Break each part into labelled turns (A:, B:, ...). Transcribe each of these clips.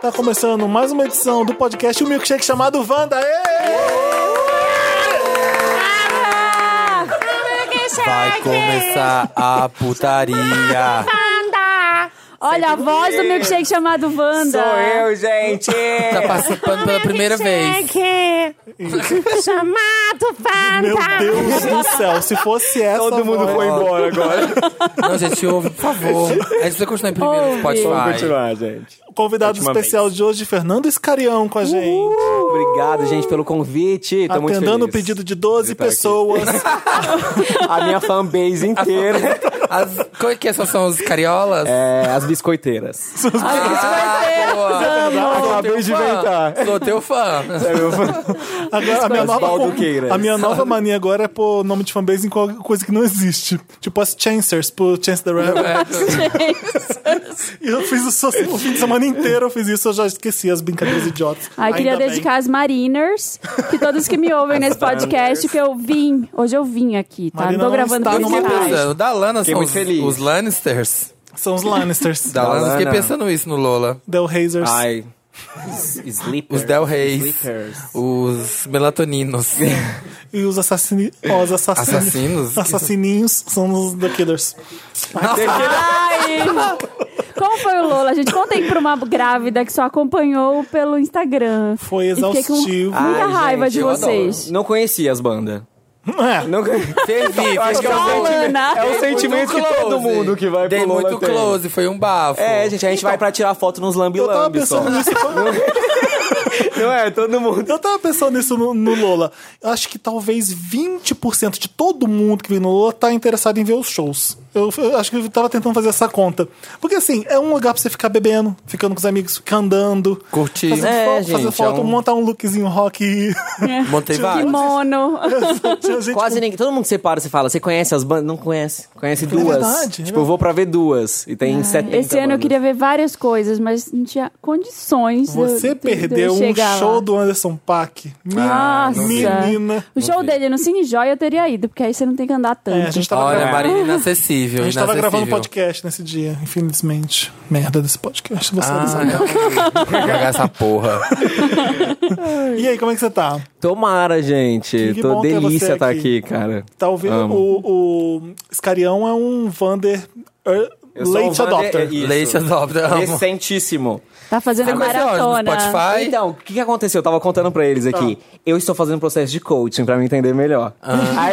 A: Tá começando mais uma edição do podcast O Milkshake chamado Wanda.
B: Vai começar a putaria.
C: Wanda!
D: Olha a voz do milkshake chamado Wanda.
B: Sou eu, gente.
E: Tá participando pela primeira vez.
C: vez. Chamado Wanda!
A: Meu Deus do céu, se fosse essa.
B: Todo mundo
A: voz-
B: foi embora agora.
E: Não, gente, ouve, por favor. A gente vai continuar em primeiro no
D: Ouve.
B: Vamos
E: Spotify.
B: continuar, gente.
A: O convidado
B: Última
A: especial de hoje, Fernando Escarião, com a gente.
B: Obrigado, gente, pelo convite. Tô muito feliz.
A: Atendendo o pedido de 12
B: tá aqui.
A: pessoas.
B: A minha fanbase inteira.
E: As, como é que é? Só são os cariolas?
B: é, as biscoiteiras.
E: Ah, boa.
B: Acabei de inventar.
E: Sou teu fã.
B: É meu fã.
A: Agora, a, minha nova,
B: Osvaldo Queiroz.
A: a minha nova mania agora é pôr nome de fanbase em qualquer coisa que não existe. Tipo as Chancers, por Chance the Rapper. E eu fiz isso o fim de semana inteiro, eu fiz isso, eu já esqueci as brincadeiras idiotas.
D: Ai, queria
A: Ainda bem.
D: dedicar às Mariners, que todos que me ouvem nesse podcast, que eu vim. Hoje eu vim aqui, tá?
A: Marina
D: não tô
A: não
D: gravando
A: está
D: por
A: numa
E: Fiquei
D: trás.
E: pensando, da Lana
B: Fiquei
E: são
B: muito
E: os,
B: feliz.
E: os Lannisters.
A: São os Lannisters.
E: Da Lana, fiquei
B: Lana.
E: pensando isso no Lola.
A: Del Hazers.
B: Ai. s- Sleepers.
E: Os Del Reis.
B: Sleepers.
E: Os melatoninos.
A: E os assassini... ó, os assassinos.
E: Assassinos?
A: Assassininhos são os The Killers.
D: Ai! Como foi o Lola? A gente conta aí pra uma grávida que só acompanhou pelo Instagram.
A: Foi
D: E fiquei com
A: exaustivo.
D: Muita
B: Ai,
D: raiva
E: gente,
D: de
E: eu
D: vocês.
B: Não conhecia as bandas.
A: É.
B: Não conhe-
E: Teve,
B: Eu acho que é
D: Só
B: um
D: a
B: sentimento,
D: Lana.
B: é um sentimento que todo mundo que vai
E: Dei
B: pro Lola
E: muito
B: tem.
E: close, foi um bafo.
B: É, gente, a gente vai pra tirar foto nos
A: Eu tava
B: lambi-lambi só.
A: pensando nisso.
B: Não é, todo mundo.
A: Eu tava pensando nisso no, no Lola. Eu acho que talvez 20% de todo mundo que vem no Lola tá interessado em ver os shows. Eu, eu acho que eu tava tentando fazer essa conta. Porque assim, é um lugar pra você ficar bebendo, ficando com os amigos, ficar andando.
E: Curti.
A: Fazendo
B: É,
A: foto, fazer
B: gente,
A: foto
B: é um-
A: montar um lookzinho rock.
E: Montei vários.
D: Kimono.
A: Tinha gente
B: Quase ninguém. Todo mundo que você para, você fala, você conhece as bandas? Não conhece. Conhece duas.
A: verdade, é
B: tipo, eu vou pra ver duas. E tem 70
D: Esse ano eu
B: bandas.
D: queria ver várias coisas, mas não tinha condições. de eu- de
A: Você
D: eu
A: perdeu um
D: chegar
A: show
D: lá.
A: do Anderson Paak.
D: Nossa.
A: Menina.
D: O show dele no Cine Joia eu teria ido, porque aí você não tem que andar tanto.
A: É, a gente tava
E: Olha,
A: gravando.
E: Marina
A: A
E: inacessível.
A: gente tava
E: inacessível.
A: gravando um podcast nesse dia, infelizmente. Merda desse podcast. Você
E: Ah,
A: ah,
E: não. Jogar essa porra. Ah.
A: E aí, como é que você tá?
B: Tomara, gente.
A: Que bom
B: Tô
A: ter
B: delícia
A: você
B: tá
A: aqui.
B: aqui, cara.
A: Tá ouvindo?
B: Amo.
A: O, o Scarião é um Vander er,
B: Eu sou um
A: Late
B: Vander-
A: Adopter.
B: Isso.
E: Leite adopta. amo.
B: Recentíssimo.
D: Tá fazendo
E: Conhece onde?
D: maratona.
E: No Spotify?
B: Então, o que, que aconteceu? Eu tava contando pra eles aqui.
E: Ah.
B: Eu estou fazendo um processo de coaching pra me entender melhor. Aí,
E: Ah,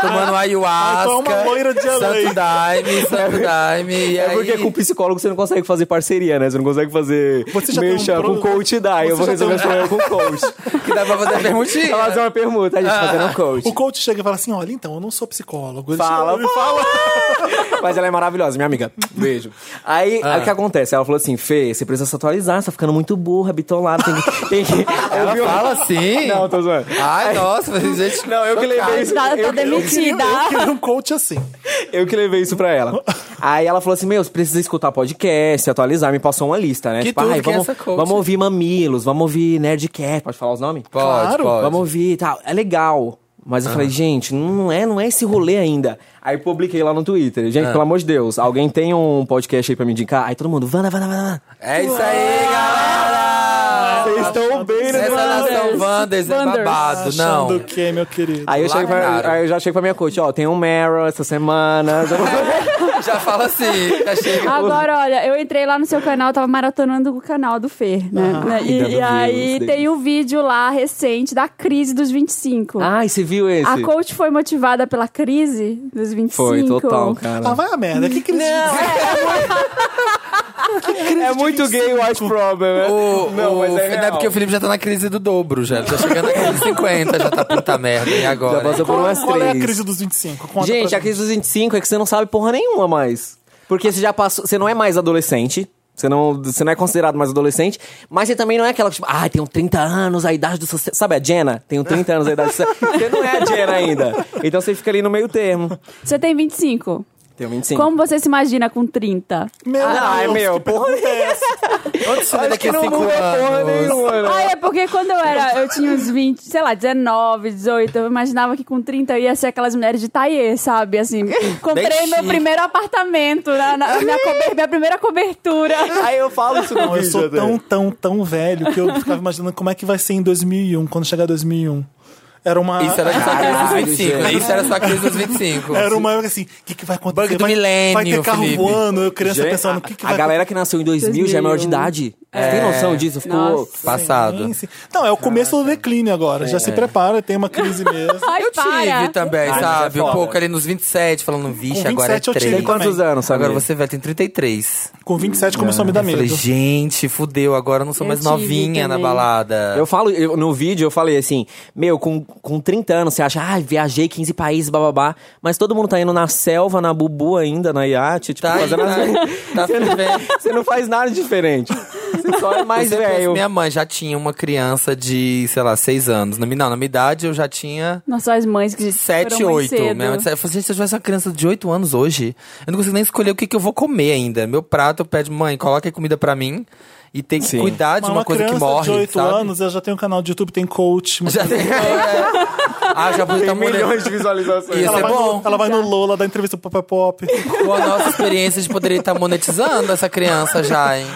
E: Tomando ayahuasca.
A: Ah, então é uma loira de LA.
E: Santo Daime, Santo Daime. e
B: é porque
E: aí-
B: com o psicólogo você não consegue fazer parceria, né? Você não consegue fazer
A: Você já tem um
B: merchan
A: pro-
B: com coach dá.
A: Você
B: Eu vou
A: já
B: resolver esse
A: tem um-
B: problema com coach.
E: Que dá pra fazer permutinha.
B: Ela fazer uma permuta, a
E: Ah.
B: gente fazendo um coach.
A: O coach chega e fala assim: olha, então, eu não sou psicólogo. Ele
B: Fala,
A: chega e fala.
B: Mas ela é maravilhosa, minha amiga. Beijo. Aí,
E: Ah.
B: aí o que acontece? Ela falou assim: Fê, você precisa se atualizar, você tá ficando muito burra, bitolada, tem que. Tem que...
E: Ela fala assim.
B: Não, tô zoando.
E: Ai, nossa, gente.
B: Não, eu que levei isso.
D: Tá, tá
B: eu, que-
D: demitida.
A: Eu queria um coach assim.
B: eu que levei isso pra ela. Aí ela falou assim: Meu, você precisa escutar podcast, se atualizar, me passou uma lista, né?
E: Que
B: tipo,
E: tudo
B: ai,
E: que é
B: vamos,
E: essa coach?
B: vamos ouvir mamilos, vamos ouvir Nerdcat. Pode falar os nomes?
E: Pode, Ah.
A: Claro,
E: pode.
B: Vamos ouvir e tal. É legal. Mas eu falei, gente, não é, não é esse rolê ainda. Aí eu publiquei lá no Twitter. Gente,
E: Ah.
B: pelo amor de Deus, alguém tem um podcast aí pra me indicar? Aí todo mundo, Vanda, Vanda, Vanda.
E: É isso aí, galera.
B: Vocês estão bem, né?
E: Essa é nação Wanders é
D: Wanders.
E: babado.
A: Achando o
E: Não.
A: quê, meu querido?
B: Aí eu, cheguei
E: Lacraram.
B: pra, aí eu já cheguei pra minha coach, ó, tem um Meryl essa semana. Já...
E: Já fala assim. Já chega.
D: Agora, olha, eu entrei lá no seu canal, tava maratonando o canal do Fer, né? Né?
B: E dando
D: E, e aí
B: views,
D: tem um vídeo lá recente da crise dos 25.
B: Ai, você viu esse?
D: A coach foi motivada pela crise dos 25.
B: Foi, total,
A: Ah,
B: cara.
A: vai a merda. Que crise
B: É muito gay white problem, né?
E: O,
B: Não,
E: o,
B: mas é
E: Felipe-
B: real.
E: porque o Felipe já tá na crise do dobro, já. Ele Tá chegando na crise 50, já tá puta merda. E agora?
B: Já passou por umas
A: Qual é a
B: três.
A: crise dos 25? Conta
B: Gente,
A: pra
B: a crise dos 25 é que você não sabe porra nenhuma mais. Porque você já passou. Você não é mais adolescente. Você não, você não é considerado mais adolescente, mas você também não é aquela que, tipo, ah, tenho 30 anos, a idade do sucesso. Sabe a Jenna? Tenho 30 anos, a idade do sucesso. Você não é a Jenna ainda. Então você fica ali no meio termo.
D: Você tem 25?
B: Tenho 25.
D: Como você se imagina com 30?
A: Meu
B: Ah,
A: Deus,
B: meu,
A: que
B: porra.
A: pergunta é essa?
E: Onde você vai
B: Acho
E: daqui
B: que
E: a
B: não
E: cinco
B: muda porra
E: anos?
B: nenhuma, né?
D: Ah, é porque quando eu era, eu tinha uns 20, sei lá, 19, 18, eu imaginava que com 30 eu ia ser aquelas mulheres de Taie, sabe? Assim, comprei
E: Bem
D: meu
E: chique.
D: primeiro apartamento, na, na- minha, cober- minha primeira cobertura.
B: Aí eu falo isso no
A: Não, eu
B: vídeo.
A: sou
B: até.
A: tão, tão, tão velho que eu ficava imaginando como é que vai ser em 2001, quando chegar 2001. Era uma.
E: Isso era só a crise dos
B: Caralho,
E: 25.
B: gente.
E: Isso era só a crise dos 25.
A: Era uma época assim, o que, que vai acontecer?
E: Bug do
A: vai, vai ter
E: milênio,
A: carro
E: Felipe.
A: voando, eu criança
B: Gente,
A: pensando,
B: a,
A: o que, que
B: a
A: vai
B: galera que nasceu em 2000, já é maior de idade. Você tem noção disso? Ficou...
D: Nossa.
E: Passado.
A: Sim, sim. Não, é o começo do declínio agora.
E: É.
A: Já se prepara, tem uma crise mesmo.
D: Ai,
E: Eu
D: para.
E: tive também,
B: mas é
E: sabe? Um
B: foda.
E: pouco ali nos 27, falando, vixe,
A: Com
E: agora é
A: 27 eu tive
B: Tem
E: 3.
A: também.
B: quantos anos, sabe?
E: Agora você vai, tem 33.
A: Com 27 começou a me
E: Eu
A: dar medo.
E: falei, gente, fudeu, agora eu não sou
D: Eu
E: mais
D: tive
E: novinha na
D: também.
E: balada.
B: Eu falo, eu- no vídeo eu falei assim, meu, com, com 30 anos você acha, ah, viajei 15 países, bababá, mas todo mundo tá indo na selva, na bubu ainda, na iate, tipo,
E: Tá, aí,
B: fazendo
E: tá, tá
B: as...
E: vivendo.
B: Você não faz nada diferente. Você só é mais
E: Eu sempre penso,
B: velho.
E: Minha mãe já tinha uma criança de, sei lá, 6 anos. Na minha- Não, na minha idade eu já tinha
D: Nossa, as mães que
E: 7,
D: foram muito
E: 8.
D: cedo.
E: Minha mãe disse, né? eu falei, gente, se eu tivesse uma criança de 8 anos hoje, eu não consigo nem escolher o que, que eu vou comer ainda. Meu prato, eu pede, mãe, coloca aí comida pra mim. E tem que
B: Sim.
E: cuidar de
A: Mas
E: é uma, coisa que
A: criança
E: morre,
A: de 8
E: sabe?
A: anos, eu já tenho um canal de YouTube, tem coach. mas
E: Já tem... ah, já botei mulher...
B: de visualizações.
E: Isso
A: ela,
E: é
A: vai
E: bom.
A: No, ela vai no Lola, dá entrevista pro Pop Pop.
E: Com a nossa experiência de poder estar monetizando essa criança já, hein?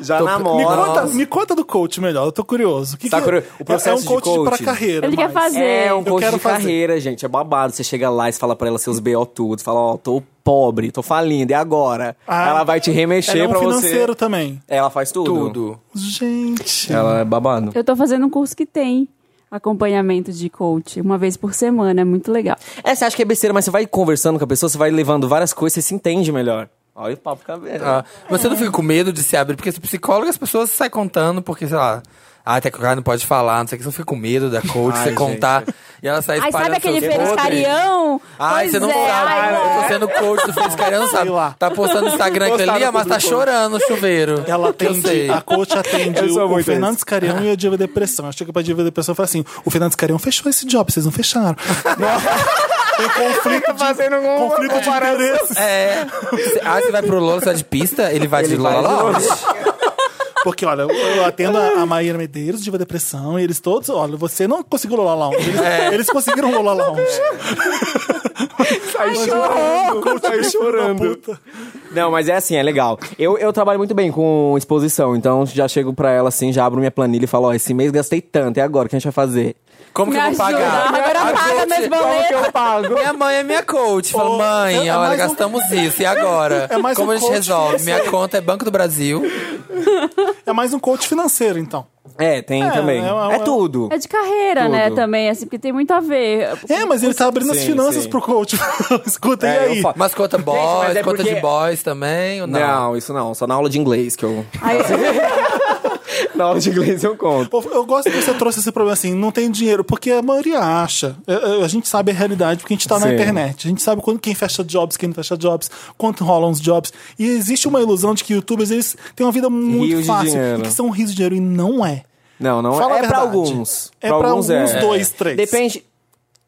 B: Já
E: Tô-
A: me,
E: Nossa.
A: conta, me conta do coach melhor, eu tô curioso. O, que
B: Tá
A: que-
B: curioso? O processo
A: é um
B: de
A: coach,
B: coaching.
A: pra carreira.
D: Ele quer
A: mas-
D: fazer.
B: É um
A: Eu
B: coach
A: quero
B: de
A: fazer.
B: carreira, gente. É babado. Você chega lá e fala pra ela seus BO tudo. Fala, ó, tô pobre, tô falindo, e agora?
A: Ah,
B: ela vai te remexer
A: Ela é um
B: pra
A: financeiro
B: você.
A: também.
B: Ela faz tudo.
E: Tudo.
A: Gente.
B: Ela é babado.
D: Eu tô fazendo um curso que tem acompanhamento de coach, uma vez por semana, é muito legal.
B: É, você acha que é besteira, mas você vai conversando com a pessoa, você vai levando várias coisas, você se entende melhor. Olha o papo cabeça.
E: Ah, você não fica com medo de se abrir, porque esse psicólogo as pessoas saem contando, porque, sei lá, ah, até que o cara não pode falar, não sei o que, você não fica com medo da coach,
B: Ai,
E: você
B: gente.
E: contar. E ela sai
D: Aí
E: espalhando
D: sabe aquele
E: seus podres.
D: pescarião?
E: Ai,
D: Pois
E: você não
D: é,
E: sabe.
D: ai,
E: eu tô sendo coach do Fezcarião, não sabe?
A: lá.
E: Tá postando no Instagram aquilo ali,
B: Postado
E: ah, mas tá
B: público.
E: chorando o chuveiro.
A: Ela
E: Eu sei.
A: atende, a coach atende
B: Eu sou
A: o, o
B: muito
A: Fernandes Carião e a Diva Depressão. Eu chego pra Diva Depressão e falo assim: o Fernandes Carião fechou esse job, vocês não fecharam. Tem conflito de, conflito de interesses.
E: É. Cê- Ah, você vai pro Lola, você vai de pista? Ele vai de
B: Ele vai
E: Lola
B: de
E: Lola?
A: Porque, olha, eu- eu atendo a, a Maíra Medeiros, Diva Depressão, e eles todos, olha, você não conseguiu Lola Lounge. Eles,
B: É.
A: eles conseguiram Lola
B: Tá
A: Lounge.
B: Sai chorando, sai
A: Da
B: tá chorando.
A: puta.
B: Não, mas é assim, é legal. Eu, eu trabalho muito bem com exposição, então já chego pra ela assim, já abro minha planilha e falo, ó, esse mês gastei tanto, e agora? O que a gente vai fazer?
E: Como que
D: Me
E: eu vou
D: ajuda.
E: pagar?
D: Agora
E: A
D: paga
E: coach-
D: meus
B: Como que
D: boletos.
B: eu Tá pago?
E: Minha mãe é minha coach. Fala,
A: Ô, é-
E: mãe,
A: é
E: olha,
A: mais um-
E: gastamos isso. E agora?
A: É mais
E: Como
A: um
E: a gente
A: coach
E: resolve? Minha conta é Banco do Brasil.
A: É mais um coach financeiro, então.
B: É, tem
A: É,
B: também.
A: é uma-
B: É, tudo.
D: É de carreira, né,
B: Tudo.
D: também, assim, porque tem muito a ver.
A: É, mas ele tá abrindo as
B: Sim,
A: finanças
B: sim.
A: pro coach. Escuta,
B: É,
A: e aí?
B: eu falo-
E: Mas conta boys,
B: mas é
E: conta
B: porque-
E: de boys também ou não?
B: Não, isso não. Só na aula de inglês que eu.
D: Aí,
B: Na aula de inglês eu conto.
A: Pô, Eu gosto que você trouxe esse problema assim, não tem dinheiro, porque a maioria acha. É, é, A gente sabe a realidade, porque a gente tá na
B: Sim.
A: internet. A gente sabe quando quem fecha jobs, quem não fecha jobs, quanto rolam os jobs. E existe uma ilusão de que youtubers, eles têm uma vida muito
B: Rios de
A: fácil.
B: dinheiro.
A: E que são rios de dinheiro, e não é.
B: Não, não
A: Fala a
B: é. É pra
A: verdade.
B: alguns.
A: É pra alguns,
B: é.
A: dois, três.
B: Depende.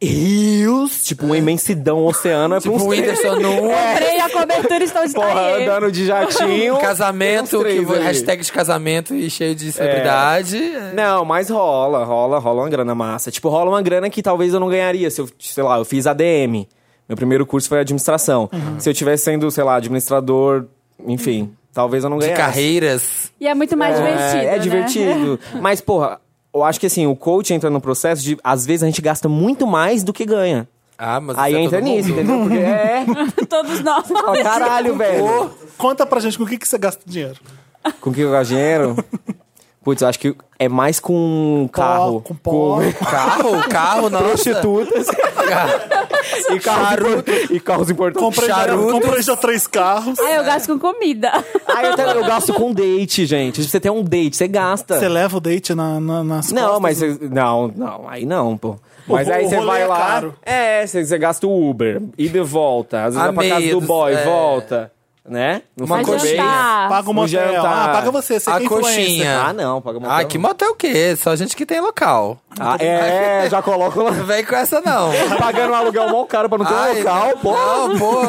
B: Rios, tipo uma imensidão, um oceano, é pra uns
E: O
B: três.
E: Whindersson um, num
D: comprei a cobertura e estou de
B: Porra,
D: taie.
B: andando de jatinho. Tem
E: casamento,
B: uns três
E: que, vo-
B: ali. É.
E: hashtag de casamento e cheio de celebridade.
B: Não, mas rola, rola, rola uma grana massa. Tipo, rola uma grana que talvez eu não ganharia se eu, sei lá, eu fiz ADM. Meu primeiro curso foi administração.
A: Uhum.
B: Se eu tivesse sendo, sei lá, administrador, enfim, talvez eu não
E: De
B: ganhasse.
E: carreiras.
D: E é muito mais divertido,
B: É,
D: né?
B: é divertido. Mas, porra, eu acho que assim, o coach entra no processo de, às vezes, a gente gasta muito mais do que ganha.
E: Ah, mas
B: Aí
E: isso é
B: entra
E: todo
B: nisso,
E: mundo.
B: entendeu? Porque é.
D: Todos nós.
B: Ó, caralho, velho.
A: Conta pra gente com o que, que você gasta dinheiro.
B: Com o que eu gasto dinheiro? Putz, eu acho que é mais com carro.
A: com pó.
E: Carro, carro, nossa.
B: prostitutas e, carros, e carros importantes.
A: Comprei já,
E: Charutos.
A: comprei já três carros.
D: Aí eu gasto com comida.
B: Ah, eu, até- eu gasto com date, gente. Você tem um date, você gasta.
A: Você leva o date na, na, nas
B: Não,
A: costas?
B: mas. você- Não, não, aí não, pô. Mas
A: ro-
B: aí
A: o
B: você
A: rolê
B: vai
A: é
B: lá.
A: caro.
B: É, você, você gasta o Uber, ida e volta. Às vezes vai pra casa do
E: Amigos,
B: boy,
E: é.
B: volta. né? Não
E: Uma
B: fica
D: Vai
E: coisa-
B: bem.
D: jantar.
A: Paga o
E: Um
A: motel.
E: jantar.
A: Ah, paga você, você
E: A
A: que é influencer.
E: coxinha.
B: Ah, não, paga motel.
E: Ah, que motel o quê? Só gente que tem local.
B: Ah, é, já coloca lá.
E: Não vem com essa, não.
B: Pagando um aluguel mó caro pra não ter um
E: Ai,
B: local, pô.
E: Não, pô.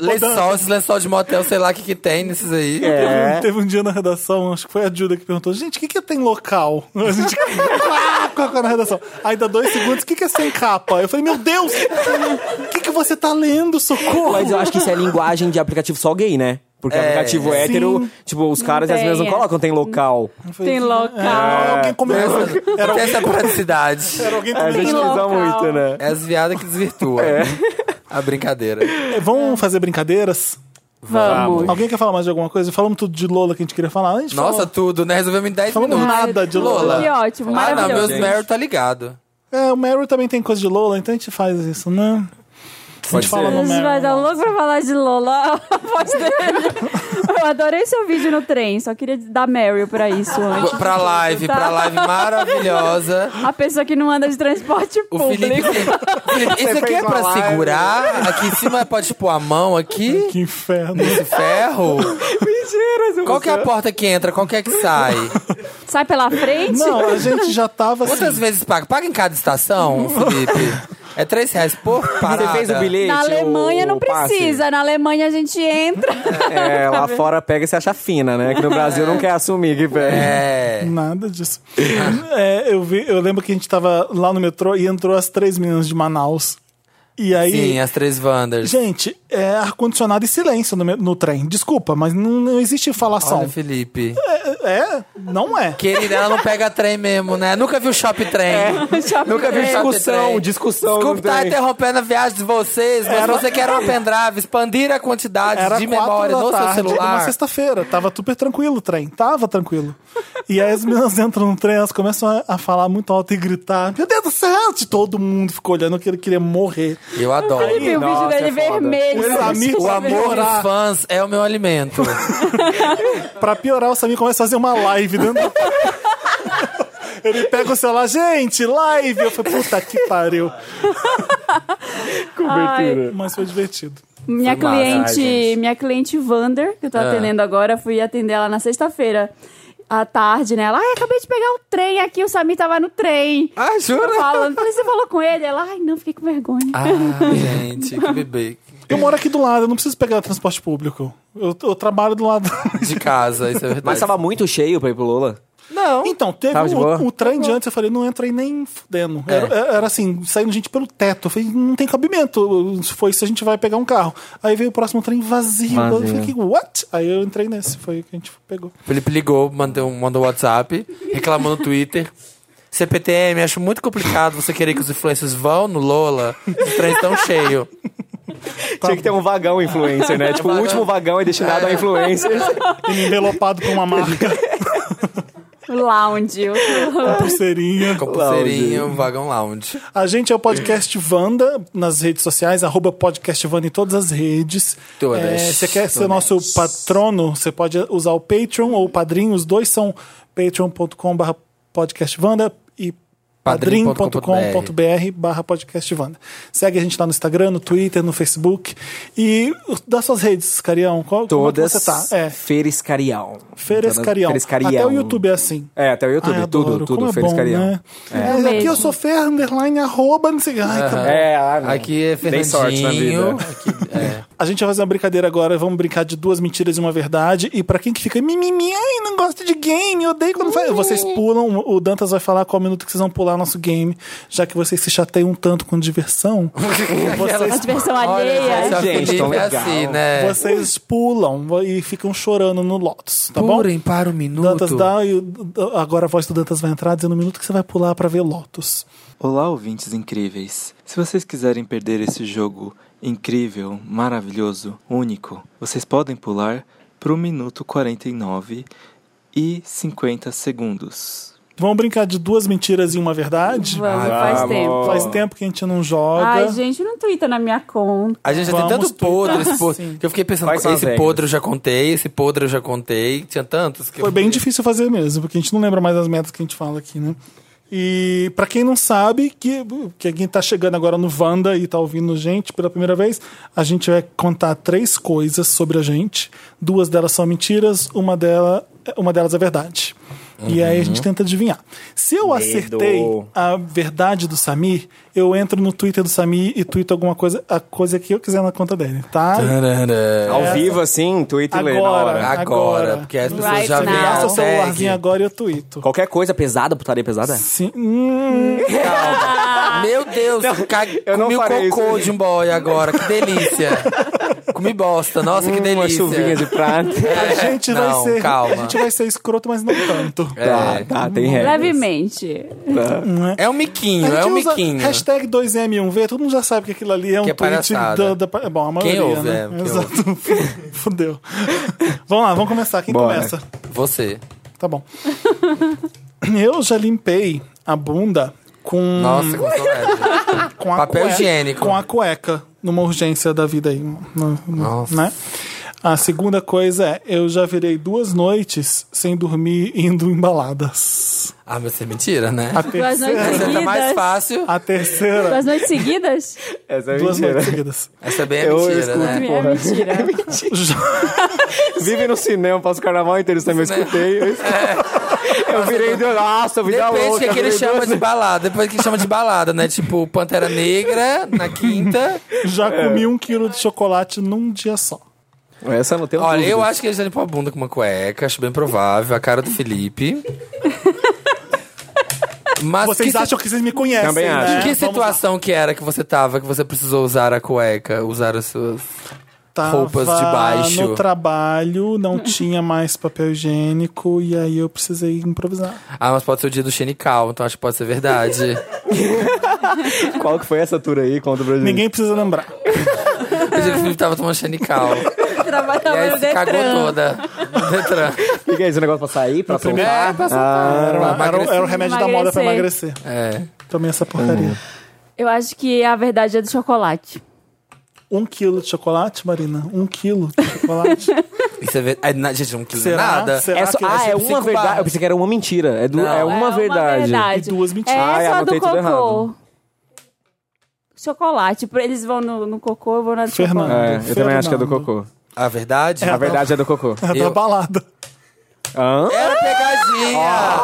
E: Lençol, esses lençol de motel, sei lá o que que tem nesses aí.
B: É.
A: Teve um dia na redação, acho que foi a Julia que perguntou, gente, o que, que tem local? A gente Ah, colocou na redação. Aí dá dois segundos, o que, que é sem capa? Eu falei, meu Deus! O que, que você tá lendo, socorro?
B: Mas eu acho que isso é linguagem de aplicativo só gay, né? Porque
E: É,
B: aplicativo
A: sim.
B: hétero, tipo, os caras e as
D: tem
B: meninas não
D: essa.
B: colocam, tem local.
D: Tem
B: É,
D: local.
A: Ah, alguém comeu. Era um-
E: Tem
A: alguém,
E: essa praticidade.
A: era alguém
B: É, a gente
A: comeu.
B: não usa
D: local.
B: muito, né?
E: É as viadas que desvirtua
B: É.
E: a brincadeira.
A: Vamos fazer brincadeiras?
D: Vamos.
A: Alguém quer falar mais de alguma coisa? Falamos tudo de Lola que a gente queria falar. A gente
E: Nossa,
A: falou-
E: tudo, né? Resolvemos em 10
A: Falamos
E: minutos.
A: nada de Lola.
D: Que ótimo,
E: Ah, não, meus
D: maravilhoso.
B: Gente.
E: Meryl tá ligado.
A: É, o Meryl também tem coisa de Lola, então a gente faz isso, né? A
E: Pode
A: gente fala
E: ser.
A: no
D: Você
A: Meryl.
D: vai dar um louco pra falar de Lola, a voz dele. Eu adorei seu vídeo no trem, só queria dar Mary pra isso antes.
E: Pra live, pra live maravilhosa.
D: A pessoa que não anda de transporte
E: O
D: público.
E: Felipe, Felipe, Isso aqui é
B: fez uma
E: pra
B: live.
E: segurar. Aqui em cima pode pôr a mão aqui.
A: Que inferno.
E: Esse ferro.
B: Mentira,
E: Qual que é a porta que entra? Qual que é que sai?
D: Sai pela frente?
A: Não, a gente já tava assim.
E: Quantas vezes paga? Paga em cada estação, Felipe? É 3 reais por parada.
B: Você fez o bilhete?
D: Na Alemanha
B: o-
D: não
B: o passe?
D: precisa, na Alemanha a gente entra.
B: É, lá fora pega e se acha fina, né? Que no Brasil não quer assumir que pega.
E: É.
A: Nada disso. É, eu, vi, eu lembro que a gente tava lá no metrô e entrou as três meninas de Manaus. E aí.
E: Sim, é. as três Wanders.
A: Gente, é ar-condicionado e silêncio no, me- no trem. Desculpa, mas não, não existe falação.
E: Olha, Felipe.
A: É, não é.
E: Querida, ela não pega trem mesmo, né? Nunca viu Shop Trem. Nunca
A: É.
E: viu
B: É, trem. Discussão,
E: Trem.
B: discussão
E: Desculpa
B: no
A: tá
E: estar
B: trem.
E: interrompendo a viagem de vocês, mas você quer uma pendrive, expandir a quantidade
A: Era
E: de
A: quatro
E: memória
A: da
E: no seu
A: tarde, numa
E: celular.
A: sexta-feira. Tava super tranquilo o trem. Tava tranquilo. E aí as meninas entram no trem, elas começam a, a falar muito alto e gritar. Meu Deus do céu! E Todo mundo ficou olhando que ele queria morrer.
E: Eu adoro.
D: Tem o vídeo
B: Nossa,
D: dele
B: é foda.
D: vermelho.
A: O Samir-
E: O amor
A: Chorar.
E: dos fãs é o meu alimento.
A: Pra piorar, o Samir começa a fazer uma live dentro do... Ele pega o celular, gente, live! Eu falei, puta que pariu.
D: Ai,
A: Mas foi divertido.
D: minha
E: Foi massa.
D: cliente,
E: Ai, né, gente. Ah.
D: minha cliente Vander, que eu tô atendendo agora, fui atender ela na sexta-feira à tarde, né? Ela, ai, acabei de pegar o trem aqui, o Samir tava no trem.
E: Ah,
D: Eu
E: jura?
D: falando, falei, você falou com ele? Ela, ai, não, fiquei com vergonha.
E: Ah, gente, que bebê.
A: Eu moro aqui do lado, eu não preciso pegar transporte público. Eu, eu trabalho do lado.
E: De casa, isso é verdade.
B: Mas tava muito cheio pra ir pro Lola.
E: Não.
A: Então, teve
B: Tava de boa?
A: o, o trem de antes, eu falei, não entra aí nem fudendo.
E: É.
A: Era, era assim, saindo gente pelo teto. Eu falei, não tem cabimento. Se for isso, a gente vai pegar um carro. Aí veio o próximo trem vazio.
B: Vazio.
A: Eu falei, what? Aí eu entrei nesse, foi o que a gente pegou.
E: Felipe ligou, mandou, um, mandou WhatsApp, reclamou no Twitter. CPTM, acho muito complicado você querer que os influencers vão no Lola, os trens estão cheios.
B: Tinha que ter um vagão influencer, né? Tipo, o último vagão é destinado a influencer.
A: E envelopado por uma marca,
D: Lounge.
A: uma pulseirinha.
E: Com pulseirinha, um vagão lounge.
A: A gente é o Podcast Vanda nas redes sociais, arroba Podcast Vanda em todas as redes.
E: Todas.
A: É, Você quer ser
E: Todas.
A: nosso patrono? Você pode usar o Patreon ou o Padrim. Os dois são patreon.com barra podcast Vanda e padrim.com.br barra podcast Vanda. Segue a gente lá no Instagram, no Twitter, no Facebook. E das suas redes, Carião, qual, como é que
B: Todas.
A: você tá? É,
B: Ferescarial.
A: Feres Carião.
B: Feres Carião.
A: Até o YouTube é assim.
B: É, até o YouTube.
A: Ai, adoro.
B: tudo, tudo.
A: Como é
B: Feres
A: bom,
B: Carião.
A: né? É,
D: mesmo.
A: aqui eu sou Fer, underline, arroba, não sei. Ai, tá bom.
B: É, ah, não.
E: Aqui é
B: Dei
E: Fernandinho.
B: sorte na vida.
E: Aqui, é.
A: A gente vai fazer uma brincadeira agora, vamos brincar de duas mentiras e uma verdade. E pra quem que fica mimimi, ai, não gosto de game, eu odeio quando faz. Vocês pulam, o Dantas vai falar qual minuto que vocês vão pular nosso game, já que vocês se chateiam um tanto com diversão.
D: A
A: vocês,
D: diversão
E: Olha,
D: alheia.
E: só
B: Gente,
E: Felipe
B: tão
E: é
B: legal.
E: assim, né?
A: vocês pulam e ficam chorando no Lotus, tá bom?
E: Purem para o
A: Dantas
E: minuto.
A: dá um e o- agora a voz do Dantas vai entrar dizendo o minuto que você vai pular pra ver Lotus.
F: Olá, ouvintes incríveis! Se vocês quiserem perder esse jogo incrível, maravilhoso, único, vocês podem pular pro minuto 49 e 50 segundos.
A: Vamos brincar de duas mentiras e uma verdade?
D: Vamos, faz
B: Vamos.
D: tempo.
A: Faz tempo que a gente não joga.
D: Ai, gente, não twitta na minha conta.
E: A gente já tem
A: Vamos
E: tanto podre, esse
A: Sim.
E: podre que eu fiquei pensando,
B: Quais são as
E: esse
B: regras?
E: podre eu já contei, esse podre eu já contei, tinha tantos que eu-
A: Foi bem difícil fazer mesmo, porque a gente não lembra mais as metas que a gente fala aqui, né? E pra quem não sabe, que, que quem tá chegando agora no Wanda e tá ouvindo gente pela primeira vez, a gente vai contar três coisas sobre a gente. Duas delas são mentiras, uma, dela, uma delas é verdade. E aí a gente tenta adivinhar. Se eu acertei a verdade do Samir, eu entro no Twitter do Samir e tuito alguma coisa, a coisa que eu quiser na conta dele, tá?
E: Tarará.
B: Ao vivo, assim, Twitter lê na
A: Agora.
B: hora.
E: Agora,
A: É, Agora.
E: porque as pessoas
D: Right
E: já veem
D: now.
E: a
A: Passa o
E: hashtag.
A: celularzinho agora e eu tuito.
B: Qualquer coisa pesada, putaria pesada?
A: Sim. Hum,
E: Meu Deus, ca-
B: eu não
E: comi o
B: farei
E: cocô
B: isso.
E: de um boy agora, que delícia. comi bosta, nossa, que
B: Hum, Uma
E: delícia.
B: chuvinha de prata.
A: a gente
E: É, não,
A: vai ser.
E: calma.
A: A gente vai ser escroto, mas não tanto.
B: Tá,
E: É.
B: tá, tem regra.
D: Levemente.
E: É um miquinho,
A: A
E: é
A: gente
E: um
A: usa
E: miquinho.
A: Hashtag 2M1V, todo mundo já sabe que aquilo ali é um
E: Que é
A: tweet da,
E: palhaçada.
A: da- Bom, a maioria,
E: Quem ouve,
A: né?
E: é, quem
A: Exato. Fudeu. vamos lá, vamos começar. Quem
B: Bora.
A: começa?
E: Você.
A: Tá bom. Eu já limpei a bunda com,
E: Nossa, que saudade.
A: com a
E: papel
A: cueca,
E: higiênico.
A: Com a cueca, numa urgência da vida aí. no- no-
E: Nossa.
A: Né? A segunda coisa é, eu já virei duas noites sem dormir indo em baladas.
E: Ah, mas isso é mentira, né?
A: A
D: Duas
A: terceira,
D: noites
E: Essa tá mais
D: seguidas.
E: fácil.
A: a terceira
D: Duas noites seguidas?
B: Essa é
A: duas
B: mentira.
A: noites seguidas.
E: Essa bem é
B: Eu
E: mentira,
B: escuto.
E: né?
D: É mentira.
B: Vive no cinema, passa o carnaval inteiro, eu
E: né?
B: também escutei. Eu virei do. Nossa, eu virei da
E: É. Depende do
B: louca.
E: que,
B: eu
E: que ele
B: virei
E: chama
B: doce.
E: de balada. Depois que chama de balada, né? Tipo, Pantera Negra na quinta.
A: Já
E: É.
A: comi um quilo de chocolate num dia só.
B: Essa eu não tem
E: Olha, eu acho que ele já limpou a bunda com uma cueca, acho bem provável. A cara do Felipe. Mas
A: Vocês
E: que,
A: acham que vocês me conhecem,
B: Também
A: né?
B: acho.
E: que
A: Vamos
E: situação que era que você tava, que você precisou usar a cueca, usar as suas.
A: lá.
E: roupas de
A: Tava
E: baixo?
A: no trabalho, não tinha mais papel higiênico e aí eu precisei improvisar.
E: Ah, mas pode ser o dia do Xenical, então acho que pode ser verdade.
B: Qual que foi essa tour aí? Conta pra gente.
A: Ninguém precisa lembrar.
E: o dia que o Felipe tava tomando Xenical. E aí
D: Trabalhava no
E: se cagou
D: Detran.
E: toda. Detran.
B: O que, que é esse negócio pra sair, pra
A: primeiro-
B: soltar?
E: Ah.
A: Era,
E: Pra
A: era-
E: emagrecer.
A: era o remédio da moda pra
D: Emagrecer.
A: emagrecer.
E: É.
A: Tomei essa porcaria.
E: Hum.
D: Eu acho que a verdade é do chocolate.
A: Um quilo de chocolate, Marina? Um quilo de chocolate?
E: Isso é verdade. na- Gente, não quis dizer
A: Será?
E: nada.
A: Será?
B: É só-
A: que-
B: ah, é
E: tipo
B: uma
E: cinco
B: verdade.
E: barras.
B: Eu pensei que era uma mentira. É, do-
E: Não.
B: é
D: É
B: uma verdade.
A: E duas mentiras.
D: É
B: Ah, eu
D: só
B: anotei
D: do cocô.
B: tudo errado.
D: Chocolate. Por- Eles vão no, no cocô, eu vou na do
A: Fernando.
D: chocolate.
B: É, eu também acho que é do cocô.
E: A verdade?
B: A verdade é do cocô.
A: É da
E: Eu-
A: balada.
B: Hã?
E: Era pegadinha!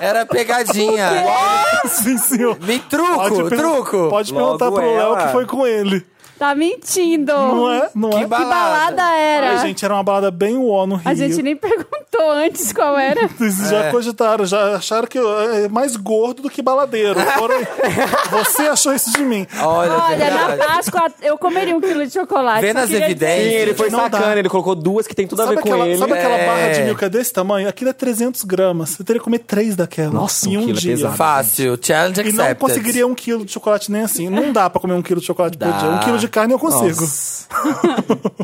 E: Era pegadinha!
A: Sim, senhor.
E: Me truco,
A: per-
E: truco!
A: pode
B: Logo
A: perguntar pro Léo
B: ela.
A: que foi com ele.
D: Tá mentindo.
A: Não é? Não é?
E: ba-
D: Que balada
A: Ai,
D: era?
A: gente, era uma balada bem uó no Rio.
D: A gente nem perguntou antes qual era.
A: Vocês já
E: É.
A: cogitaram, já acharam que eu é mais gordo do que baladeiro. Foram- Você achou isso de mim.
E: Olha, é
D: Olha, na
E: verdade.
D: Páscoa eu comeria um quilo de chocolate.
E: Vendo
D: eu
E: as
D: queria dizer
B: Sim,
E: evidências.
B: ele foi
A: Não dá.
B: sacana, ele colocou duas que tem tudo a
A: Sabe
B: ver com
A: aquela,
B: ele.
A: sabe aquela
E: É.
A: barra de milka desse tamanho? Aquilo é 300 gramas. Você teria que comer três daquela.
B: Nossa,
A: em
B: um
A: um
B: quilo é
A: dia.
B: pesado.
E: Fácil, challenge
A: E
E: accepted.
A: não conseguiria um quilo de chocolate nem assim. Não dá pra comer um quilo de chocolate
E: Dá.
A: por dia. Um quilo de carne eu consigo.
B: Nossa.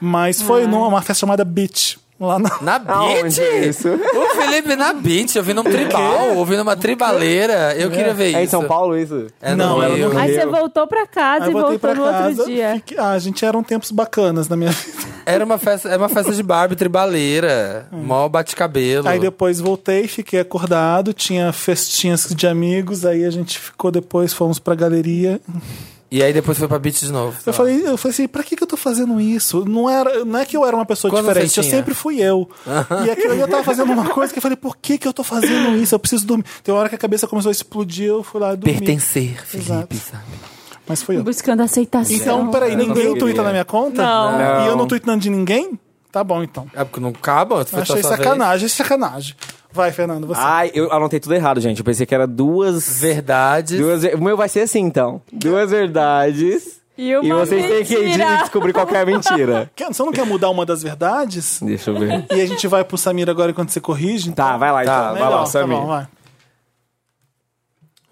A: Mas foi numa festa chamada Beach. Lá na...
E: Na beat?
B: Aonde é isso?
E: O Felipe na beat, ouvindo um tribal, ouvindo uma tribaleira. Eu queria ver isso.
B: É em São Paulo isso?
E: É no
A: Não, era
E: Rio.
A: no
D: Aí você
B: Meu.
D: voltou pra casa
A: Aí
D: e
A: voltei
D: voltou
A: pra
D: no outro
A: casa.
D: dia.
A: fiquei- Ah, gente, eram tempos bacanas na minha vida.
E: Era uma festa, era uma festa de Barbie tribaleira. Mó bate-cabelo.
A: Aí depois voltei, fiquei acordado, tinha festinhas de amigos, aí a gente ficou depois, fomos pra galeria.
E: E aí depois foi pra beat de novo.
A: Eu falei, eu falei assim, pra que, que eu tô fazendo isso? Não, era, não é que eu era uma pessoa
E: Quantos
A: diferente,
E: você
A: eu
E: tinha?
A: sempre fui eu. E aquilo ali eu tava fazendo uma coisa que eu falei, por que, que eu tô fazendo isso? Eu preciso dormir. Tem uma hora que a cabeça começou a explodir, eu fui lá dormir.
E: Pertencer, Felipe,
A: Exato.
E: sabe?
A: Mas fui eu.
D: Buscando aceitação.
A: Então,
E: É,
A: peraí, ninguém
B: conseguiria.
A: tuita na minha conta?
D: Não.
B: Não.
A: E eu não tuitando de ninguém? Tá bom, então.
E: É porque não acaba? Foi
A: Achei
E: só sua vez. Ah.
A: sacanagem, sacanagem. Vai, Fernando, você.
B: Ai, eu anotei tudo errado, gente. Eu pensei que era duas.
E: Verdades.
B: duas o meu vai ser assim, então. Duas verdades.
D: E uma
B: e vocês têm que de-
D: mentira.
B: descobrir qual que é a mentira.
A: Quer- Você não quer mudar uma das verdades?
B: Deixa eu ver.
A: E a gente vai pro Samir agora enquanto você corrige?
B: Tá, vai lá então. vai
A: Melhor,
B: lá, Samir.
A: Tá bom, vai.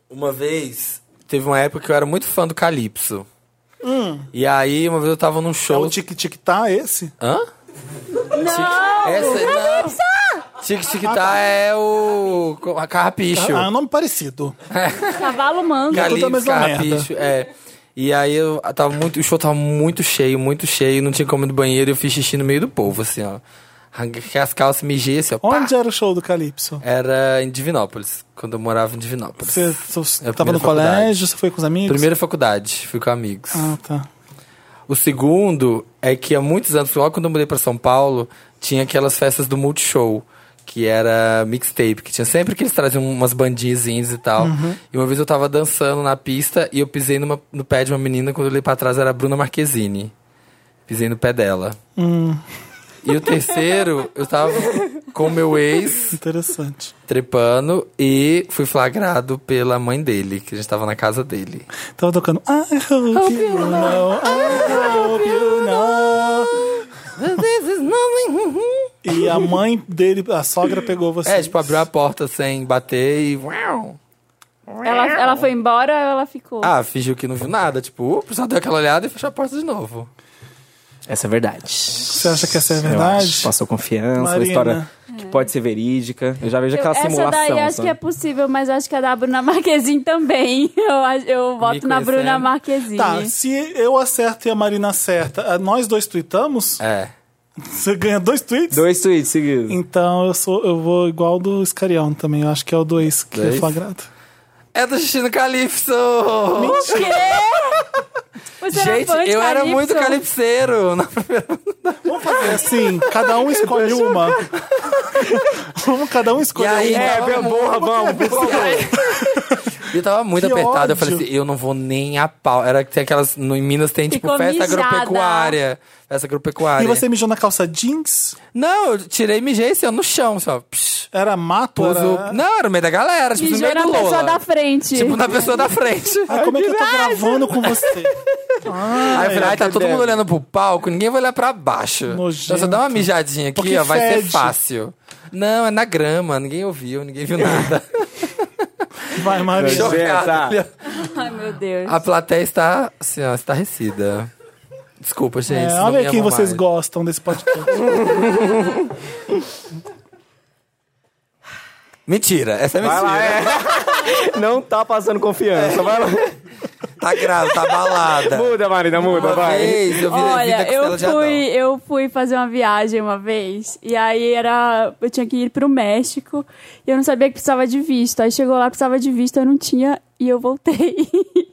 E: Uma vez, teve uma época que eu era muito fã do Calypso.
A: Hum.
E: E aí, uma vez eu tava num
A: É
E: show.
A: o tic-tic-tá esse?
E: Hã? Não! Essa, não. Tic Tic Tá é o. co- A Carrapicho.
A: Ah, é um nome parecido.
E: Tá.
D: Cavalo manga.
A: tudo a
E: Calypso,
A: mesma merda.
E: Carrapicho. É. E aí eu tava muito. O show tava muito cheio, muito cheio. Não tinha como ir no banheiro e eu fiz xixi no meio do povo, assim, ó. arranquei as calças, mijei assim, ó. pá.
A: Onde era o show do Calypso?
E: Era em Divinópolis, quando eu morava em Divinópolis.
A: Você
E: É a
A: tava
E: primeira
A: no
E: faculdade.
A: colégio, você foi com os amigos?
E: Primeira faculdade, fui com amigos.
A: Ah, tá.
E: O segundo é que há muitos anos, logo quando eu mudei pra São Paulo, tinha aquelas festas do Multishow, que era mixtape, que tinha sempre que eles traziam umas bandinhas e tal. E uma vez eu tava dançando na pista e eu pisei numa- no pé de uma menina, quando eu olhei pra trás era a Bruna Marquezine. Pisei no pé dela.
A: Hum,
E: E o terceiro, eu tava com meu ex
A: Interessante.
E: trepando e fui flagrado pela mãe dele, que a gente tava na casa dele.
A: Tava tocando. I hope you know, I hope you know. E a mãe dele, a sogra pegou você.
E: É, tipo, abriu a porta sem bater e. uau.
D: Ela, ela foi embora ela ficou?
E: Ah, fingiu que não viu nada. Tipo, ups, só deu aquela olhada e fechou a porta de novo.
B: Essa é verdade.
A: Você acha que essa é a
B: Eu
A: verdade?
B: acho. Passou confiança,
A: Marina.
B: uma história que pode ser verídica. Eu já
D: É.
B: vejo
D: Eu-
B: aquela
D: essa
B: simulação.
D: daí acho
B: sabe?
D: que é possível, mas acho que a da Bruna Marquezine também. Eu, acho- eu voto na
E: conhecendo.
D: Bruna Marquezine.
A: Tá, se eu acerto e a Marina acerta, ah, nós dois tweetamos?
E: É.
A: Você ganha dois tweets?
B: Dois tweets seguidos.
A: Então eu sou, eu vou igual do Iscarião também. Eu acho que é o do ex que
E: Dois?
A: é flagrado.
E: É do xixi no Calypso!
D: O quê? Você era
E: Gente,
D: fã de
E: eu era
D: Calypso?
E: muito calipseiro.
A: Vamos fazer assim, cada um escolhe uma. Vamos cada um
E: E
A: escolhe
E: aí,
A: uma.
E: tava muito-
B: É, vamos, por favor.
E: E eu tava muito
A: Que
E: apertado. Eu falei
A: ódio.
E: assim, eu não vou nem a pau. Era que tem aquelas. No, em Minas tem, tipo,
D: Ficou
E: festa
D: mijada.
E: agropecuária. Festa agropecuária.
A: E você mijou na calça jeans?
E: Não, eu tirei e mijei assim, ó, no chão, só. Psh,
A: Era mato?
E: pus o-
A: Era...
E: Não, era no meio da galera, tipo, no
D: Mijou
E: meio
D: na
E: do
D: pessoa
E: Lola.
D: da frente.
E: Tipo, na pessoa da frente.
A: Ai, como é que eu tô gravando com você?
E: Aí eu falei, ai, tá todo
B: entendendo.
E: mundo olhando pro palco, ninguém vai olhar pra baixo.
A: Nojento.
E: Então você dá uma mijadinha aqui,
A: Porque
E: ó, vai ser
A: fede.
E: fácil. Não, é na grama, ninguém ouviu, ninguém viu nada.
A: Vai, Marina.
B: Pois é, tá.
D: Ai, meu Deus.
E: A plateia está, assim, ó, estarrecida. Desculpa,
A: É,
E: gente. não me
A: olha quem
E: amam
A: vocês
E: mais.
A: gostam desse podcast.
E: Mentira, essa é
B: Vai
E: mentira.
B: lá, é. Não tá passando confiança. Vai lá.
E: Tá grávida, tá
A: É.
E: balada.
B: Muda, Marina, muda,
E: Uma
B: vai.
E: vez eu vi Evita
D: Olha,
E: Costela
D: eu
E: de Adão.
D: fui, eu fui fazer uma viagem uma vez, e aí era. Eu tinha que ir pro México, e eu não sabia que precisava de visto. Aí chegou lá, precisava de visto, eu não tinha, e eu voltei.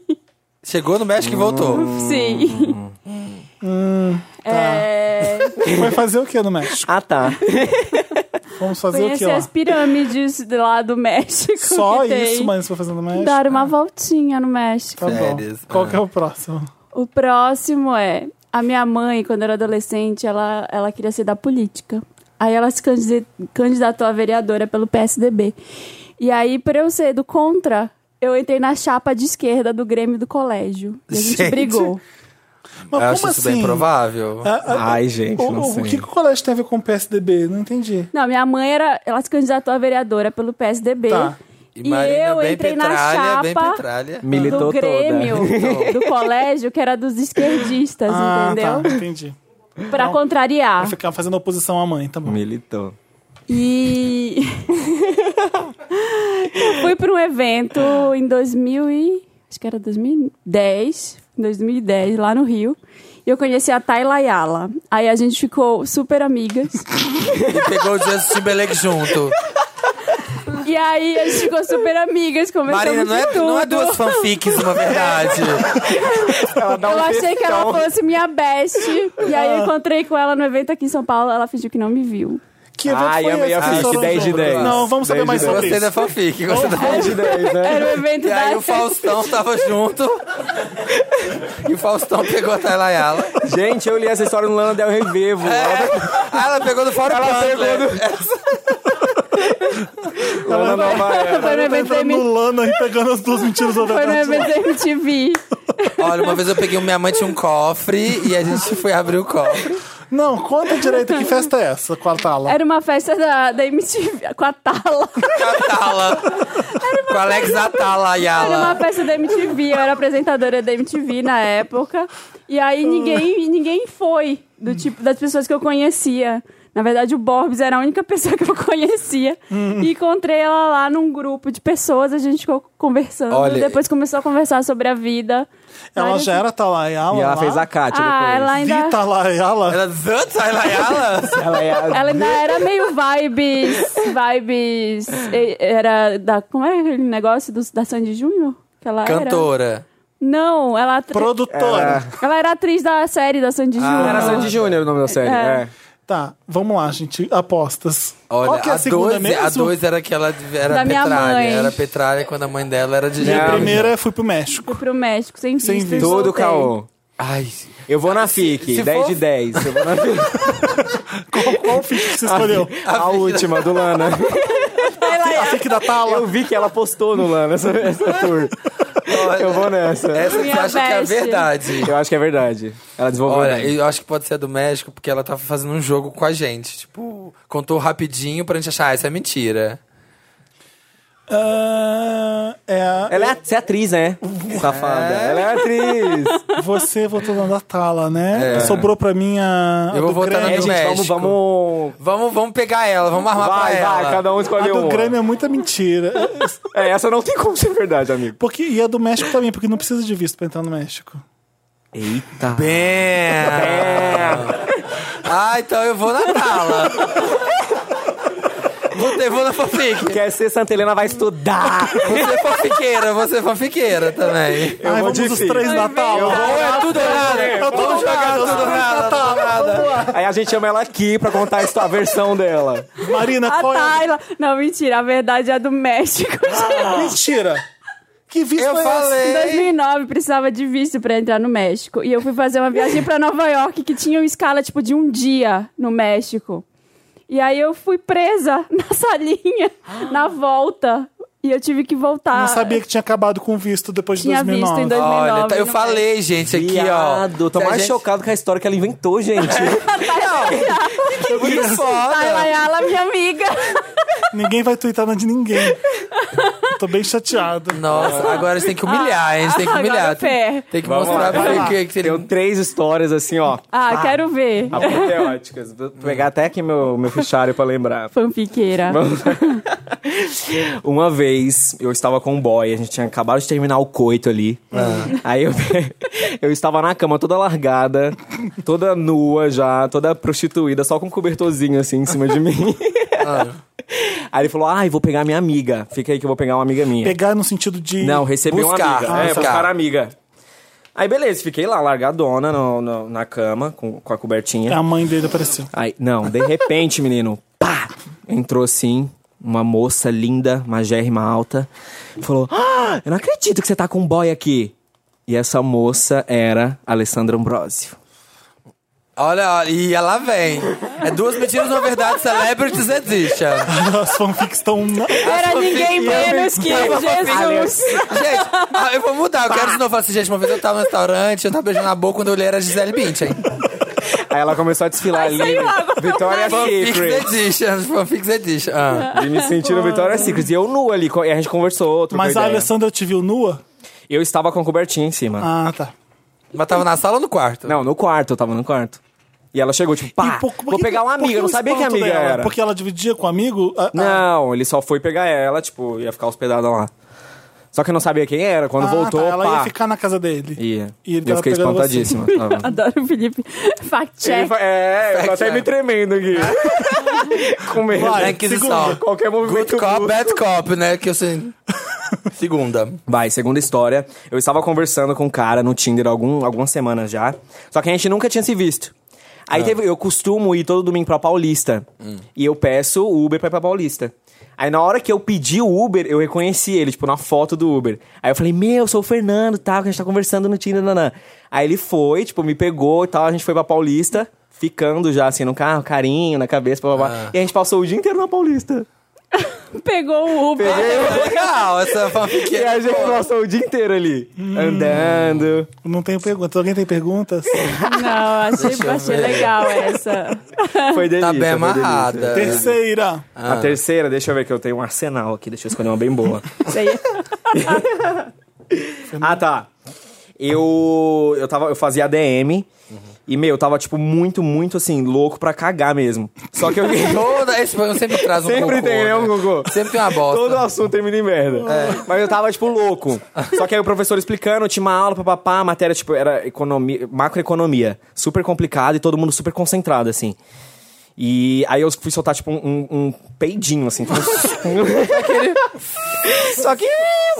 E: Chegou no México e
A: Hum,
E: voltou.
D: Sim.
E: Hum.
D: É,
A: Vai fazer o que no México?
B: Ah, tá.
A: Vamos fazer o que
D: conhecer
A: lá?
D: as pirâmides de lá do México.
A: Só
D: que tem.
A: isso, mas você vai fazer no México?
D: Dar uma voltinha no México.
A: Tá bom.
E: Férias.
A: Qual
E: Ah.
A: que é o próximo?
D: O próximo é. A minha mãe, quando era adolescente, ela, ela queria ser da política. Aí ela se candid- candidatou a vereadora pelo PSDB. E aí, por eu ser do contra, eu entrei na chapa de esquerda do Grêmio do colégio. E a gente,
E: Gente.
D: brigou.
A: Mas
E: eu acho
A: como
E: isso
A: assim?
E: bem provável.
A: A- a-
B: Ai, gente,
A: Ah, o,
B: não
A: o- o
B: sei.
A: que que o colégio tem a ver com o PSDB? Não entendi.
D: Não, minha mãe era. Ela se candidatou a vereadora pelo PSDB.
A: Tá.
D: E, eu entrei na chapa.
E: bem petralha.
D: do
B: Militou
D: Grêmio,
B: toda.
D: do colégio, que era dos esquerdistas,
A: ah,
D: entendeu? Ah.
A: tá. Entendi.
D: Pra contrariar.
A: Vai ficar fazendo oposição à mãe, tá bom.
B: Militou.
D: E eu fui para um evento em 2000 e acho que era 2010, 2010 lá no Rio. E eu conheci a Tayla Yala. Aí a gente ficou super amigas.
E: E pegou o Justin Timberlake junto.
D: e aí a gente ficou super amigas, conversamos
E: Marina, não
D: de
E: é,
D: tudo.
E: não é duas fanfics, uma verdade.
B: Ela dá
A: um
D: Eu achei que ela fosse minha best. E aí
E: Ah.
D: eu encontrei com ela no evento aqui em São Paulo. Ela fingiu que não me viu.
A: Que evento
B: Ai,
A: foi
B: amei a
A: esse?
E: ficha,
A: Estourou
E: 10 de
A: no Globo.
E: 10.
A: Não, vamos saber
B: 10 de
A: mais
E: Eu
A: sobre
E: gostei
A: isso.
E: da é fanfic. Gostei da...
B: de 10, né?
D: Era o evento
E: E
D: da...
E: aí o Faustão tava junto. E o Faustão pegou a Tayla Yala.
B: Gente, eu li essa história no Lana Del Rey Vivo. é
E: Ah, ela pegou do Fora
B: Ela pegou
E: Panther.
B: Lana Nova
D: Foi
B: Era.
D: no
A: Tá
D: evento da
A: entrando
D: M-
A: no Lana e pegando as duas mentiras do
D: foi no
A: Overcast.
D: evento da MTV.
E: Olha, uma vez eu peguei minha mãe tinha um cofre e a gente foi abrir o cofre.
A: Não, conta direito que festa é essa com a Tala.
D: Era uma festa da, da MTV, com a Tala.
E: Com a Tala. Com o Alex Atala
D: Era uma
E: Ayala.
D: festa da MTV, eu era apresentadora da MTV na época. E aí ninguém, ninguém foi. Do tipo, das pessoas que eu conhecia. Na verdade, o Borbs era a única pessoa que eu conhecia. E encontrei ela lá num grupo de pessoas, a gente ficou conversando.
E: Olha,
D: depois começou a conversar sobre a vida.
A: Ela
D: Várias-
A: já era Talayala.
B: E ela
A: lá.
B: fez a Kátia
D: Ah,
B: depois.
D: ela ainda.
A: Vi Talayala.
E: Ela dança, ela ela.
B: Ela é a-
D: Ela ainda era meio vibes. Vibes. e- Era da. Como é aquele negócio do, da Sandy Júnior? Que ela era?
E: Cantora.
D: Não, ela, atri-
A: Produtora.
D: ela era atriz da série da Sandy Júnior.
B: Era Sandy Júnior o nome da série.
D: É.
B: é.
A: Tá, vamos lá, gente. Apostas.
E: Olha,
A: Qual que é a,
E: a,
A: segunda
E: dois,
A: mesmo?
E: a dois era que ela era
D: Da minha
E: Petralha.
D: mãe.
E: Era Petralha quando a mãe dela era de
A: E a
B: Não.
A: primeira foi pro México.
D: Fui pro México, sem visto.
A: Sem
D: e
A: visto.
B: Todo
D: voltei.
B: caô.
E: Ai,
B: Eu vou na FIC,
E: se
B: 10
E: for-
B: de 10. Eu vou na FIC.
A: Qual, qual fic que você escolheu?
B: a última, do Lana.
A: a fic da Tala.
B: Eu vi que ela postou no Lana essa, essa tour. Eu vou nessa.
E: essa você
D: Minha
E: acha que é a
D: veste.
E: verdade.
B: Eu acho que é verdade. Ela desenvolveu
E: Olha,
B: bem.
E: eu acho que pode ser a do México, porque ela tava fazendo um jogo com a gente. Tipo, contou rapidinho pra gente achar, ah, isso é mentira.
A: Ah, é a-
B: Ela é, at- você é atriz, né? Safada. Ela é atriz.
A: Você votou na da Tala, né? Sobrou pra mim a. a
E: É. Eu vou
A: do
E: votar na
B: É,
A: Grêmio.
E: do
B: gente,
E: México.
B: vamos, vamos...
E: Vamos, vamos pegar ela, vamos armar pra
B: Vai,
E: ela.
B: vai, cada um
A: A
B: escolhe
A: do
B: um.
A: Grêmio é muita mentira.
B: É, essa não tem como ser verdade, amigo.
A: Porque, e a do México também, porque não precisa de visto pra entrar no México.
B: Eita. É,
E: Bem. ah, então eu vou na Tala. vou, ter, vou na fanfic.
B: Quer ser Santa Helena, vai estudar.
E: Você é fanfiqueira, você é fanfiqueira também.
A: Ai,
B: vou
A: vamos
B: de
A: os
B: Fih.
A: três na
E: Ou
A: Tala.
E: é tudo ou nada. Vamos jogar tudo ou nada, tudo ou nada.
B: Aí a gente chama ela aqui pra contar a histó- a versão dela.
A: Marina,
D: A
A: qual é? a-
D: Tayla. Não, mentira, a verdade é a do México.
A: Mentira! Que visto
E: Eu
A: é
B: assim
A: esse?
D: Em
E: falei.
D: 2009 precisava de visto pra entrar no México. E eu fui fazer uma viagem pra Nova York que tinha uma escala tipo de um dia no México. E aí eu fui presa na salinha, na volta. E eu tive que voltar.
A: Não sabia que tinha acabado com visto depois de
D: Tinha visto em
A: 2009.
D: 2009.
E: Olha, tá- eu
D: não
E: falei, gente, aqui, ó.
B: né? Viado, tô
E: Se a
B: mais
E: gente-
B: chocado com a história que ela inventou, gente.
E: Muito
D: Tayla
E: foda.
D: Ayala, minha amiga.
A: Ninguém vai twittar na de ninguém. Eu Tô bem chateado.
E: Nossa, agora a gente tem que humilhar, a gente
B: Ah,
E: tem que
D: agora
E: humilhar. Tem,
D: ferro.
E: tem que
B: Vamos
E: mostrar
B: lá,
E: pra
A: vai
E: ele
A: lá.
E: que, que ele...
B: Deu três histórias assim, ó.
D: Ah, quero ver.
B: Apoteóticas. Vou pegar até aqui meu, meu fichário pra lembrar.
D: Fanfiqueira.
B: Uma vez eu estava com um boy, a gente tinha acabado de terminar o coito ali.
E: Ah.
B: Aí eu, eu estava na cama toda largada, toda nua já, toda prostituída, só com um cobertorzinho assim em cima de mim. Aí ele falou: Ai, vou pegar minha amiga. Fica aí que eu vou pegar uma amiga
E: É.
B: minha.
A: Pegar no sentido de.
B: Não, recebi
E: Buscar,
B: uma amiga. É,
E: buscar.
B: buscar a amiga. Aí beleza, fiquei lá largadona no, no- na cama com, com a cobertinha.
A: A mãe dele apareceu.
B: Aí, não, de repente, menino, pá! Entrou assim, uma moça linda, magérrima alta, falou: Ah, eu não acredito que você tá com um boy aqui. E essa moça era Alessandra Ambrosio.
E: Olha, olha, e ela vem. É duas mentiras, uma verdade, Celebrities Edition.
A: As fanfics estão. na-
D: Era ninguém
E: fanfiqueira.
D: menos que
E: Tava
D: Jesus.
E: Gente, ah, eu vou mudar. Eu quero de novo falar assim, gente, uma vez eu tava no restaurante, eu tava beijando a boca quando eu olhei era Gisele Bündchen.
B: É Aí ela começou a desfilar ali.
D: saiu água pelo
B: Vitória
E: Fanfics
B: Secret.
E: Edition, Fanfics Edition. Ah.
B: E me sentiram Vitória Secret. E eu nua ali, co- e a gente conversou. trocou
A: Mas a
B: ideia.
A: Alessandra te viu nua?
B: Eu estava com a cobertinha em cima.
A: Ah, tá.
E: Mas tava na sala ou no quarto?
B: Não, no quarto, eu tava no quarto. E ela chegou, tipo, pá,
A: E por- por
B: vou
A: que-
B: pegar uma
A: por
B: amiga, eu não
A: o
B: sabia que
A: espanto
B: amiga
A: dela?
B: era.
A: Porque ela dividia com amigo? Ah, ah,
B: Não, ele só foi pegar ela, tipo, ia ficar hospedada lá. Só que eu não sabia quem era, quando
A: ah,
B: voltou,
A: tá, Ela
B: pá.
A: ia ficar na casa dele.
B: Ia.
A: E ele
B: eu
A: tava
B: fiquei
A: pegando você.
B: espantadíssima. tava.
D: Adoro o Felipe. Fact
B: Ele
D: check.
B: fa- É, eu tô
E: Fact
B: até me
E: check.
B: tremendo aqui. Com medo.
A: Vai,
E: Na Inquisição.
A: segunda.
B: Qualquer movimento.
E: Good cop,
B: brusco.
E: bad cop, né? Que eu sei. Segunda.
B: Vai, segunda história. Eu estava conversando com um cara no Tinder algum, algumas semanas já. Só que a gente nunca tinha se visto. Aí teve, eu costumo ir todo domingo pra Paulista. E eu peço o Uber pra ir pra Paulista. Aí na hora que eu pedi o Uber, eu reconheci ele, tipo, na foto do Uber. Aí eu falei, meu, sou o Fernando, tal, que a gente tá conversando no Tinder, nanã. Aí ele foi, tipo, me pegou e tal, a gente foi pra Paulista, ficando já assim no carro, carinho, na cabeça, blá, blá, blá. E a gente passou o dia inteiro na Paulista.
D: Pegou o Uber.
E: Legal, essa fanfic.
B: E a gente passou o dia inteiro ali, andando.
A: Não tenho perguntas. Alguém tem perguntas?
B: É.
D: Não, achei,
E: Deixa eu
D: achei
E: ver.
D: legal essa.
B: Foi
E: Tá bem
B: delícia. foi delícia.
E: amarrada. Ah.
A: Terceira.
B: A terceira, deixa eu ver que eu tenho um arsenal aqui, deixa eu escolher uma bem boa.
D: Isso aí.
E: Uhum.
B: ah, tá. Eu eu tava eu fazia ADM E, meu, eu tava, tipo, muito, muito, assim, louco pra cagar mesmo. Só que eu...
E: Toda, esse programa sempre traz um
B: Sempre
E: cocô,
B: tem, né, um cocô.
E: Sempre tem uma bosta.
B: Todo assunto termina em merda. Mas eu tava, tipo, louco. Só que aí o professor explicando, tinha uma aula, papapá, a matéria, tipo, era economia, macroeconomia. Super complicado e todo mundo super concentrado, assim. E aí eu fui soltar, tipo, um, um- um peidinho, assim. tipo, Só que.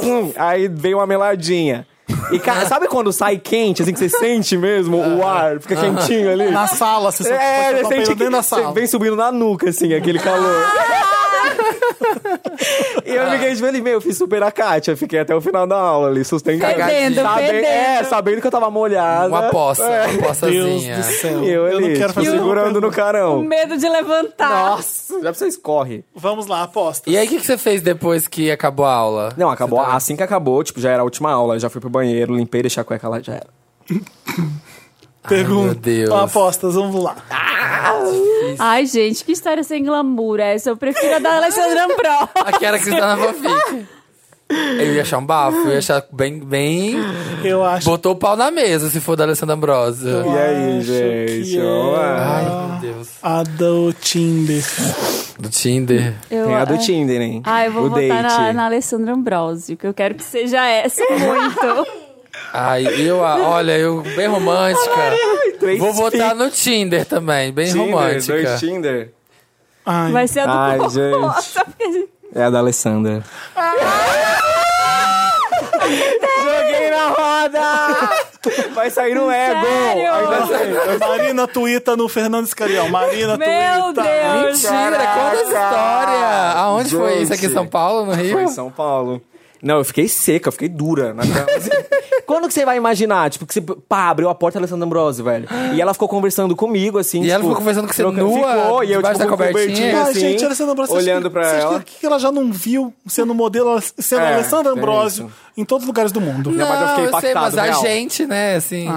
B: pum, aí veio uma meladinha. E, cara, sabe quando sai quente, assim, que você sente mesmo o ar? Fica quentinho ali?
A: Na sala, você
B: É,
A: você
B: você sente que
A: dentro da
B: você
A: sala.
B: vem subindo na nuca, assim, aquele calor. e eu fiquei tipo ali, meu, eu fiz super a Kátia. Fiquei até o final da aula ali, sustentando.
D: Tá
E: Fedendo,
B: Sabendo- É,
D: fedendo.
B: sabendo que eu tava molhada.
E: Uma poça,
B: É.
E: uma
A: Deus
E: poçazinha.
A: do céu.
B: E eu ali,
A: não quero
B: tipo,
A: fazer
B: segurando no
D: O
B: carão.
D: medo de levantar.
B: Nossa, já pra você escorre.
A: Vamos lá, aposta.
E: E aí, o que, que você fez depois que acabou a aula?
B: Não, acabou.
E: tá-
B: Assim que acabou, tipo, já era a última aula. eu Já fui pro banheiro, limpei, deixei a cueca lá, já era.
A: Pergunta.
E: meu Deus.
A: Apostas, vamos lá.
D: Ai, gente, que história sem glamour é essa? Eu prefiro a da Alessandra Ambró.
E: Aqui era Cristiana Fanfic. Eu ia achar um bafo, eu ia achar bem, bem...
A: Eu acho.
E: Botou o pau na mesa, se for da Alessandra Ambrosa.
B: E aí,
A: acho
B: gente?
A: que é.
B: Olá.
E: Ai, meu Deus.
A: A do Tinder.
E: Do Tinder.
D: Eu,
B: Tem a do
D: é.
B: Tinder, hein?
D: Ah, eu vou
B: o date.
D: votar na, na Alessandra Ambrosio, que eu quero que seja essa muito.
E: Ai, eu, ah, olha, eu bem romântica.
B: Três
E: Vou votar no Tinder também, bem
B: Tinder,
E: romântica.
B: dois Tinder.
A: Ai,
D: Vai ser a do
B: Ai,
D: Nossa, porque-
B: É a da Alessandra. Joguei na roda! Vai sair no ego!
D: Sério?
B: Ainda sai-
A: Marina tuita no Fernando Escarial. Marina
D: assim, Meu
A: tuita.
D: Deus!
E: Mentira, conta essa história. Aonde foi isso? Aqui em
B: Gente.
E: São Paulo, no Rio?
B: Foi em São Paulo. Não, eu fiquei seca, eu fiquei dura. Na cama, assim. Quando que você vai imaginar? Tipo, que você pá, abriu a porta da Alessandra Ambrose, velho. E ela ficou conversando comigo, assim.
E: E ela ficou conversando com você nua,
B: Ficou, e eu,
E: debaixo
B: tipo,
E: da
B: com o
E: cobertinha?
B: cobertinho,
A: Ah,
B: assim,
A: gente, Alessandra Ambrosio.
B: olhando pra
A: vocês,
B: ela.
A: O que que ela já não viu sendo modelo, ela- sendo
B: É,
A: Alessandra
B: tem
A: Ambrosio
B: isso.
A: em todos os lugares do mundo?
B: Não, mas eu fiquei
E: sei,
B: impactado,
E: mas a
B: real.
E: gente, né, assim...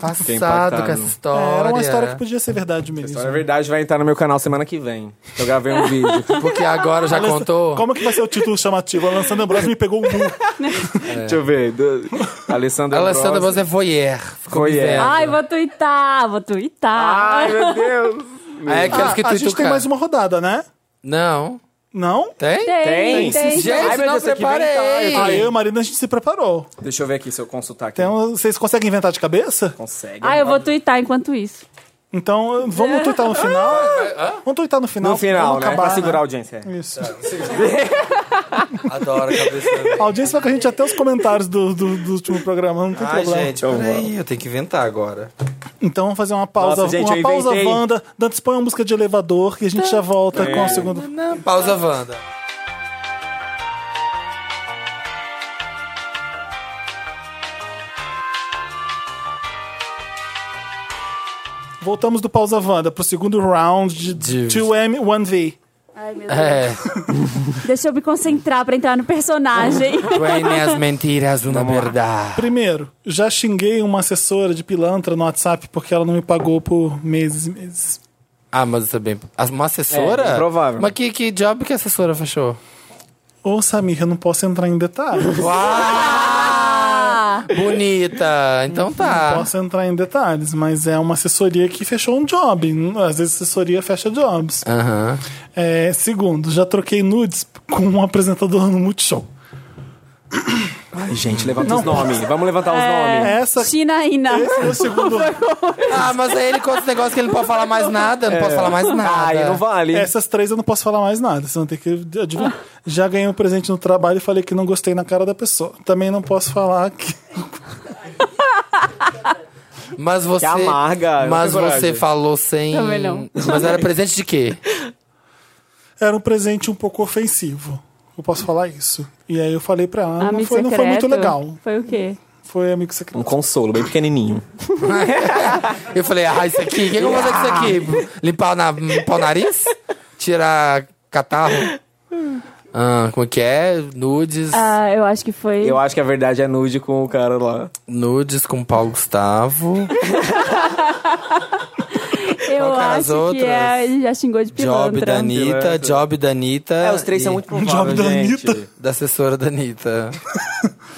E: Passado
B: impactado.
E: com essa história.
A: Ah. É, era uma história que podia ser verdade mesmo.
B: Na é verdade, vai entrar no meu canal semana que vem. Eu gravei um vídeo.
E: Porque agora já
A: Alessa-
E: contou.
A: Como é que vai ser o título chamativo? A Alessandra Ambrosio me pegou um o nu.
B: Deixa eu ver. Do... Alessandra
E: É. Alessandra
B: Ambrose.
E: você é voyeur. Ficou
B: Voyeur.
E: vivendo.
D: Ai, vou tuitar, vou tuitar.
B: Ai, meu Deus.
E: Aí é aqueles que
A: Ah, A gente
E: tuitucam.
A: tem mais uma rodada, né?
E: Não.
A: Não?
E: Tem?
B: Tem?
D: tem, tem.
E: Gente,
B: Ai, meu
E: não
B: Deus, tem que
E: preparei.
B: inventar.
A: Aí eu e a Marina, a gente se preparou.
B: Deixa eu ver aqui se eu consultar aqui.
A: Então, vocês conseguem inventar de cabeça?
B: Consegue.
D: Ah, eu vou tuitar enquanto isso.
A: Então,
B: É.
A: vamos tuitar no final? Vamos tuitar no final.
B: Ah, No final,
A: vamos
B: né?
A: acabar,
B: pra segurar a
A: né?
B: audiência.
A: Isso.
E: Adoro a cabeça.
A: A audiência vai com a gente até os comentários do, do, do último programa, não tem
E: Ai,
A: problema.
E: gente, peraí, eu tenho que inventar agora.
A: Então vamos fazer uma pausa,
B: Nossa, gente,
A: uma
B: eu
A: pausa
B: inventei.
A: Wanda. Dantes, põe uma música de elevador e a gente já volta com
B: É.
A: o segundo.
E: Não, pausa, Wanda.
A: Voltamos do pausa Wanda pro segundo round de
E: Deus.
A: 2M 1V.
D: Ai, meu Deus.
E: É,
D: Deixa eu me concentrar pra entrar no personagem.
E: Duane as é mentiras, uma verdade.
A: Primeiro, já xinguei uma assessora de pilantra no WhatsApp porque ela não me pagou por meses e meses.
E: Ah, mas também. as- Uma assessora?
B: É, improvável.
E: Mas que, que job que a assessora fechou?
A: Ô, Samir, eu não posso entrar em detalhes.
D: Ah,
E: Bonita. Então tá.
A: Posso entrar em detalhes, mas é uma assessoria que fechou um job. Às vezes assessoria fecha jobs.
E: Aham.
A: É, segundo, já troquei nudes com um apresentador no Multishow.
B: Ai, gente, levanta os nomes. Vamos levantar
D: É,
B: os nomes.
A: Essa
D: China Ina.
A: esse é o segundo.
E: Ah, mas aí ele conta os negócios que ele não pode falar mais nada. eu Não posso falar mais nada.
B: Ai, É. Ah, não vale.
A: Essas três eu não posso falar mais nada, você não tem que adivinhar. Já ganhei um presente no trabalho e falei que não gostei na cara da pessoa. Também não posso falar que.
E: Mas você.
B: amarga, não
E: Mas
B: tem coragem.
E: você falou sem.
D: Também não.
E: Mas era presente de quê?
A: Era um presente um pouco ofensivo. Eu posso falar isso. E aí eu falei pra ela, não
D: Amigo
A: foi, não foi muito
D: secreto.
A: legal.
D: Foi o quê?
A: Foi amigo
B: Um
A: secreto.
B: consolo, bem pequenininho.
E: Eu falei, ah, isso aqui, o que, que eu vou fazer com isso aqui? Limpar, na, limpar o nariz? Tirar catarro? Ah, como é que é? Nudes.
D: Ah, eu acho que foi.
B: Eu acho que a verdade é nude com o cara lá.
E: Nudes com Paulo Gustavo.
D: Eu
E: Qual que eram as
D: acho que
E: outras?
D: é, já xingou de
E: Job da
D: pilantra.
E: Anitta,
B: Pilantra.
E: Job da Anitta.
B: É, os três
E: e
B: são muito
A: job
B: prováveis,
A: da
B: gente.
A: Anitta.
E: Da assessora da Anitta.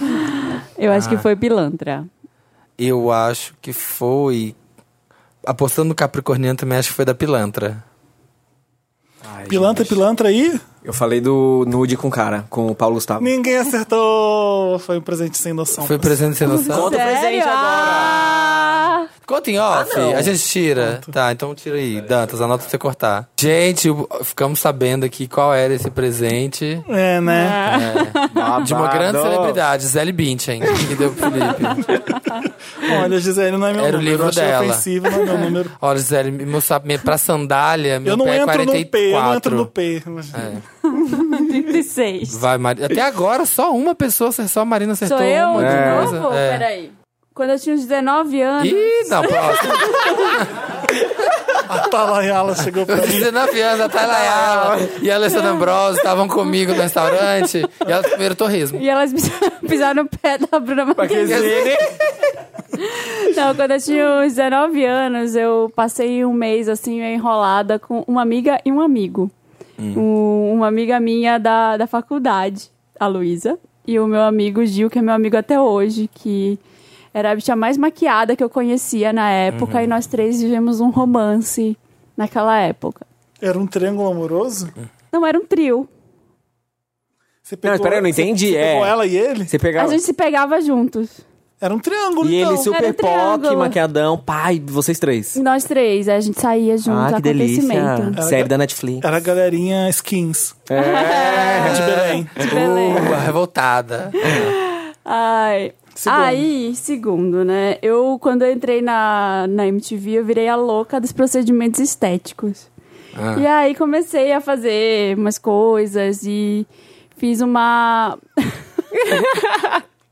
E: Ah.
D: Eu acho que foi pilantra.
E: Eu acho que foi. apostando no Capricorniano também acho que foi da Pilantra.
A: Pilantra, pilantra aí.
B: Eu falei do nude com cara, com o Paulo Gustavo.
A: Ninguém acertou. Foi um presente sem noção.
E: Foi presente sem noção?
B: Conta o presente agora.
D: Ah,
E: Conta em off, a gente tira. Tá, então tira aí, Dantas, anota pra você cortar. Gente, o- ficamos sabendo aqui qual era esse presente
A: É, né?
E: de uma grande celebridade, Zé Bündchen, que deu pro Felipe.
A: Olha, Gisele, não é meu
E: Era o
A: número.
E: livro
A: eu achei
E: dela.
A: ofensivo, não é meu número.
E: Olha, Zé, meu sabe, minha- pra sandália, meu
A: Eu não
E: pé é
A: entro
E: 44.
A: no P, eu não entro no P. É.
D: 36.
E: Vai, Marina. Até agora, só uma pessoa, só a Marina acertou
D: Sou eu
E: uma
D: de
E: outra
D: novo?
E: coisa. É.
D: Peraí. Quando eu tinha uns 19 anos.
E: Ih, não, próximo. É.
A: A Talayala chegou pra mim.
E: 19 anos, a Taylor tá e a Alessandra Ambrosio estavam comigo no restaurante e elas comeram torresmo.
D: E elas pisaram no pé da Bruna Marquezine. Não, quando eu tinha uns 19 anos, eu passei um mês assim, enrolada com uma amiga e um amigo. Um- uma amiga minha da, da faculdade, a Luísa, e o meu amigo Gil, que é meu amigo até hoje, que era a bicha mais maquiada que eu conhecia na época, e nós três vivemos um romance naquela época.
A: Era um triângulo amoroso?
D: Não era um trio.
A: Você
B: Não, espera, eu não
A: Você,
B: entendi,
A: você
B: é.
A: pegou ela e ele?
B: Você
D: A
B: pegava.
D: gente se pegava juntos.
A: Era um triângulo,
B: E
A: então.
B: ele super
D: Era
B: POC,
D: triângulo.
B: maquiadão, pai, vocês três.
D: Nós três, a gente saía juntos,
B: ah, que delícia.
D: acontecimento.
B: Série da Netflix.
A: Era a galerinha skins.
B: É.
A: De Belém.
D: Beleza.
E: Uh, revoltada.
D: Ai. Aí, segundo, né? Eu, quando eu entrei na, na MTV, eu virei a louca dos procedimentos estéticos.
E: Ah.
D: E aí comecei a fazer umas coisas e fiz uma.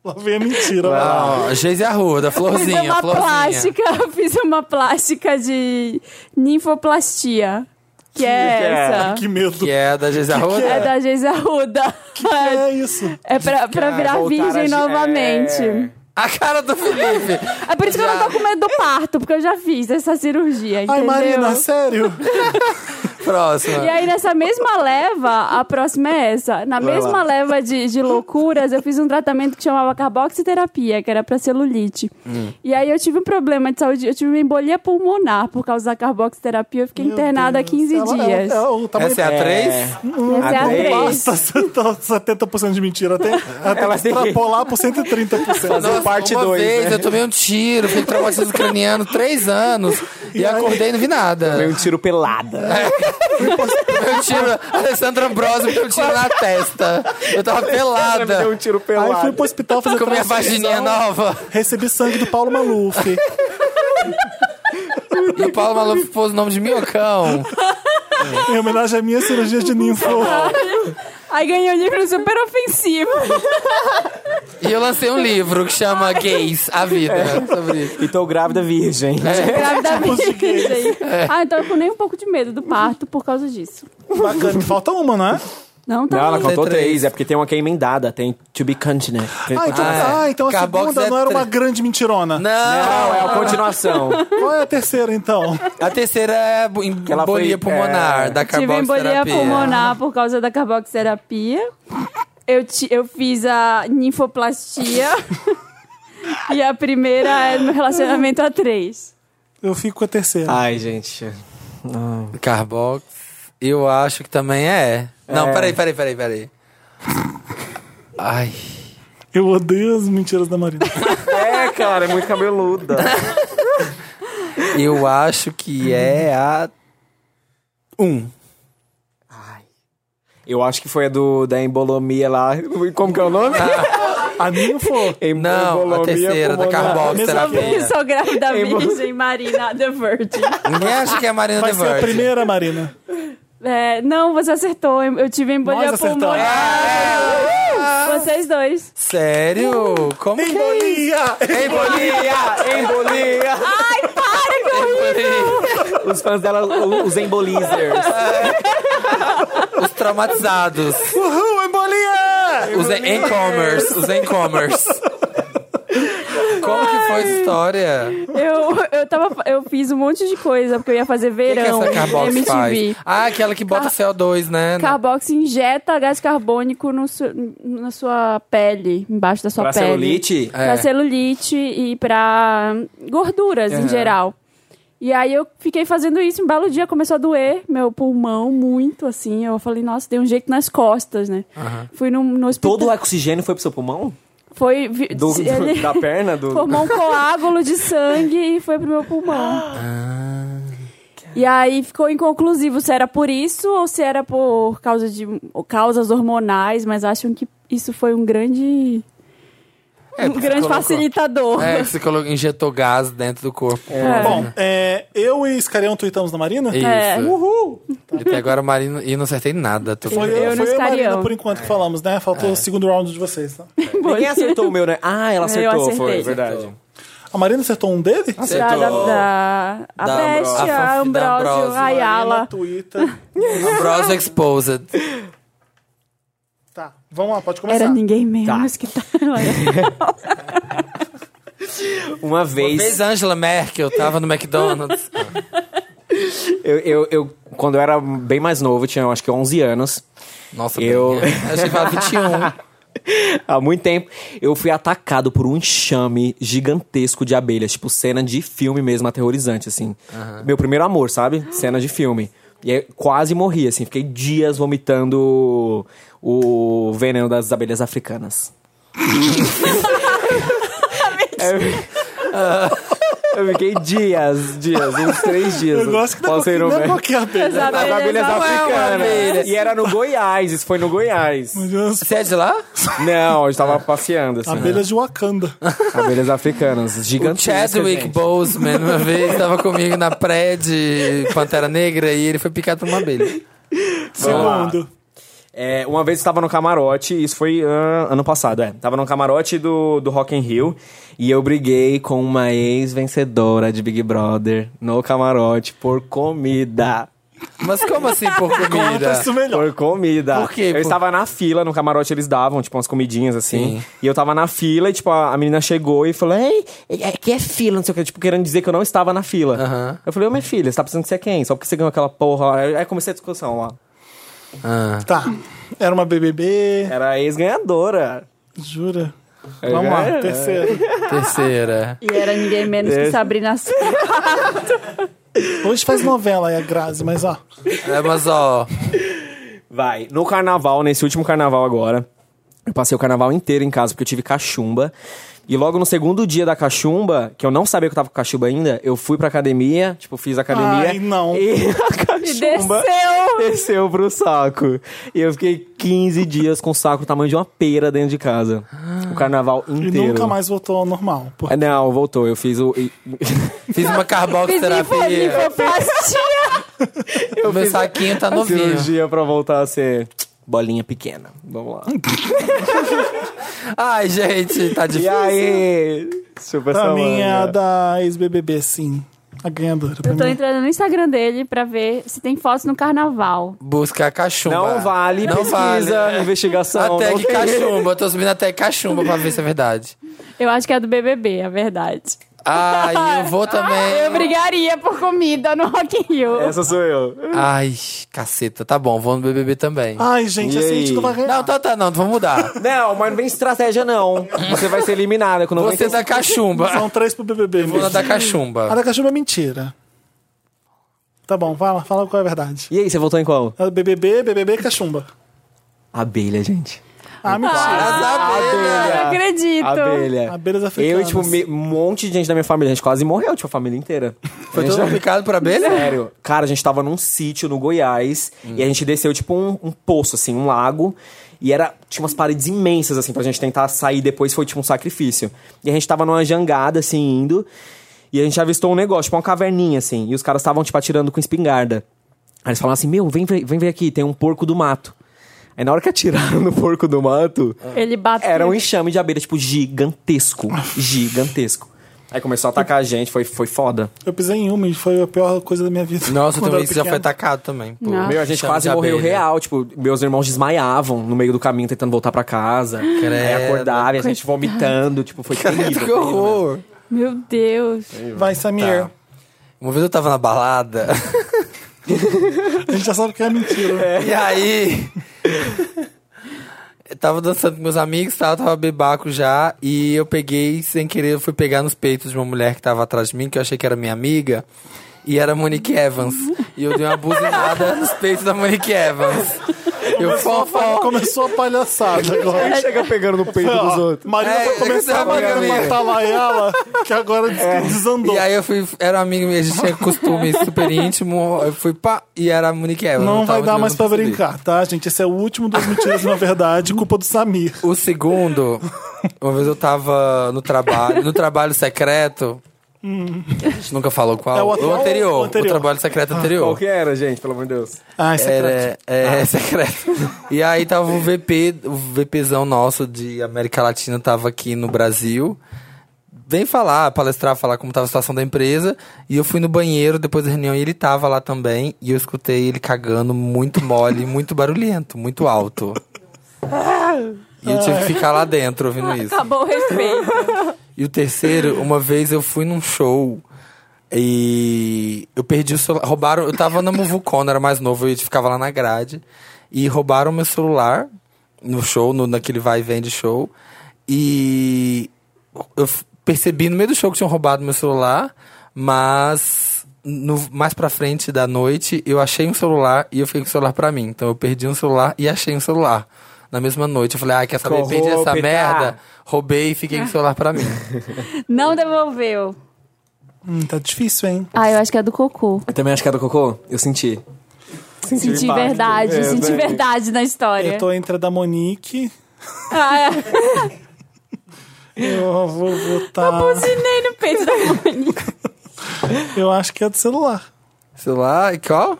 A: Lá vem a mentira. lá.
E: Ó, Geise Arruda,
D: fiz
E: florzinha,
D: É uma
E: florzinha.
D: plástica, fiz uma plástica de ninfoplastia. Que,
B: que é?
D: é essa?
A: Ah, Que medo.
E: Que é da Geise Arruda.
D: É da Geise Arruda.
A: É isso.
D: É pra, pra virar virgem novamente.
A: É.
B: É.
E: A cara do Felipe.
D: É por isso que eu não tô com medo do parto, porque eu já fiz essa cirurgia, entendeu?
A: Ai, Marina, sério?
E: Próxima.
D: E aí, nessa mesma leva, a próxima é essa. Na mesma leva de, de loucuras, eu fiz um tratamento que chamava carboxiterapia, que era pra celulite.
A: Hum.
D: E aí, eu tive um problema de saúde, eu tive uma embolia pulmonar por causa da carboxiterapia. Eu fiquei
A: Meu
D: internada há
A: Deus.
D: 15
A: Ela- é um
D: dias.
A: ela- ela- tá o tamanho-
E: Essa é a 3?
D: Essa é a
B: Adorei.
D: três.
A: Basta 70% de mentira. Até, até
B: Ela tem que-
A: extrapolar por 130%.
B: Fazer- parte
E: uma
B: dois,
E: vez
B: né?
E: eu tomei um tiro, fui traumatismo craniano, três anos, e,
A: E aí?
E: acordei e não vi
B: Foi
E: nada.
B: um tiro pelada.
E: Meu tiro, Alessandra Ambrosio, deu um tiro na testa. Eu tava pelada.
B: Deu um tiro
A: Aí fui
B: pelado.
A: pro hospital fazer
E: Com minha
A: transfusão,
E: vagininha nova.
A: Recebi sangue do Paulo Maluf.
E: E o Paulo Maluf pôs o nome de Minhocão.
A: em homenagem à minha cirurgia de ninfo.
D: Aí, ganhei um livro super ofensivo.
A: Tipo,
E: E eu lancei um livro que chama Gays, a vida. Sobre isso.
B: E tô Então, grávida virgem.
D: Grávida virgem.
A: É.
D: Ah, então eu tô nem um pouco de medo do parto por causa disso.
A: Bacana. Falta uma, não é?
D: Não, tá
B: Não, ela
D: aí.
B: contou
E: três.
B: três. é porque tem uma que é emendada, tem to be continued.
A: Ah, então,
E: Ah, é.
A: ah, então a
E: Carbox é
A: segunda não era uma
E: tre-
A: grande mentirona.
E: Não,
B: Não, é a continuação.
A: Qual é a terceira, então?
E: a terceira é bu-
B: ela foi-
E: embolia pulmonar,
B: é.
E: da
D: Tive
E: carboxterapia.
D: embolia pulmonar por causa da carboxterapia. Eu, ti- eu fiz a ninfoplastia. e a primeira é no relacionamento a três.
A: Eu fico com a terceira.
B: Ai, gente.
E: Carbox, eu acho que também é. Não,
B: É.
E: peraí, peraí, peraí, peraí. Ai.
A: Eu odeio as mentiras da Marina.
B: É, cara, é muito cabeluda.
E: Eu acho que é a. Um.
B: Eu acho que foi a do, da embolomia lá. Como que é o nome?
A: A ninfo?
B: Em-
E: Não, a
B: embolomia
E: terceira, da
B: pulmonar.
D: Eu
E: carboxterapia.
D: sou grávida
B: Em bo-
D: virgem, Marina The Virgin.
E: Ninguém acha que é a Marina
A: Vai
E: The
A: ser a
E: Virgin.
A: primeira, Marina.
D: É, não, você acertou. Eu tive embolia
A: Nós acertamos.
D: pulmonar. Vocês dois.
E: Sério? Como que é?
A: Embolia!
B: Embolia! Embolia! Os fãs dela, o- os embolizers.
E: Os traumatizados.
A: Uhul, embolia!
E: Os em- e-commerce. Os e-commerce. Como que foi a história?
D: Eu, eu, tava, eu fiz um monte de coisa, porque eu ia fazer
E: O que, que
D: verão
E: essa Carbox
D: MTV.
E: faz? Ah, aquela que bota CO2, né?
D: Carbox injeta gás carbônico no su- na sua pele, embaixo da sua
B: Pra
D: pele.
B: celulite?
E: É.
D: Pra celulite e pra gorduras em geral. E aí eu fiquei fazendo isso, um belo dia começou a doer meu pulmão muito, assim. Eu falei, nossa, deu um jeito nas costas, né? Fui no, no hospital.
B: Todo o oxigênio foi pro seu pulmão?
D: Foi. vi-
B: Do- do-
D: ele
B: da perna? Do...
D: Formou um coágulo de sangue e foi pro meu pulmão. E aí ficou inconclusivo se era por isso ou se era por causa de ou causas hormonais, mas acham que isso foi um grande.
E: É,
D: um
E: porque
D: grande
E: colocou-
D: facilitador.
E: É, que você colocou, injetou gás dentro do corpo.
D: É.
A: Bom, é, eu e Iscarião tweetamos na Marina.
E: Isso.
D: É.
A: Uhul!
E: E até agora a Marina... E não acertei nada. Tô
A: Foi, foi a
D: Eu no
A: Marina
D: Iscarião.
A: por enquanto que falamos, né? Faltou o segundo round de vocês. tá?
B: Ninguém acertou o meu, né? Ah, ela acertou,
D: acertei.
B: foi, verdade.
A: A Marina acertou um dele?
D: Da, da,
E: Acertou.
D: da- a
E: Da
D: Best,
E: Ambro-
D: a
E: da
D: Ambrósio,
E: Ambrósio,
A: Marina,
D: a Ayala.
A: Twitter.
E: Ambrose Exposed.
A: Tá, vamos lá, pode começar.
D: Era ninguém menos que tá.
B: Uma vez,
E: Fez Angela Merkel, tava no McDonald's.
B: eu, eu, eu- quando eu era bem mais novo, tinha eu acho que 11 anos,
E: Nossa,
B: Eu-
E: bem, é. Achei que tava 21.
B: há muito tempo, eu fui atacado por um enxame gigantesco de abelhas, tipo cena de filme mesmo, aterrorizante, assim. Meu primeiro amor, sabe? Cena de filme. E aí, quase morri, assim, fiquei dias vomitando o veneno das abelhas africanas. Eu- Ah, Eu fiquei dias, dias, uns três dias.
A: Eu gosto que não é
B: Posso ir
A: qualquer-
B: no
A: não é
B: médico.
A: qualquer abelha.
D: As
B: As abelhas
D: abelhas
B: africanas. E era no Goiás, isso foi no Goiás.
E: Você é de lá?
B: Não, eu estava passeando, assim.
A: Abelhas de Wakanda.
B: Abelhas africanas,
E: O
B: gigantescas.
E: Chadwick
B: gente.
E: Boseman, uma vez, tava comigo na pré de Pantera Negra e ele foi picado por uma abelha.
B: lá.
A: Segundo.
B: É, uma vez eu estava no camarote, isso foi ah, ano passado, é. Tava no camarote do, do Rock in Rio e eu briguei com uma ex-vencedora de Big Brother no camarote por comida.
E: Mas como assim por comida?
A: Conta isso é melhor.
B: Por comida.
E: Por quê?
B: Eu
E: Por-
B: estava na fila, no camarote eles davam, tipo, umas comidinhas assim.
E: Sim.
B: E eu tava na fila e, tipo, a, a menina chegou e falou: Ei, é- que é fila, não sei o que, tipo, querendo dizer que eu não estava na fila.
E: Aham.
B: Eu falei, ô minha filha, você tá precisando que você é quem? Só porque você ganhou aquela porra. lá." Aí aí comecei a discussão lá.
E: Ah.
A: Tá. Era uma BBB.
B: Era a ex-ganhadora.
A: Jura?
B: É.
A: Vamos lá, terceiro.
E: Terceira.
D: E era ninguém menos que Sabrina Sato.
A: Hoje faz novela aí a Grazi, mas ó.
E: É, mas ó,
B: Vai. No carnaval, nesse último carnaval agora, eu passei o carnaval inteiro em casa, porque eu tive cachumba. E logo no segundo dia da cachumba, que eu não sabia que eu tava com cachumba ainda, eu fui pra academia, tipo, fiz academia.
A: Ai, não.
B: E a cachumba
D: desceu.
B: desceu pro saco. E eu fiquei 15 dias com o saco do tamanho de uma pera dentro de casa. O carnaval
A: E
B: inteiro.
A: nunca mais voltou ao normal. Porque
B: Ah, Não, voltou. Eu fiz o. e-
E: fiz uma carboxterapia. Meu saquinho tá
B: a
E: novinho.
B: cirurgia pra voltar a ser bolinha pequena. Vamos lá.
E: Ai, gente, tá
B: E
E: difícil.
B: aí? Super né?
A: pra mim é a
B: Samanga.
A: da ex-BBB, sim. A ganhadora. pra
D: Eu tô
A: mim.
D: entrando no Instagram dele pra ver se tem fotos no carnaval.
E: Busca a cachumba.
B: Não vale
E: Não
B: pesquisa,
E: vale. É.
B: investigação.
E: Até
B: não
E: que cachumba. Eu tô subindo até cachumba pra ver se é verdade.
D: Eu acho que é do BBB, é verdade.
E: Ai, eu vou também.
D: Ah, Eu brigaria por comida no Rock in Rio.
B: Essa sou eu.
E: Ai, caceta. Tá bom, vou no BBB também.
A: Ai, gente,
B: E
A: assim a gente
B: aí?
A: não vai ganhar.
E: Não, tá, tá, não. Vamos mudar.
B: Não, mas não vem estratégia, não. Você vai ser eliminada com
E: Você tá-
B: 95.
E: da cachumba.
A: São três pro BBB.
E: Vou na
A: mesmo.
E: da
A: A
E: cachumba.
A: da cachumba é mentira. Tá bom, fala, fala qual é a verdade. É
B: E aí, você votou em qual?
A: A BBB, BBB e cachumba.
B: Abelha, gente.
A: Ah, mentira.
D: Eu não acredito.
B: Abelha.
A: Abelhas
B: Eu
A: africanas.
B: e, tipo, me- um monte de gente da minha família. A gente quase morreu, tipo, a família inteira.
E: Foi todo mundo picado por abelha?
B: Sério. Cara, a gente tava num sítio no Goiás e a gente desceu, tipo, um, um poço, assim, um lago. E era, tinha umas paredes imensas, assim, pra gente tentar sair depois. Foi, tipo, um sacrifício. E a gente tava numa jangada, assim, indo. E a gente avistou um negócio, tipo, uma caverninha, assim. E os caras estavam, tipo, atirando com espingarda. Aí eles falaram assim, meu, vem, ver- vem ver aqui, tem um porco do mato. Aí na hora que atiraram no porco do mato...
D: Ele bateu.
B: Era um enxame de abelha, tipo, gigantesco. Gigantesco. Aí começou a atacar a gente, foi, foi foda.
A: Eu pisei em uma e foi a pior coisa da minha vida.
E: Nossa, eu
A: Quando
E: também
A: era
E: já foi
A: pequeno.
E: atacado também. por
D: Nossa.
B: Meu, a gente
E: enxame
B: quase
E: de
B: morreu
E: abelha.
B: real. Tipo, meus irmãos desmaiavam no meio do caminho tentando voltar pra casa. Aí acordava e a gente vomitando. Tipo, foi terrível.
E: Que horror.
D: Meu Deus.
A: Vai,
E: Tá.
A: Samir.
E: Uma vez eu tava na balada.
A: A gente já sabe que é mentira.
E: E aí. Eu tava dançando com meus amigos, tava, tava bebaco já, e eu peguei, sem querer, eu fui pegar nos peitos de uma mulher que tava atrás de mim, que eu achei que era minha amiga. E era Monique Evans. E eu dei uma buzinada nos peitos da Monique Evans. Eu É, fofó.
A: Começou a palhaçada agora.
G: Ele chega pegando no peito
A: Ó,
G: dos outros.
A: Marina
E: É,
A: vai começar
E: é que você é
A: a
E: uma
A: matar lá ela, que agora des- desandou.
E: É, E aí eu fui, era um amigo meu, a gente tinha costume super íntimo. Eu fui pá, e era a Monique Evans.
A: Não vai
E: eu tava
A: dar
E: olhando
A: mais pra
E: perceber.
A: brincar, tá, gente? Esse é o último dos mentiras, na verdade, culpa do Samir.
E: O segundo, uma vez eu tava no trabalho, no trabalho secreto. A gente nunca falou qual.
A: Hum. É o atual
E: anterior,
A: ou o anterior?
E: O trabalho secreto anterior.
G: Qual que era, gente? Pelo amor de Deus.
A: Ah, esse é
E: Era, é, secreto. E aí tava o VP, o VPzão nosso de América Latina tava aqui no Brasil. Vem falar, palestrar, falar como tava a situação da empresa. E eu fui no banheiro depois da reunião e ele tava lá também. E eu escutei ele cagando muito mole, muito barulhento, muito alto. E eu tive que ficar lá dentro ouvindo É isso.
D: Acabou o respeito.
E: E o terceiro, uma vez eu fui num show e eu perdi o celular. Roubaram. Eu tava na Muvucona, era mais novo, eu ficava lá na grade. E roubaram meu celular no show, no, naquele vai e vem de show. E eu f- percebi no meio do show que tinham roubado meu celular, mas. no- mais pra frente da noite, eu achei um celular e eu fiquei com o celular pra mim. Então eu perdi um celular e achei um celular. Na mesma noite, eu falei, ah, quer saber? Perdi essa
G: Corrupta.
E: merda. Roubei e fiquei com o celular pra mim.
D: Não devolveu.
A: Hum, tá difícil, hein?
D: Ah, eu acho que é do cocô.
B: Eu também acho que é do cocô. Eu senti.
D: Senti
G: impacto.
D: verdade,
G: É,
D: senti
G: né?
D: verdade na história.
A: Eu tô entre a da Monique.
D: Ah, é.
A: Eu vou
D: Tá
A: botar.
D: buzinei no peito da Moni.
A: Eu acho que é do celular.
E: Celular e qual?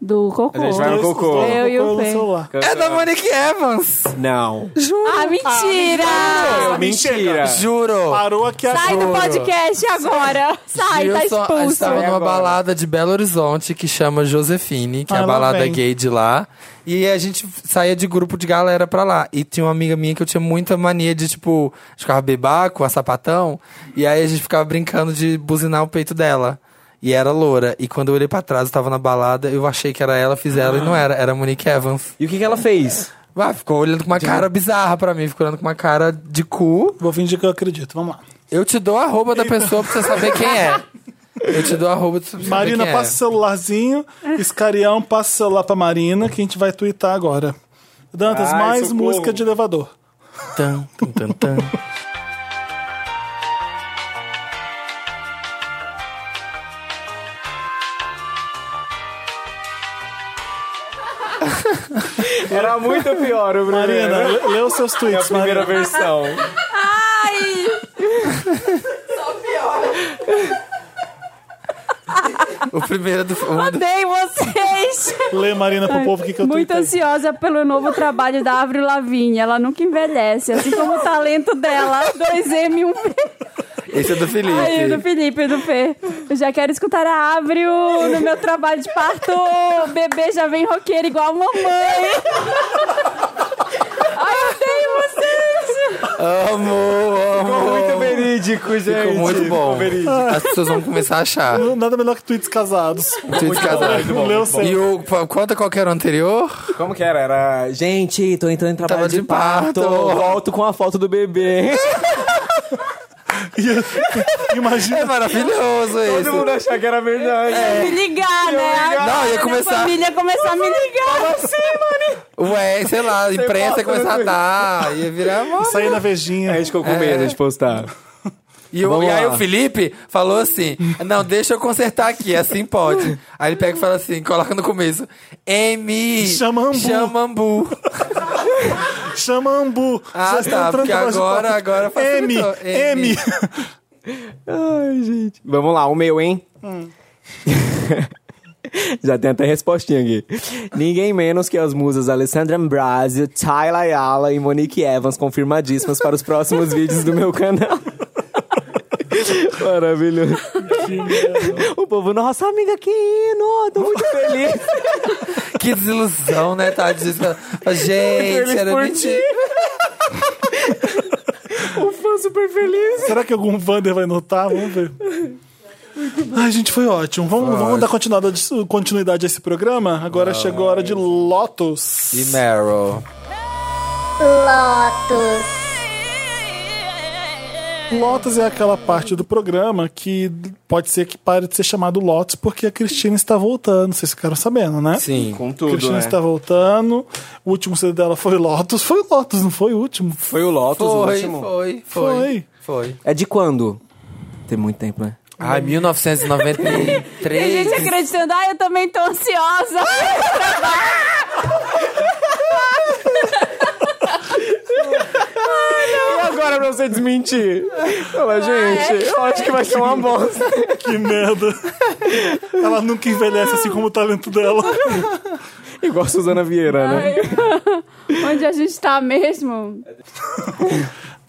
D: Do cocô.
G: A gente vai no
A: Dois-
G: É cocô.
A: dois- é
D: Eu e o
A: dois no
D: Fê.
A: celular.
E: É da Monique Evans!
G: Não.
D: Ah, mentira!
B: Ah,
G: Mentira.
A: É.
E: Juro!
A: Parou aqui
D: Sai
A: agora.
D: do podcast agora! Sai,
E: Gil
D: tá
E: só- a gente
D: expulso.
E: tava numa
G: agora?
E: balada de Belo Horizonte que chama Josefine, que
A: Ah,
E: é a
A: lá
E: balada
A: vem.
E: gay de lá. E a gente saía de grupo de galera pra lá. E tinha uma amiga minha que eu tinha muita mania de, tipo, a gente ficava bebaco, a sapatão. E aí a gente ficava brincando de buzinar o peito dela. E era loura. E quando eu olhei pra trás, eu tava na balada, eu achei que era ela, fiz ela e não era. Era a Monique Evans.
B: E o que, que ela fez?
E: Ah, ficou olhando com uma cara bizarra pra mim, ficou olhando com uma cara de cu.
A: Vou fingir que eu acredito. Vamos lá.
E: Eu te dou a arroba da pessoa pra você saber quem é. Eu te dou a arroba pra você saber
A: Marina,
E: quem é.
A: passa o celularzinho. Escarião, passa o celular pra Marina, que a gente vai twittar agora. Dantas,
G: Ai,
A: mais
G: socorro.
A: música de elevador.
E: é. Tan, tan, tan, tan.
G: Era muito pior o primeiro.
A: Marina, lê- lê os seus
G: É a
A: tweets,
G: primeira
A: Marina.
G: versão.
E: O primeiro do. um do-
D: Odeio vocês!
A: Lê, Marina, pro povo o que, que eu
D: Muito
A: tuitei.
D: ansiosa pelo novo trabalho da Avril Lavigne. Ela nunca envelhece, assim como o talento dela. 2M, 1P.
E: Esse é do Felipe.
D: Ai, do Felipe, do Fê. Eu já quero escutar a Avril no meu trabalho de parto. O bebê já vem roqueiro igual a mamãe. Ai, eu odeio vocês.
E: Amo, amo.
G: Muito verídico, gente.
E: Ficou muito bom.
G: verídico.
E: As pessoas vão começar a achar.
A: Nada melhor que tweets casados.
E: Tweet casado.
A: Não leu o seu.
E: E o. qu- Conta qual que era o anterior?
G: Como que era? Era...
B: Gente, tô entrando em trabalho
E: Tava
B: de,
E: É de
B: parto.
E: parto.
B: Volto com a foto do bebê.
A: E-
E: É
A: Imagina.
E: maravilhoso esse.
G: Todo mundo achar que era verdade.
B: É.
D: Me ligar, né?
E: Não, ia começar-
D: A família ia começar a me ligar.
E: Ué, sei lá, a imprensa ia começar a dar. Ia virar uma
A: Sair na
G: A
E: É
A: vejinha.
G: gente ficou com medo de postar.
E: E, o-
B: Vamos
E: e aí
B: lá.
E: o Felipe falou assim: Não, deixa eu consertar aqui, assim pode. Aí ele pega e fala assim, coloca no começo. M.
A: Chamambu.
E: Chamambu.
A: Chama Ambu.
E: Ah,
A: Já estão
E: tá,
A: entrando
E: porque
A: atrás de
E: agora-
A: porta.
E: agora
A: M,
E: facilitou.
A: M.
E: M.
B: Ai, gente. Vamos lá, o meu, hein?
E: Hum.
B: Já tem até respostinha aqui. Ninguém menos que as musas Alessandra Ambrosio, Tyla Ayala e Monique Evans confirmadíssimas para os próximos vídeos do meu canal. Maravilhoso. O povo, nossa amiga, que hino! Tô muito feliz.
E: Que desilusão, né, Tadinho? Gente, era mentira.
B: O fã super feliz.
A: Será que algum Vander vai notar? Vamos ver. Ai, gente, foi ótimo. Vamos, vamos dar continuidade, continuidade a esse programa? Agora chegou a hora de Lotus.
E: E Meryl.
H: Lotus.
A: Lotus é aquela parte do programa que pode ser que pare de ser chamado Lotus porque a Cristina está voltando, vocês ficaram sabendo, né?
E: Sim. é.
G: Com
A: A
G: tudo,
A: Cristina
G: né?
A: está voltando. O último CD dela foi Lotus. Foi Lotus, não foi o último?
G: Foi o Lotus o
E: Foi,
G: último.
E: foi, foi,
A: Foi.
E: foi.
B: É de quando? Tem muito tempo, né?
E: Ai, 1993.
D: Tem gente acreditando, ah, eu também tô ansiosa.
G: E agora pra você desmentir? Fala, gente, eu acho que vai ser uma bosta.
A: Que merda. Ela nunca envelhece assim como o talento dela.
G: Igual a Suzana Vieira, né?
D: Onde a gente tá mesmo?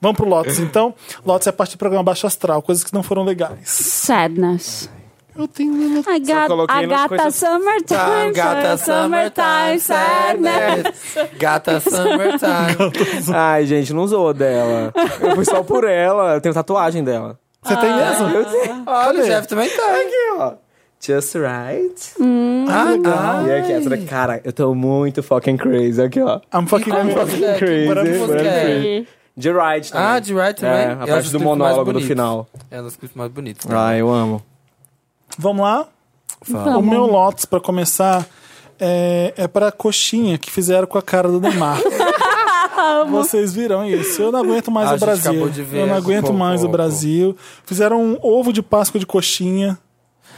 A: Vamos pro Lotus, então. Lotus é a parte do programa Baixo Astral, coisas que não foram legais.
D: Sadness.
A: Eu tenho.
D: A, gata
G: coloquei
D: a
G: nas
D: gata
G: coisas-
D: summertime,
E: Gata Summertime
D: summertime, sadness.
E: Sadness. Gata Summertime.
B: Ai, gente, não zoa dela. Eu fui só por ela. Eu tenho tatuagem dela.
A: Você tem mesmo?
B: Eu tenho.
E: Olha, o Jeff também tá.
B: Aqui, ó. Just right.
E: Ah, legal.
B: E aqui, essa daqui. Cara, eu tô muito fucking crazy. Aqui, ó.
A: I'm fucking
E: E como-
A: crazy.
E: Que
B: Crazy.
E: bora pra música é?
B: crazy. De right também.
E: Ah, de Wright também.
B: É,
E: Ela
B: a parte
E: dos
B: do
E: clipes mais
B: monólogo do
E: bonitos.
B: final.
E: Ela É um dos clipes mais bonitos. né?
B: Ah, eu amo.
A: Vamos lá? O meu Lotus, pra começar, é, é pra coxinha que fizeram com a cara do Neymar. Vocês viram isso? Eu não aguento mais
E: A
A: o
E: gente
A: Brasil.
E: acabou de ver
A: Eu não aguento
E: pouco,
A: mais o
E: pouco.
A: Brasil. Fizeram um ovo de Páscoa de coxinha.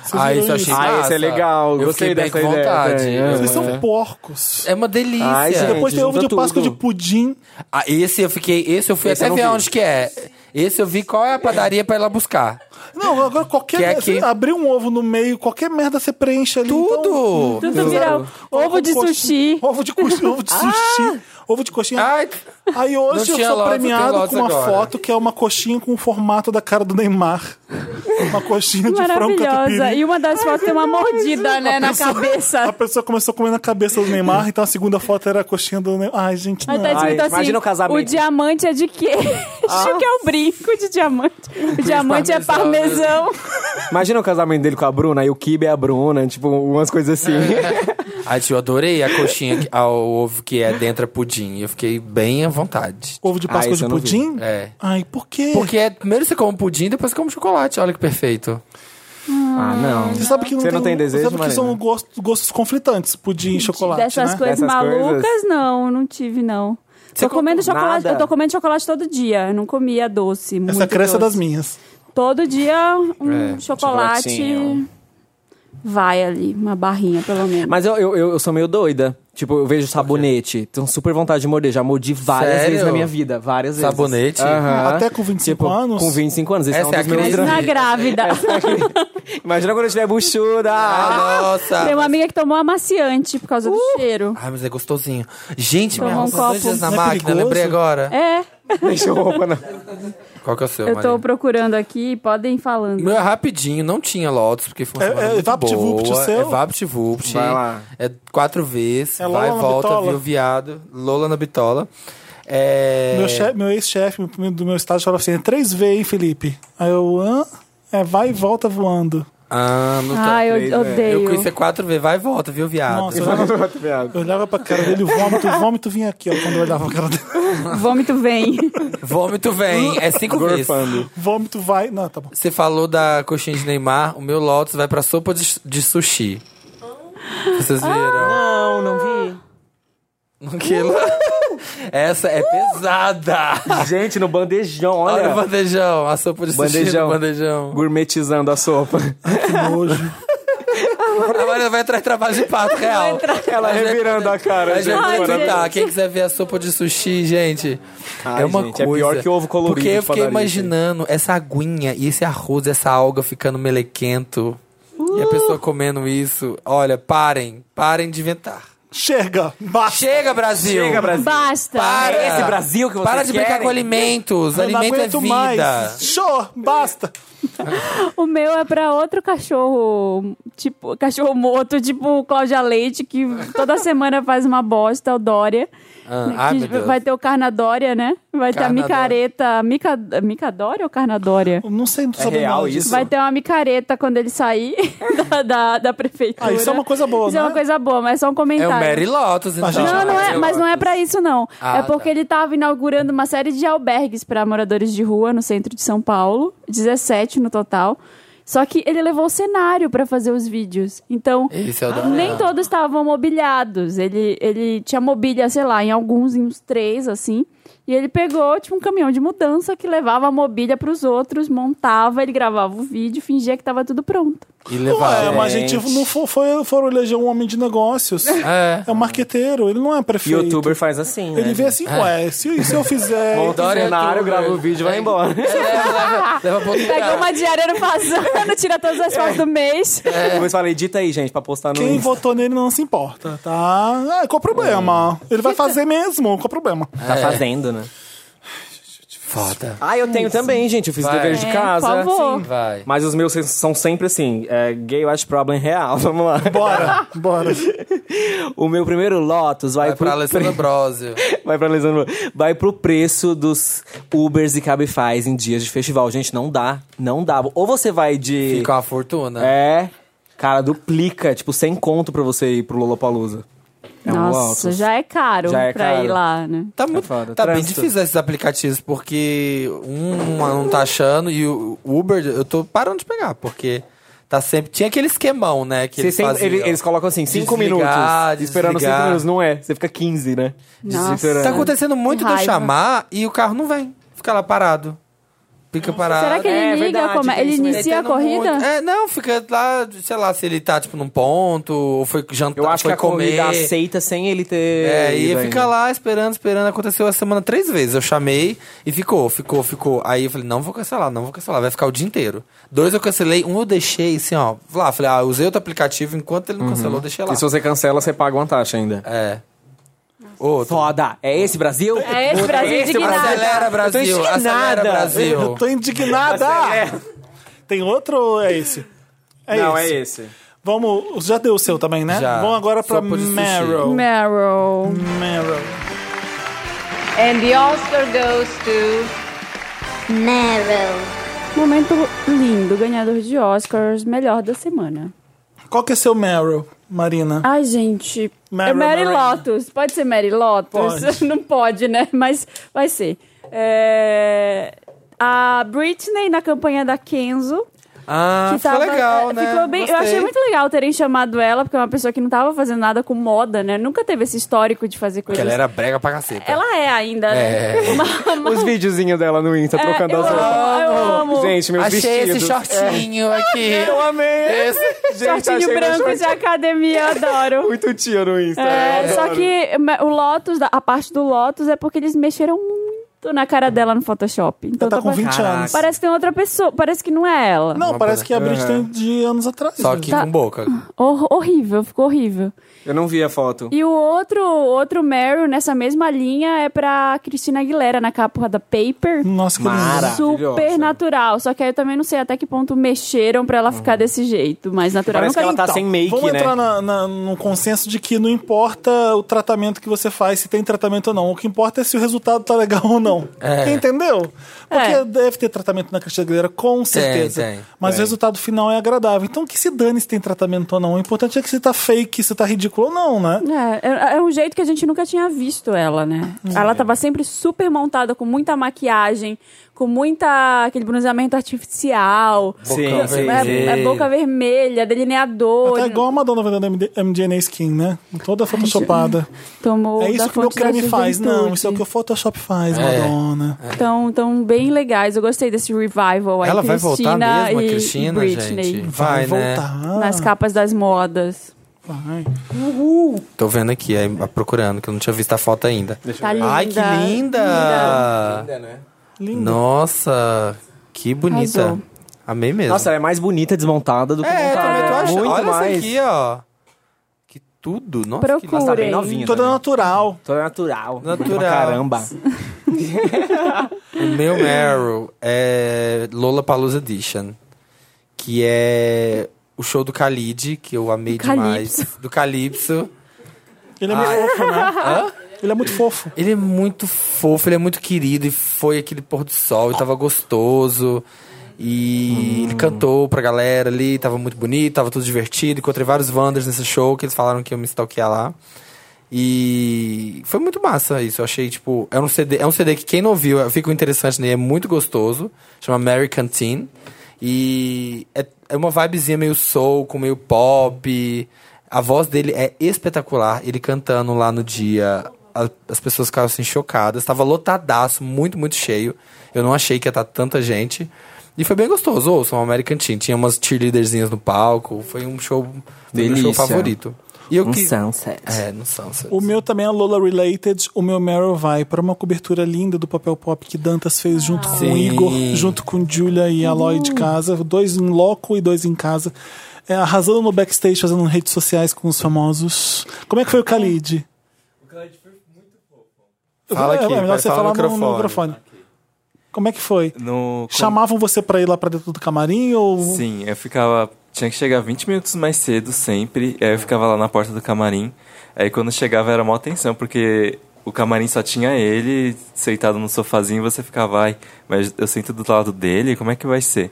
A: Vocês
E: Ah,
A: viram
E: isso eu achei
A: isso?
E: massa.
G: Ah, esse é legal,
E: Eu
G: gostei
E: fiquei bem
G: dessa
E: com
G: ideia
E: vontade.
G: também,
E: Eu-
A: Vocês
G: é.
A: são porcos.
E: É uma delícia.
G: Ai, gente.
A: Depois tem
B: junta
A: ovo de Páscoa de
B: tudo.
A: pudim.
E: Ah, esse eu fiquei. Esse eu fui
B: Esse eu
E: até
B: não
E: ver
B: vi.
E: onde que é. Esse eu vi qual é a padaria pra ir lá buscar.
A: Não, agora qualquer.
E: Que é
A: merda-
E: que-
A: você Abrir um ovo no meio, qualquer merda você preenche ali. então-
E: Tudo!
D: Tudo virou ovo de
A: Coxinha-
D: sushi.
A: Ovo de coxinha. Ovo de sushi. Ovo de coxinha.
E: Ai,
A: Aí
E: Ah! Não
A: hoje eu
E: tinha
A: sou
E: Lotus,
A: premiado
E: tem Lotus
A: com uma
E: agora.
A: foto que é uma coxinha com o formato da cara do Neymar. Uma coxinha de frango
D: Maravilhosa.
A: catupiry.
D: E uma das fotos tem uma mordida, né, na
A: A
D: cabeça.
A: pessoa começou comendo a cabeça do Neymar, então a segunda foto era a coxinha do Neymar. Ai, gente,
D: Aí
A: não.
D: tá escrito
B: Ai,
D: assim,
B: imagina o casamento.
D: diamante é de quê? Acho que é o brinco de diamante. O diamante é
E: parmesão,
D: parmesão.
B: Imagina o casamento dele com a Bruna e o Kibe é a Bruna, tipo, umas coisas assim.
E: Ai, tio, eu adorei a coxinha, que- ah, o ovo que é dentro é pudim. Eu fiquei bem à vontade.
A: Ovo de
B: Ah,
A: Páscoa
B: esse
A: de
B: eu não vi.
A: pudim?
E: É.
A: Ai, por quê?
E: Porque é, primeiro você come pudim, depois você come chocolate. Olha que perfeito.
B: ah, não.
A: Você sabe que não
B: Você não tem desejo,
A: Sabe que
B: Marina?
A: são gostos, gostos conflitantes, pudim e chocolate,
D: Dessas
A: né?
D: coisas
B: Dessas
D: malucas,
B: coisas?
D: não, não tive, não. tô comendo chocolate,
B: nada?
D: eu tô comendo chocolate todo dia. Eu não comia doce. muito
A: Essa crença é
D: doce.
A: das minhas.
D: Todo dia um
E: É,
B: chocolatinho.
D: chocolate vai ali, uma barrinha pelo menos.
B: Mas eu, eu, eu sou meio doida. Tipo, eu vejo sabonete. Tenho super vontade de morder. Já mordi várias
E: Sério?
B: vezes na minha vida. Várias vezes.
E: Sabonete?
B: Aham.
A: Uhum. Até com 25
B: Tipo,
A: anos.
B: Com 25 anos. Esse
E: Essa
B: é um
E: é a
B: dos meus
E: crise.
B: grandes-
D: Na grávida.
B: Imagina quando eu tiver buchuda.
E: Ah, nossa!
D: Tem uma amiga que tomou amaciante por causa do cheiro.
E: Ai, mas é gostosinho. Gente, minha
D: Tomar um
E: roupa tá dois
D: copo.
E: dias na
A: Não é
E: máquina,
A: perigoso?
E: lembrei agora.
D: É,
B: Deixa eu roupa, não.
E: Qual que é o seu,
D: eu tô
E: Marina?
D: procurando aqui, podem ir
E: O
D: falando.
E: Meu é rapidinho, não tinha Lotus, porque foi uma
A: É-
E: semana
A: é
E: muito
A: VaptVupt
E: boa.
A: o seu?
E: É VaptVupt.
B: Vai lá.
E: É quatro vezes,
A: É
E: vai,
A: Lola na
E: volta,
A: Bitola?
E: viu, viado. Lola na bitola. É...
A: Meu, chefe- meu ex-chefe do meu estágio falava assim: é 3V, hein, Felipe? Aí eu, hã? É, vai e volta voando.
E: Ah, não tô...
D: Ah, eu
G: três, né?
E: Eu
D: odeio.
E: conheci quatro vezes, vai e volta, viu, viado.
A: Nossa, eu olhava, eu olhava pra cara dele, o vômito, o vômito vinha aqui, ó, quando eu olhava pra cara dele.
D: Vômito vem.
E: Vômito vem, é cinco vezes.
G: Gorfando.
A: Vômito vai. Não, tá bom.
E: Você falou da coxinha de Neymar, o meu Lotus vai pra sopa de, de sushi. Vocês viram?
B: Não, não
E: Aquilo. Essa é pesada.
B: vi. Gente, no bandejão,
E: Olha o
B: olha.
E: bandejão, a sopa de sushi
B: Bandejão.
E: do bandejão.
B: Gourmetizando a sopa.
A: Que nojo.
E: A Maria vai entrar em trabalho de pato real.
G: Ela
B: é
G: revirando a cara.
E: Mas
G: gente.
E: já
D: Ai,
E: vou comentar,
D: gente.
E: quem quiser ver a sopa de sushi, gente,
G: Ai,
E: é uma
G: gente, é
E: coisa.
G: pior que ovo colorido
E: Porque eu
G: de
E: fiquei
G: padaria,
E: imaginando essa aguinha e esse arroz, essa alga ficando melequento. E a pessoa comendo isso. Olha, parem, parem de inventar.
A: Chega! Basta!
E: Chega, Brasil!
G: Chega, Brasil.
D: Basta.
E: Para!
B: É esse Brasil que vocês
E: Para de brincar
B: querem?
E: com alimentos.
A: Eu não
E: Alimento é
A: aguento
E: vida.
A: mais! Show! Basta!
D: O meu é pra outro cachorro, tipo, cachorro morto, tipo o Cláudia Leite, que toda semana faz uma bosta, o Dória.
E: Ah, ai,
D: Que
E: meu Deus.
D: vai ter o Carnadória, né? Vai ter a
E: Carnadória.
D: micareta. Mica, Micadória ou Carnadória?
A: Eu Não sei, não tô
G: É
A: sabendo
G: real
A: nada disso.
G: isso?
D: Vai ter uma micareta quando ele sair da, da, da prefeitura.
A: Ah, isso é uma coisa boa,
D: Isso
A: né?
D: é uma coisa boa, mas é só um
E: É
D: comentário.
E: o Mary Lotus, então.
A: gente-
D: Não, não é, mas não é pra isso, não.
E: Ah,
D: é porque
E: tá.
D: ele tava inaugurando uma série de albergues pra moradores de rua no centro de São Paulo, 17 no total. Só que ele levou o cenário pra fazer os vídeos. Então,
E: Esse é o da-
D: nem todos estavam mobiliados. Ele, ele tinha mobília, sei lá, em alguns, em uns três, assim. E ele pegou, tipo, um caminhão de mudança que levava a mobília pros outros, montava, ele gravava o vídeo, fingia que tava tudo pronto.
E: E
A: Ué,
E: levar.
A: mas a gente não fo- foi, foram eleger um homem de negócios.
E: É.
A: É um marqueteiro, ele não é prefeito.
B: Youtuber faz assim, né?
A: Ele vê assim, ué, se, se eu fizer.
B: Monta o
E: Dória
B: cenário,
E: Youtuber.
B: grava o vídeo e vai embora.
E: É, leva,
D: Ah,
E: leva, leva pra outro
D: Pegou
E: lugar.
D: uma diária no passando, tira todas as fotos
E: É.
D: do mês.
B: Depois falei, edita aí, gente, pra postar no
A: Quem
B: Insta.
A: votou nele não se importa, tá? É, qual o problema? Ele vai fazer mesmo, qual o problema?
B: Tá
D: É.
B: fazendo, né?
E: Foda.
B: Ah, eu tenho também, gente. Eu fiz
E: Vai.
B: dever de
D: É,
B: casa.
D: por favor.
B: Sim.
E: Vai.
B: Mas os meus são sempre assim, é, gay watch problem real. Vamos lá.
A: Bora, bora.
B: O meu primeiro Lotus vai,
E: Vai pra
B: pro
E: Alessandra Brosio.
B: Vai pra Alessandro. Vai pro preço dos Ubers e Cabifys em dias de festival. Gente, não dá. Não dá. Ou você vai de.
E: Fica uma fortuna.
B: É. Cara, duplica. Tipo, sem conto pra você ir pro Lollapalooza. É um
D: Nossa,
B: Lotus.
D: já é caro
B: Já é
D: pra
B: caro.
D: ir lá, né?
E: Tá, muito,
B: é foda.
E: tá bem
B: Trânsito.
E: difícil esses aplicativos, porque um não tá achando e o Uber, eu tô parando de pegar, porque tá sempre. Tinha aquele esquemão, né? Que
B: Vocês
E: eles,
B: sem-
E: faziam.
B: ele- eles colocam assim, 5 minutos.
E: Desligar,
B: Esperando 5
E: desligar.
B: minutos. Não é. Você fica 15, né?
D: Nossa.
B: Esperando.
E: Tá acontecendo muito
D: Com
E: de eu
D: raiva.
E: chamar e o carro não vem. Fica lá parado. Fica parado.
D: Será que ele
B: É,
D: liga?
B: verdade,
D: como é?
B: tem
D: Ele
B: isso mesmo.
D: inicia a
E: Tentando
D: corrida?
E: muito. É, não, fica lá, sei lá, se ele tá, tipo, num ponto, ou foi jantar,
B: Eu acho
E: foi
B: que a
E: comer.
B: corrida aceita sem ele ter.
E: É, e
B: ido
E: eu fica
B: ainda.
E: lá esperando, esperando. Aconteceu a semana três vezes. Eu chamei e ficou, ficou, ficou. Aí eu falei, não vou cancelar, não vou cancelar, vai ficar o dia inteiro. Dois eu cancelei, um eu deixei, assim, ó. Lá, falei, ah, usei outro aplicativo, enquanto ele não cancelou, eu deixei lá.
B: E se você cancela, você paga uma taxa ainda.
E: É. Outro.
B: Foda! É esse Brasil?
D: É esse Brasil
B: esse
D: indignado.
E: Acelera,
B: Eu
E: Brasil!
B: tô Tá.
E: Acelera,
B: indignada.
A: Eu
E: Brasil!
A: tô indignada! Tem outro ou é esse? É
B: é. Não,
A: esse.
B: é esse.
A: Vamos, já deu o seu também, né?
E: Já.
A: Vamos agora pra
E: Sopa de sushi.
A: Meryl.
D: Meryl.
A: Meryl.
H: And the Oscar goes to.
I: Meryl.
D: Momento lindo, ganhador de Oscars, melhor da semana.
A: Qual que é seu Meryl, Marina?
D: Ai, gente.
A: Meryl,
D: é Mary
A: Meryl.
D: Lotus. Pode ser Mary Lotus?
A: Pode.
D: Não pode, né? Mas vai ser. É, A Britney na campanha da Kenzo.
E: Ah,
D: que
E: ficou
D: tava-
E: legal,
D: é,
E: né?
D: ficou bem- eu
E: Gostei.
D: achei muito legal terem chamado ela, porque é uma pessoa que não tava fazendo nada com moda, né? Nunca teve esse histórico de fazer
E: Porque
D: coisas.
E: ela era brega pra caceta.
D: Ela é ainda, né?
E: É.
D: Uma- uma-
B: Os videozinhos dela no Insta, trocando
D: É, eu
B: as roupas.
D: amo, eu amo.
B: Gente, meus
E: Achei
B: vestidos.
E: esse shortinho aqui.
B: Eu amei. Esse. Gente, achei
D: Shortinho
B: meu
D: branco
B: short
D: de academia, eu adoro.
B: muito tia no Insta. né?
D: É,
B: Eu
D: só
B: adoro.
D: que me- o Lotus, da- a parte do Lotus é porque eles mexeram muito na cara dela no Photoshop. Então
A: Ela tá
D: tá
A: com
D: pa-
A: 20
B: Caraca.
A: anos.
D: Parece que tem outra pessoa, parece que não é ela.
A: Não, parece que a Brit tem de anos atrás. né?
E: Só que
D: Tá.
E: com boca.
D: Hor- horrível, ficou horrível.
B: Eu não vi a foto.
D: E o outro, outro Meryl nessa mesma linha é pra Cristina Aguilera na capa da Paper.
A: Nossa, que
B: Mara.
A: lindo.
B: Maravilhosa.
D: Super natural. Só que aí eu também não sei até que ponto mexeram pra ela ficar desse jeito. Mas natural
B: Parece que
D: nunca
B: ela tá sem make,
A: Então, Vamos
B: né?
A: entrar na- na- no consenso de que não importa o tratamento que você faz, se tem tratamento ou não. O que importa é se o resultado tá legal ou não.
E: É.
A: Entendeu? Porque
D: É.
A: deve ter tratamento na Cristina Aguilera, com certeza.
E: tem.
A: Mas o resultado final é agradável. Então que se dane se tem tratamento ou não. O importante é que se tá fake, se tá ridículo ou não, né?
D: É, é- é um jeito que a gente nunca tinha visto ela, né?
A: É.
D: Ela tava sempre super montada, com muita maquiagem, com muita. aquele bronzeamento artificial.
B: Sim, sim.
D: É, é boca vermelha, delineador.
A: Tá igual a Madonna vendendo MD MDNA skin, né? Toda photoshopada.
D: Tomou
A: É
D: da
A: isso que o meu
D: fonte da
A: creme faz.
D: juventude.
A: Não, isso é o que o Photoshop faz,
E: É.
A: Madonna.
D: Tão, tão bem legais. Eu gostei desse revival aí.
E: Ela vai voltar
D: Cristina
E: mesmo, a
D: e
E: Cristina,
D: Britney.
E: gente? Vai, né?
A: voltar.
D: Nas capas das modas.
A: Vai.
E: Tô vendo aqui, aí, procurando, que eu não tinha visto a foto ainda.
D: Tá linda.
E: Ai, que linda!
A: Lindo.
E: Nossa, que bonita.
D: Arrasou.
E: Amei mesmo.
B: Nossa, ela é mais bonita desmontada do que
E: é,
B: montada.
E: também tu acha?
B: Muito
E: Olha
B: mais.
E: essa aqui, ó. Que tudo. Nossa, que tá
D: Procurem.
B: novinha.
A: Toda
B: também.
A: é natural.
B: Toda natural.
E: Natural.
B: Pra caramba.
E: O meu Meryl é Lola Palusa Edition, que é o show do Khalid, que eu amei
D: Do Calypso.
E: demais. Do Calypso.
A: Ele é muito fofo, né? Ele é muito fofo.
E: Ele é muito fofo, ele é muito querido e foi aquele pôr do sol e tava gostoso. E ele cantou pra galera ali, tava muito bonito, tava tudo divertido. Encontrei vários Wanders nesse show que eles falaram que eu me stalkear lá. E foi muito massa isso. Eu achei, tipo, é um CD, é um CD que quem não viu, eu fico interessante nele, é muito gostoso. Chama American Teen. E é, é uma vibezinha meio soul, com meio pop. A voz dele é espetacular. Ele cantando lá no dia, a- as pessoas ficaram assim chocadas. Tava lotadaço, muito, muito cheio. Eu não achei que ia estar tanta gente. E foi bem gostoso. Ouçam o American Teen. Tinha umas cheerleaderzinhas no palco. Foi um show, foi meu show
B: Delícia.
E: favorito. E eu
B: Um
E: que-
B: sunset.
E: É, no Sunset.
A: O meu também é Lola Related. O meu Meryl vai para uma cobertura linda do papel pop que Dantas fez junto com o
E: Sim.
A: Igor, junto com Julia e a Lloyd de casa. Dois em loco e dois em casa. É, arrasando no backstage, fazendo redes sociais com os famosos. Como é que foi o Khalid? O Khalid foi muito fofo.
E: Fala aqui,
A: é, melhor
E: vai,
A: você
E: fala
A: falar
E: no
A: no- no
E: microfone.
A: microfone. Como é que foi?
F: No, com-
A: Chamavam você pra ir lá pra dentro do camarim ou
F: Sim, eu ficava. Tinha que chegar 20 minutos mais cedo sempre. Aí eu ficava lá na porta do camarim. Aí quando chegava era mó tensão, porque o camarim só tinha ele sentado no sofazinho. Você ficava, ai, mas eu sinto do lado dele, como é que vai ser?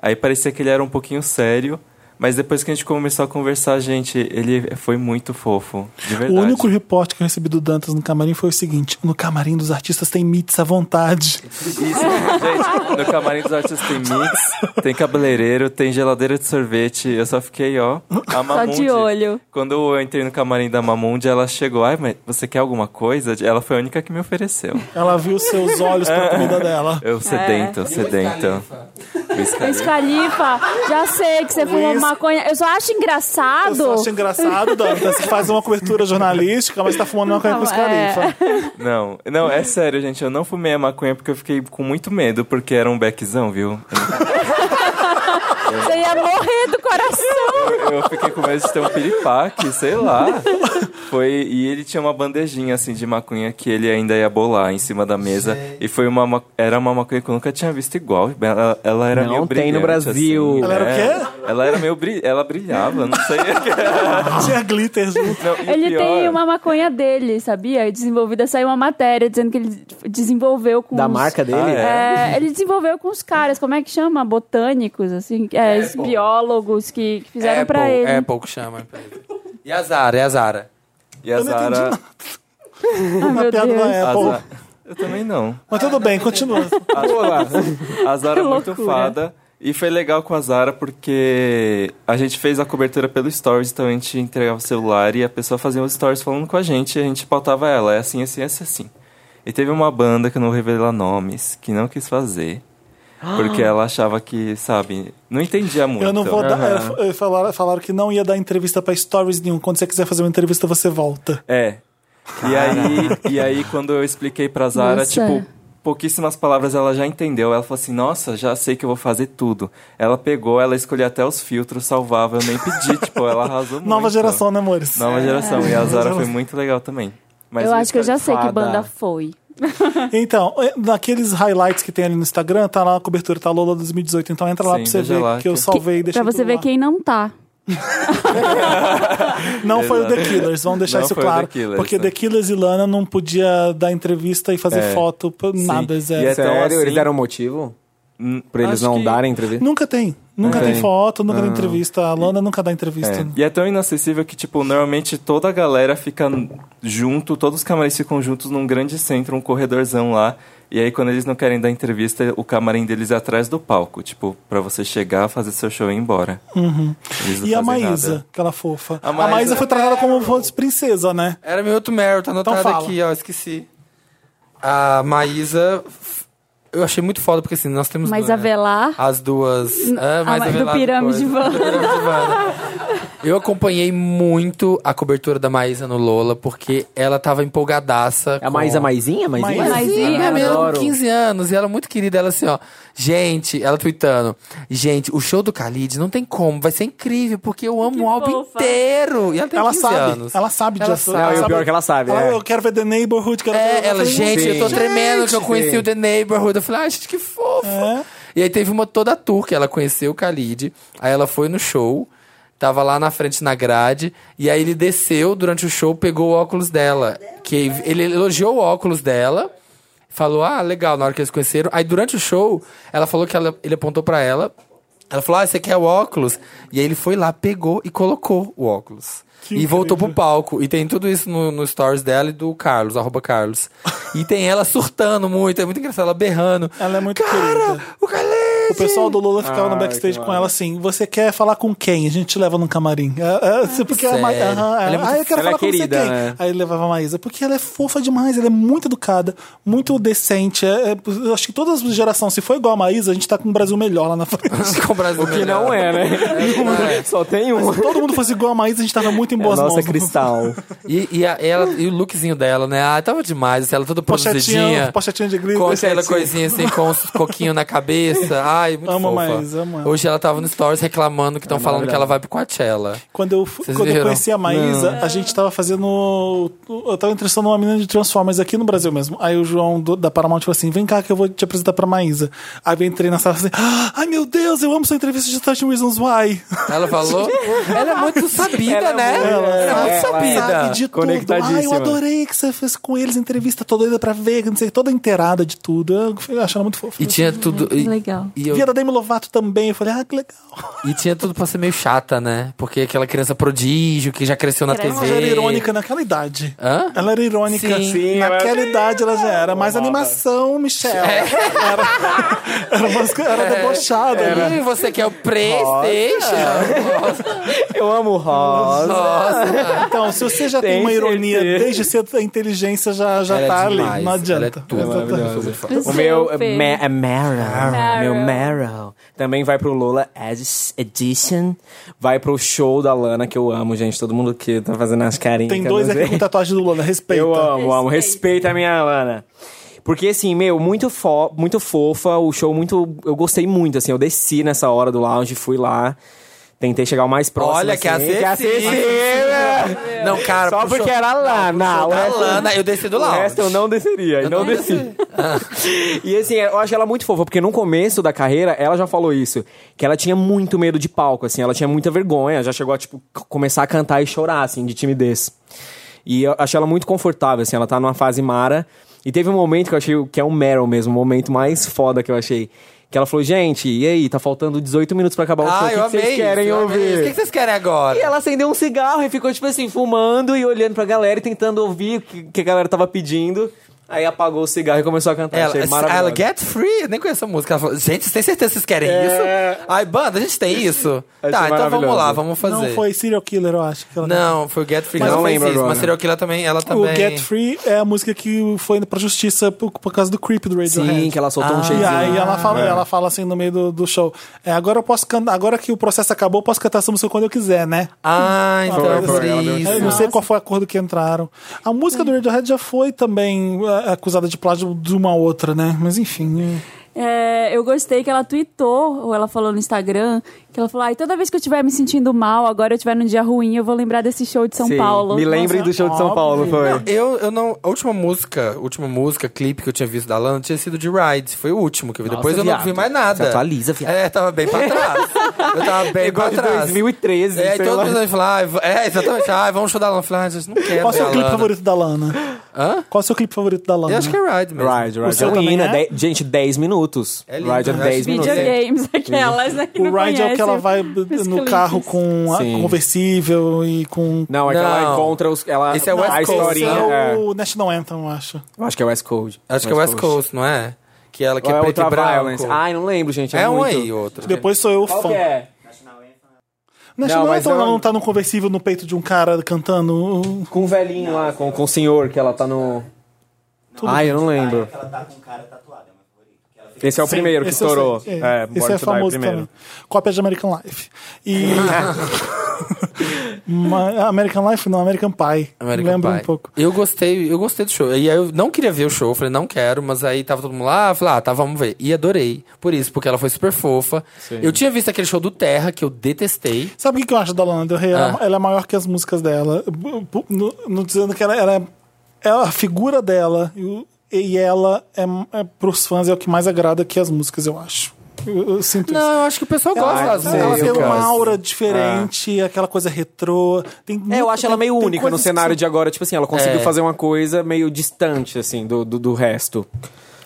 F: Aí parecia que ele era um pouquinho sério. Mas depois que a gente começou a conversar, gente, ele foi muito fofo. De
A: O
F: verdade.
A: único reporte que eu recebi do Dantas no camarim foi o seguinte: no camarim dos artistas tem mitos à vontade.
F: Isso, gente, no camarim dos artistas tem mix, tem cabeleireiro, tem geladeira de sorvete. Eu só fiquei, ó, a
D: Só
F: Mamundi.
D: de olho.
F: Quando eu entrei no camarim da Mamundi, ela chegou, ai, mas você quer alguma coisa? Ela foi a única que me ofereceu.
A: Ela viu seus olhos
F: É.
A: pra comida dela.
D: É.
F: Eu sedento, sedento. Luiz
D: Luiz
F: Khalifa.
D: Califa, já sei que você fumou
A: Luiz-
D: maconha. Eu só acho
A: Eu só
D: engraçado.
A: acho engraçado, Dantas, que faz uma cobertura jornalística, mas tá fumando uma coisa com os
D: Não, é.
A: carifa.
F: Não, não, é sério, gente. Eu não fumei a maconha porque eu fiquei com muito medo, porque era um beckzão, viu?
D: Você ia morrer do coração.
F: Eu fiquei com medo de ter um piripaque, sei lá. Foi, e ele tinha uma bandejinha assim de maconha que ele ainda ia bolar em cima da mesa. E foi uma ma- era uma maconha que eu nunca tinha visto igual. Ela, ela era
B: Não
F: meio
B: tem no
F: brilhante,
B: Brasil.
F: assim.
A: Ela era o
F: É. Ela era meio bri... ela brilhava, não sei.
A: Tinha glitter junto.
F: Não, e
D: Ele
F: pior,
D: tem uma maconha dele, sabia? Desenvolvida, saiu uma matéria dizendo que ele desenvolveu com
B: Da
D: os-
B: marca dele?
F: Ah, é.
D: É, ele desenvolveu com os caras, como é que chama? Botânicos, assim, é, os biólogos que, que fizeram pra ele.
E: É pouco chama. pra ele. E a Zara, e a Zara.
F: E a
A: não entendi
F: Zara,
A: nada.
D: Ai,
A: Uma
D: meu
A: piada
D: Deus.
A: da
F: a
A: Apple.
F: Zara- Eu também não.
A: Mas tudo bem, continua.
F: A Zara é muito
D: loucura.
F: fada. E foi legal com a Zara porque a gente fez a cobertura pelo Stories, então a gente entregava o celular e a pessoa fazia os Stories falando com a gente e a gente pautava ela. É assim, assim, assim, assim. E teve uma banda que eu não vou revelar nomes, que não quis fazer. Porque ela achava que, sabe, não entendia muito.
A: Eu não vou dar.
F: Aham.
A: eh, Falaram, falaram que não ia dar entrevista pra stories nenhum. Quando você quiser fazer uma entrevista, você volta.
F: É. E aí, e aí, quando eu expliquei pra Zara,
D: Nossa.
F: tipo, pouquíssimas palavras ela já entendeu. Ela falou assim: Nossa, já sei que eu vou fazer tudo. Ela pegou, ela escolheu até os filtros, salvava, eu nem pedi. tipo, ela arrasou muito.
A: Nova geração, É. né, amores?
F: Nova geração. E a Zara foi muito legal também. Mas
D: Eu
F: o
B: tá
D: acho que eu já sei que
B: escalifada.
D: banda foi.
A: Então, eh, naqueles highlights que tem ali no Instagram, tá lá a cobertura, tá Lola 2018. Então entra lá
F: Sim,
A: pra você
F: veja
A: ver
F: lá
A: que eu
F: que-
A: salvei e deixei
D: Pra você
A: tudo
D: ver
A: lá.
D: quem não tá.
A: Não foi o The
F: Exato.
A: Killers, vamos deixar
F: Não
A: isso
F: foi o
A: claro.
F: The Killers,
A: porque
F: né?
A: The Killers e Lana não podia dar entrevista e fazer
F: É.
A: foto, pô,
F: Sim.
A: nada, zero.
F: E é-
B: Sério?
F: Então, assim-
B: Eles deram motivo
F: Hum,
B: pra eles
F: acho
B: não
F: que-
B: darem entrevista?
A: Nunca tem. Nunca
F: Não
A: tem
F: tem.
A: foto, nunca tem entrevista. A Lana nunca dá entrevista.
F: É. E é tão inacessível que, tipo, normalmente toda a galera fica n- junto, todos os camarins ficam juntos num grande centro, um corredorzão lá. E aí, quando eles não querem dar entrevista, o camarim deles é atrás do palco, tipo, pra você chegar, fazer seu show e ir embora. Eles não
A: Uhum. E a
F: fazem
A: Maísa,
F: nada.
A: aquela fofa. A
F: A
A: Maísa...
F: Maísa-
A: foi tratada como fosse princesa, né?
D: Então
E: Era meu outro Meryl, tá anotado
A: fala.
E: aqui, ó, esqueci. A Maísa f- Eu achei muito foda, porque assim, nós temos.
D: Mas
E: né,
D: a Velar.
E: As duas. É, mais
D: a- do
E: Avelar,
D: Pirâmide
E: coisa.
D: Van.
E: Do Pirâmide Van. Eu acompanhei muito a cobertura da Maísa no Lola, porque ela tava empolgadaça.
B: É A Maísa é Maisinha? Maisinha?
A: Maisinha.
D: Maisinha,
E: Ela
D: eu
E: ela
B: adoro.
E: com 15 anos e ela muito querida. Ela assim, ó. Gente, ela tweetando. Gente, o show do Khalid não tem como, vai ser incrível, porque eu amo o álbum
D: fofa.
E: inteiro. E ela tem
A: Ela
E: 15
A: sabe,
E: anos.
A: ela sabe
E: Ela
A: disso.
E: sabe.
F: Ah,
B: Não,
A: Ela
B: e o
A: sabe-
B: pior é que ela sabe,
A: Ela,
B: é.
A: Eu quero ver The Neighborhood. Quero ver- um
E: É, ela,
A: falei,
E: gente, eu tô tremendo que eu conheci
B: Sim.
E: o The Neighborhood. Eu falei, ah, gente, que fofo.
A: É.
E: E aí teve uma toda tour que ela conheceu o Khalid. Aí ela foi no show, tava lá na frente na grade. E aí ele desceu durante o show, pegou o óculos dela. Que ele elogiou o óculos dela. Falou, ah, legal, na hora que eles se conheceram. Aí durante o show, ela falou que ela- ele apontou pra ela. Ela falou, ah, você quer o óculos? E aí ele foi lá, pegou e colocou o óculos.
A: Que
E: e voltou pro
A: incrível.
E: palco. E tem tudo isso no, no stories dela e do Carlos, arroba Carlos. E tem ela surtando muito, é muito engraçado, ela berrando.
A: Ela é muito
E: Cara,
A: querida."
E: o Khalid!
A: O pessoal do Lula ficava no
B: Ai,
A: backstage
B: que
A: com ela assim: você quer falar com quem? A gente te leva no camarim. É, é, porque a Ma-
E: Ah, Sério?
A: Aham,
E: Ela é muito-
A: ah, eu quero
B: ela é
A: falar com você
B: querida,
A: quem?
B: né?
A: Aí levava a Maísa, porque ela é fofa demais, ela é muito educada, muito decente. É, é, eu acho que toda geração, se for igual a Maísa, a gente tá com o Brasil melhor lá na frente.
E: Com o Brasil
B: Que não é, né? Só tem um.
A: se todo mundo fosse igual a Maísa, a gente tava muito em
B: É a
A: boas
B: nossa
A: mãos.
B: cristal.
E: E, e, a- ela, e o lookzinho dela, né? Ah, tava demais, assim, ela toda
A: Pochetinha, um
E: produzidinha.
A: pochetinha de glitter.
E: Com aquela coisinha assim, com os coquinhos na cabeça. Ai, muito
A: Amo
E: fofa.
A: mais, amo ela.
E: Hoje ela tava no Stories reclamando que estão falando que
B: maravilhosa.
E: ela vai pro Coachella.
A: Quando eu, fu-
E: Vocês
A: quando eu
E: viram?
A: conheci a Maísa, a gente tava fazendo. Eu tava entrevistando uma menina de Transformers aqui no Brasil mesmo. Aí o João do- da Paramount falou assim: vem cá que eu vou te apresentar pra Maísa. Aí eu entrei na sala e falei assim: "Ah, ai meu Deus, eu amo sua entrevista de 13 Reasons Why.
E: Ela falou. ela é muito sabida,
B: Ela é
E: né?
B: muito-
E: ela é muito
B: ela é-
E: sabida.
A: Sabe de tudo. Ai, eu
B: Conectadíssima.
A: adorei que você fez com eles entrevista, tô doida pra ver, que não sei, toda inteirada de tudo. Eu fui achando muito fofo.
E: E tinha tudo. e-
D: legal.
E: E, eu-
A: Via da Demi Lovato também, eu falei, ah, que legal.
E: e tinha tudo pra ser meio chata, né? Porque aquela criança prodígio que já cresceu na
D: Cresce.
E: TV.
A: Ela já era irônica naquela idade.
E: Hã?
A: Ela era irônica. assim,
E: Sim. Sim,
A: Naquela
B: é
A: idade ela já era. mais animação, Michelle.
E: É.
A: Era, era, umas- era debochada. né?
E: Hum, você quer o Playstation?
B: Eu amo rosa.
E: Nossa.
A: Então, se você já tem,
B: Tem
A: uma ironia
B: certeza.
A: desde cedo, a inteligência já, já
E: Ela é
A: tá ali.
E: demais,
A: Não
E: ela é
A: adianta.
E: tudo, ela é
A: Exatamente.
B: O meu é
D: Fê.
B: Ma- é Meryl.
D: Meryl.
B: Meu Meryl. Também vai pro Lola Ed- Edition. Vai pro show da Lana, que eu amo, gente. Todo mundo que tá fazendo as carinhas.
A: Tem
B: que eu
A: dois
B: não sei.
A: aqui com tatuagem do Lula, respeita.
B: Eu amo, amo. Respeita a minha Lana. Porque, assim, meu, muito, fo muito fofa, o show muito. Eu gostei muito, assim. Eu desci nessa hora do lounge, fui lá. Tentei chegar o mais próximo.
E: Olha que
B: assim,
E: acessível.
B: Que acessível.
E: Não, cara,
B: É. Só
E: pro
B: porque
E: show-
B: era lá,
E: pro
B: não.
E: show da Lana, eu desci do
B: O
E: lounge.
B: resto eu não desceria, e não,
E: não
B: desci. e assim, eu acho ela muito fofa, porque no começo da carreira, ela já falou isso, que ela tinha muito medo de palco, assim, ela tinha muita vergonha, já chegou a, tipo, c- começar a cantar e chorar, assim, de timidez. E eu acho ela muito confortável, assim, ela tá numa fase mara. E teve um momento que eu achei que é um Meryl mesmo, o momento mais foda que eu achei. Que ela falou, gente, e aí, tá faltando 18 minutos pra acabar o show,
E: Ah,
B: o que
E: eu
B: que
E: amei.
B: vocês querem
E: isso, eu amei
B: ouvir?
E: isso. O que que vocês querem
B: E
E: agora?
B: ela acendeu um cigarro e ficou, tipo assim, fumando e olhando pra galera e tentando ouvir o que, que a galera tava pedindo. Aí apagou o cigarro e começou a cantar.
E: Ela,
B: Achei maravilhoso.
E: ela, get free, eu nem conheço a música. Ela falou, gente, vocês têm certeza que vocês querem
B: É.
E: isso? Ai, banda, a gente tem isso?
B: Achei
E: tá, então vamos
B: maravilhoso.
E: lá, vamos fazer.
A: Não foi Serial Killer, eu acho. que ela-
E: Não, foi o Get Free.
B: Mas
E: Mas
B: não
E: não
B: lembro
E: lembro isso,
B: agora.
E: Mas Serial Killer também, ela também...
A: O Get Free é a música que foi pra justiça por, por causa do Creep do Radiohead.
B: Sim, que ela soltou um
A: E
E: né?
B: cheirinho.
A: aí ela fala, ela fala assim no meio do, do show. É, agora eu posso cantar, agora que o processo acabou, eu posso cantar essa música quando eu quiser, né?
E: Ah, então
A: Uma coisa
E: por
A: assim.
E: isso.
A: Eu não sei qual foi o acordo que entraram. A música do Radiohead já foi também é, acusada de plágio de uma outra, né? Mas enfim.
D: É, eu gostei que ela tweetou, ou ela falou no Instagram, que ela falou: Ai, toda vez que eu estiver me sentindo mal, agora eu estiver num dia ruim, eu vou lembrar desse show de São
B: Sim,
D: Paulo.
B: Me lembrem
A: Nossa,
B: do show de São
A: óbvio.
B: Paulo, foi.
E: Eu, eu não. A última música, a última música, clipe que eu tinha visto da Lana tinha sido de Ride. Foi o último que eu vi. Depois eu
B: viado.
E: não vi mais nada.
B: Se atualiza, viado.
E: É, tava bem pra trás. eu tava bem
B: Igual
E: pra
B: de
E: trás.
B: 2013,
E: É, e
B: sei
E: todo
B: lá.
E: mundo vai falar, "Ai, v- é, exatamente. Ah, vamos show da Lana. Eu falei, ah, gente, não quero.
A: Qual é o
E: ver
A: seu
E: a
A: clipe
E: Lana.
A: favorito da Lana?
E: Hã?
A: Qual é o seu clipe favorito da Lana?
E: Eu acho que é Ride mesmo.
B: Ride, Ride. É
A: seu
B: um
A: também
B: hino,
A: é?
B: de- gente, 10 minutos.
E: É lindo,
B: Ride é
E: eu
B: 10
E: acho lindo.
B: minutos.
D: Videogames, aquelas, né? Que
A: O
D: não
A: Ride é o que
D: conhece.
A: ela vai no
D: clipes.
A: carro com a
B: Sim.
A: conversível e com.
B: Não, é que ela
E: Não.
B: encontra os. Ela,
E: Esse é o
B: a
E: West Coast,
B: historinha.
A: Esse é
B: é.
A: o National Anthem, eu acho.
B: Eu acho que é West Coast.
E: Acho que é West Coast, não é? Que ela que é,
B: Ou é
E: preto e
B: outra
E: branco.
B: Violence. Ai, não lembro, gente. É,
E: é um
B: muito.
E: aí, outro.
A: Depois sou eu o
B: Qual
A: fã.
B: que é?
A: National
B: Não, mas
A: Anthem
B: é um-
A: ela não tá num conversível no peito de um cara cantando.
B: Com o velhinho lá, com, tá com o senhor que ela tá no. Ai, eu não lembro.
G: Esse é o
A: Sim,
G: primeiro que
A: esse eu
G: estourou.
A: sei.
G: É, Born
A: esse é
G: to Die é o
A: famoso
G: primeiro.
A: também. Cópia de American Life. E. Ma- American Life não, American Pie.
E: American
A: Lembra
E: Pie.
A: um pouco.
E: Eu gostei, eu gostei do show. E aí eu não queria ver o show, eu falei, não quero, mas aí tava todo mundo lá, eu falei, ah, tá, vamos ver. E adorei. Por isso, porque ela foi super fofa. Eu tinha visto aquele show do Terra, que eu detestei.
A: Sabe o que que eu acho da Lana Del Rey? Ela,
E: Ah.
A: ela é maior que as músicas dela. Bu- bu- no- Não dizendo que ela, ela é, é a figura dela e, o- e ela é, é pros fãs é o que mais agrada que as músicas, eu acho. Eu, eu sinto isso.
E: Não, eu acho que o pessoal gosta
A: Ela,
E: das
A: ela tem
E: músicas.
A: uma aura diferente, aquela coisa retrô. Tem
B: Ah. É, eu
A: muito-
B: acho ela
A: tem-
B: meio
A: tem
B: única no
A: coisas que
B: cenário de agora. Tipo assim, ela conseguiu
E: É.
B: fazer uma coisa meio distante, assim, do, do, do resto.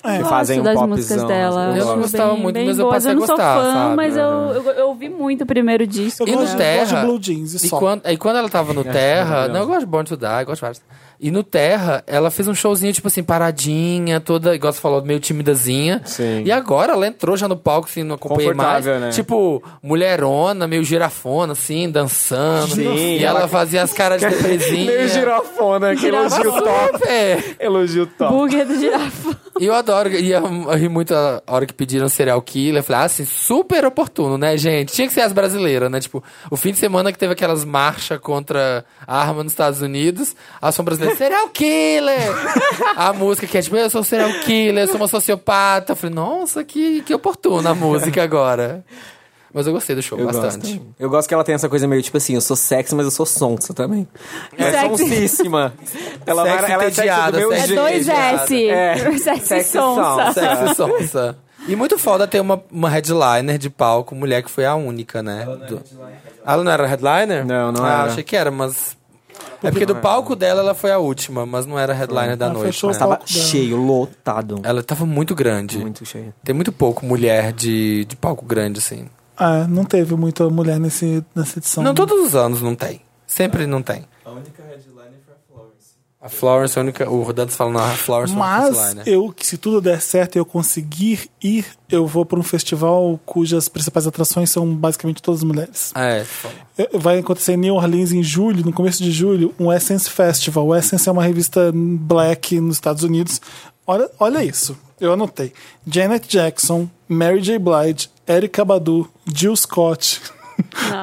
B: Que
D: Eu
B: fazem
D: gosto
B: um
D: das
B: popzão.
D: músicas dela.
B: assim.
E: Eu não
D: acho
E: gostava
D: bem-
E: muito,
D: bem
E: mas eu
D: boas.
E: passei a
D: eu não
E: gostar,
D: sou fã,
E: sabe?
D: mas eu, eu, eu ouvi muito o primeiro disco.
A: Eu
E: E no
A: gosto, eu gosto de
E: Terra?
A: Blue Jeans e,
E: E
A: só.
E: quando, aí quando ela tava no Terra, não, eu gosto de Born to Die, eu gosto de vários. E no Terra, ela fez um showzinho, tipo assim, paradinha, toda, igual você falou, meio timidazinha.
B: Sim.
E: E agora ela entrou já no palco, assim, não acompanhei mais.
G: Confortável, né?
E: Tipo, mulherona, meio girafona, assim, dançando.
B: Sim,
E: e ela,
G: ela-
E: fazia as caras de depresinha.
G: Meio girofona, que elogio top.
E: É.
G: Elogio top.
D: Booger do girafa.
E: E eu adoro, e eu, eu ri muito a hora que pediram serial killer. Eu falei, ah, assim, super oportuno, né, gente? Tinha que ser as brasileiras, né? Tipo, o fim de semana que teve aquelas marchas contra a arma nos Estados Unidos, a ação brasileira, serial killer! a música que é tipo, eu sou serial killer, eu sou uma sociopata. Eu falei, nossa, que, que oportuna a música agora. Mas eu gostei do show
B: Eu
E: bastante.
B: gosto. Eu gosto que ela tem essa coisa meio tipo assim, eu sou sexy, mas eu sou sonsa também. É
D: Sexy.
B: sonsíssima. Ela,
E: Sexy
B: vai- ela é sexy do
E: entediada,
B: meu
E: sexy
D: É
B: jeito.
D: dois S.
B: É.
D: Sexy,
B: Sexy
D: sonsa.
B: sonsa.
E: Sexy sonsa. E muito foda ter uma, uma headliner de palco, mulher que foi a única, né? Do- Ela não era headliner?
B: Não, não
E: ah,
B: era.
E: achei que era, mas. É porque do palco dela ela foi a última, mas não era headliner da
A: Ela
E: noite.
A: fechou
E: né?
A: o palco.
B: Tava cheio, lotado.
E: Ela tava muito
G: É
E: grande.
B: Muito cheio.
E: Tem muito pouco mulher de, de palco grande, assim.
A: Ah, não teve muita mulher nesse, nessa edição.
E: Não, todos os anos não tem. Sempre não tem.
F: A única headline foi a Florence.
E: A Florence, é a única. O Rodantes fala, não, a Florence foi a
A: Mas
E: headliner.
A: eu, que se tudo der certo e eu conseguir ir, eu vou para um festival cujas principais atrações são basicamente todas mulheres.
E: Ah, é.
A: É, Vai acontecer em New Orleans em julho, no começo de julho, um Essence Festival. O Essence é uma revista black nos Estados Unidos. Olha, olha isso, eu anotei. Janet Jackson, Mary J. Blige, Eric Badu, Jill Scott.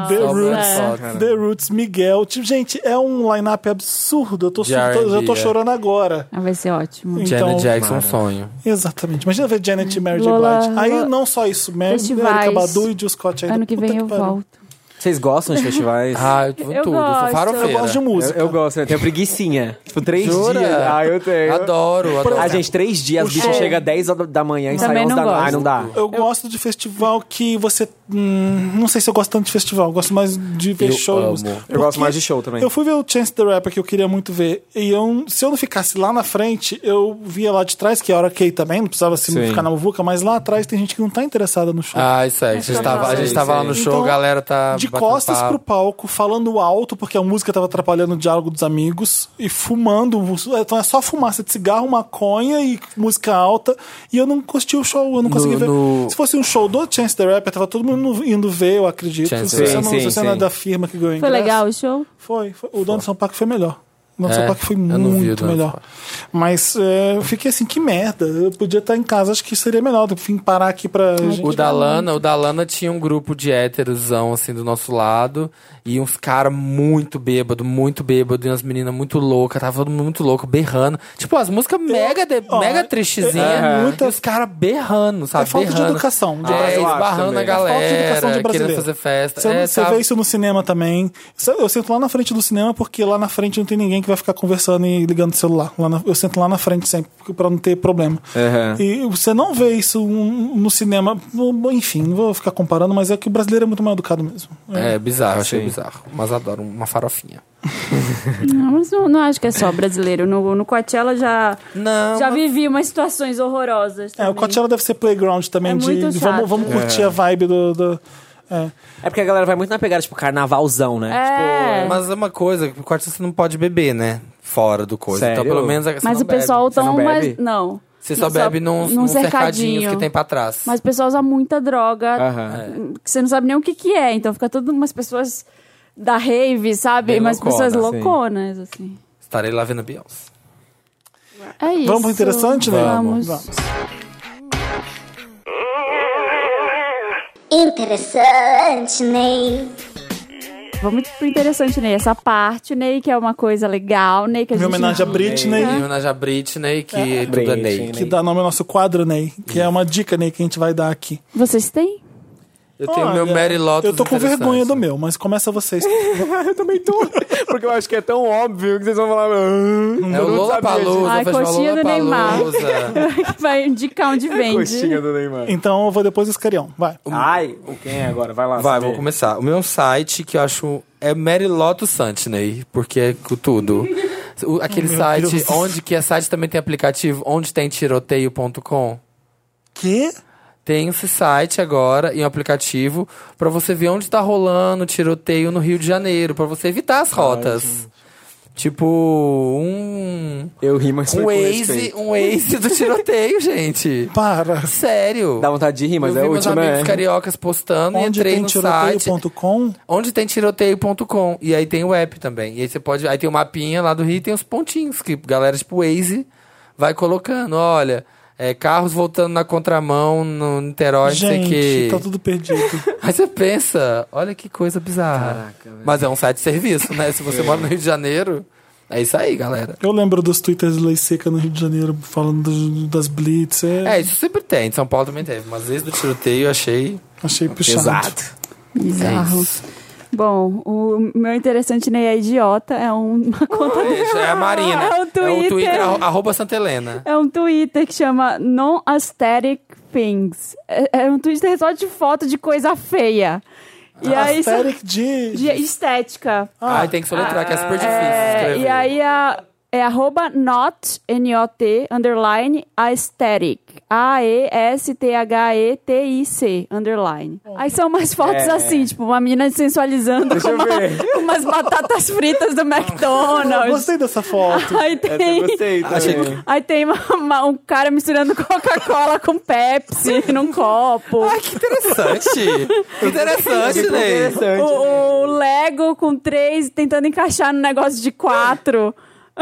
A: The
E: Só
A: Roots,
E: mulher só,
A: The Roots, Miguel. Tipo, gente, é um line-up absurdo. Eu tô,
E: De
A: sur- tô- eu
E: R&B,
A: tô
E: é.
A: chorando agora.
D: Ah, vai ser ótimo.
B: Tipo
A: Então-
E: Janet Jackson, um sonho.
A: Exatamente. Imagina ver Janet e Mary J.
D: Lola-
A: Blige. Aí
D: Lola-
A: não só isso, Mary J.
D: Festivais.
A: Badu e Jill Scott. Ainda.
D: Ano que
A: Puta
D: vem eu
A: pariu.
D: volto.
B: Vocês gostam de festivais?
E: Ah, eu, tudo.
D: Eu
E: sou
D: gosto.
E: farofeira.
A: Eu gosto de
B: eu,
A: música.
B: eu gosto, eu tenho preguicinha. Tipo, três dias. Ah, eu tenho.
E: Adoro, adoro.
B: Ah, gente, três dias, as bichas chegam às 10 horas da manhã e
D: Também
B: saem
D: não
B: 11 da noite.
D: gosto.
B: Ai, não dá.
A: Eu gosto de festival que você. hum, não sei se eu gosto tanto de festival, eu gosto mais de ver
E: Eu
A: shows.
E: amo. Eu
A: Porque
B: gosto mais de show também.
A: Eu fui ver o Chance the Rapper que eu queria muito ver. E eu, se eu não ficasse lá na frente, eu via lá de trás, que é era ok também, não precisava assim,
B: Sim.
A: ficar na muvuca, mas lá atrás tem gente que não tá interessada no show.
E: Ah, isso aí. A gente tava, a gente tava lá no show,
A: Então,
E: a galera tá.
A: de
E: batendo
A: costas
E: papo.
A: pro palco, falando alto, porque a música tava atrapalhando o diálogo dos amigos, e fumando. Então é só fumaça de cigarro, maconha e música alta. E eu não curti o show, eu não consegui ver.
E: no-
A: Se fosse um show do Chance the Rapper, tava todo mundo indo ver, eu acredito.
E: Chance
A: se
E: the
A: você não,
B: Rapper.
A: se
B: Sim,
A: você
B: sim,
A: não é
B: sim.
A: da firma que ganhou
D: Foi
A: ingresso.
D: legal o show?
A: Foi, foi. O Dono São Paco foi melhor. O Dono
E: É,
A: São Paco foi
E: eu não vi o
A: muito
E: Dono
A: melhor.
E: São Paco.
A: Mas é, eu fiquei assim, que merda. Eu podia estar em casa, acho que seria melhor. Eu Vim parar aqui pra. gente-
E: O Dalana, o Dalana tinha um grupo de héterosão, assim, do nosso lado. E uns caras muito bêbado, muito bêbado. E umas meninas muito loucas. Tava todo mundo muito louco, berrando. Tipo, as músicas mega, de,
A: ó,
E: mega tristezinha.
A: é- é muita-
E: E os caras berrando, sabe?
A: É falta de
E: berrando.
A: educação, de
E: é,
A: brasileiro
E: esbarrando
B: também.
E: a
B: É
A: de
B: falta
A: educação de
E: galera, querendo
A: brasileiro.
E: fazer festa.
A: Você,
E: é,
A: você
E: tá-
A: vê isso no cinema também. Isso- Eu sento lá na frente do cinema porque lá na frente não tem ninguém que vai ficar conversando e ligando o celular. Lá na- eu sento lá na frente sempre porque- pra não ter problema. E você não vê isso um- no cinema. Bom, Enfim, não vou ficar comparando, mas é que o brasileiro é muito mais educado mesmo.
E: É bizarro, achei
B: Sim.
E: bizarro. Mas adoro uma farofinha.
D: Não, mas não, não acho que é só brasileiro. No, no Coachella já,
E: Não,
D: já vivi umas situações horrorosas.
A: É, o
D: também.
A: Coachella deve ser playground também
D: É
A: de
D: muito
A: de vamos,
D: chato.
A: vamos
E: É.
A: curtir a vibe do. do- é.
B: É porque a galera vai muito na pegada, tipo, carnavalzão, né?
A: tipo,
D: É.
E: Mas é uma coisa, o quarto você não pode beber, né? Fora do coisa.
B: Sério?
E: Então, pelo menos. você
D: Mas
E: não
D: o pessoal
E: bebe.
D: toma.
B: não
D: umas-
B: bebe?
D: Não.
E: Você
D: Só
E: só bebe num,
D: num
E: num cercadinho
D: cercadinho
E: que tem pra trás.
D: Mas o pessoal usa muita droga
B: Aham.
D: que você não sabe nem o que, que é. Então fica todo umas pessoas da rave, sabe?
E: Bem
D: umas
E: loucona,
D: pessoas
B: sim.
D: louconas, assim.
E: Estarei lá vendo a Beyoncé.
D: É isso.
A: Vamos pro interessante, né?
D: Vamos.
A: Vamos.
I: Interessante, Ney.
D: Vamos pro interessante, Ney. Essa parte, Ney, que é uma coisa legal, Ney, que a
A: Em
D: gente.
A: homenagem a
D: É.
A: Britney,
E: Em homenagem a Britney, que tudo é Ney.
A: que dá nome ao nosso quadro, Ney. Que é uma dica, Ney, que a gente vai dar aqui.
D: Vocês têm?
E: Eu tenho
A: Olha,
E: meu Mary Lotus
A: Eu tô com
E: interessante.
A: vergonha do meu, mas começa vocês.
G: Eu também tô. Porque eu acho que é tão óbvio que vocês vão falar. "Ah,
E: É o Lola Palusa,
D: Ai, coxinha do Neymar.
E: Palusa.
D: Vai indicar
A: É
D: onde vende.
G: Coxinha do Neymar.
A: então eu vou depois do Iscarião. Vai.
B: Ai, o quem é agora? Vai lá.
E: Vai,
B: Cê.
E: vou começar. O meu é um site que eu acho é Mary Lotus Santiney, porque é com tudo. O- aquele
B: Hum.
E: site
A: Deus.
E: onde que é site também tem aplicativo, onde tem tiroteio.com.
A: Que?
E: Tem esse site agora e um aplicativo pra você ver onde tá rolando tiroteio no Rio de Janeiro, pra você evitar as rotas. tipo, um
B: Eu ri, mas foi
E: um
B: com
E: Waze,
B: respeito. um
E: um Waze do tiroteio, gente.
A: Para.
E: Sério.
B: Dá vontade de rir, mas
E: eu
B: é
E: vi
B: o
E: meus
B: último,
E: amigos
B: né?
E: cariocas postando e
A: Onde
E: entrei
A: tem
E: no site.
A: tiroteio.com?
E: Onde tem tiroteio.com. E aí tem o app também. E aí você pode. Aí tem o mapinha lá do Rio e tem os pontinhos que galera tipo Waze vai colocando. Olha, é, carros voltando na contramão no Niterói, não sei o quê.
A: Gente, tá tudo perdido.
E: Aí você pensa, olha que coisa bizarra. Mas é um site de serviço, né? Se você mora no Rio de Janeiro, é isso aí, galera.
A: Eu lembro dos twitters de Lei Seca no Rio de Janeiro falando do- das Blitz. É,
E: É, isso sempre tem. Em São Paulo também teve. Mas vezes do tiroteio eu achei.
A: achei puxado.
B: Exato.
D: Bizarro. Bom, o meu interessante, Ney, é idiota. É um- uma conta do.
E: É a Marina.
D: É o
E: É o Twitter,
D: Twitter.
E: arro- arroba Santa Helena.
D: É um Twitter que chama Non-Aesthetic Things. É, é um Twitter só de foto de coisa feia. E aí. só-
A: Asterix de...
D: De estética.
E: Ah, tem que soletrar, que é super difícil.
D: É,
E: escrever.
D: e aí a, é arroba not, N-O-T, underline, aesthetic. A-E-S-T-H-E-T-I-C, underline. Aí são umas fotos assim, tipo, uma menina sensualizando com,
G: É. Deixa eu
D: uma-
G: ver.
D: com umas batatas fritas do
A: Eu
D: McDonald's.
A: gostei dessa foto.
D: Aí
G: Essa eu
D: tem,
G: gostei também.
E: Achei
D: aí tem uma- uma- um cara misturando Coca-Cola com Pepsi num copo.
E: Ai, que interessante! Que interessante, Ney!
D: Um
G: Interessante.
D: O, o
E: é.
D: Lego com três tentando encaixar no negócio de quatro.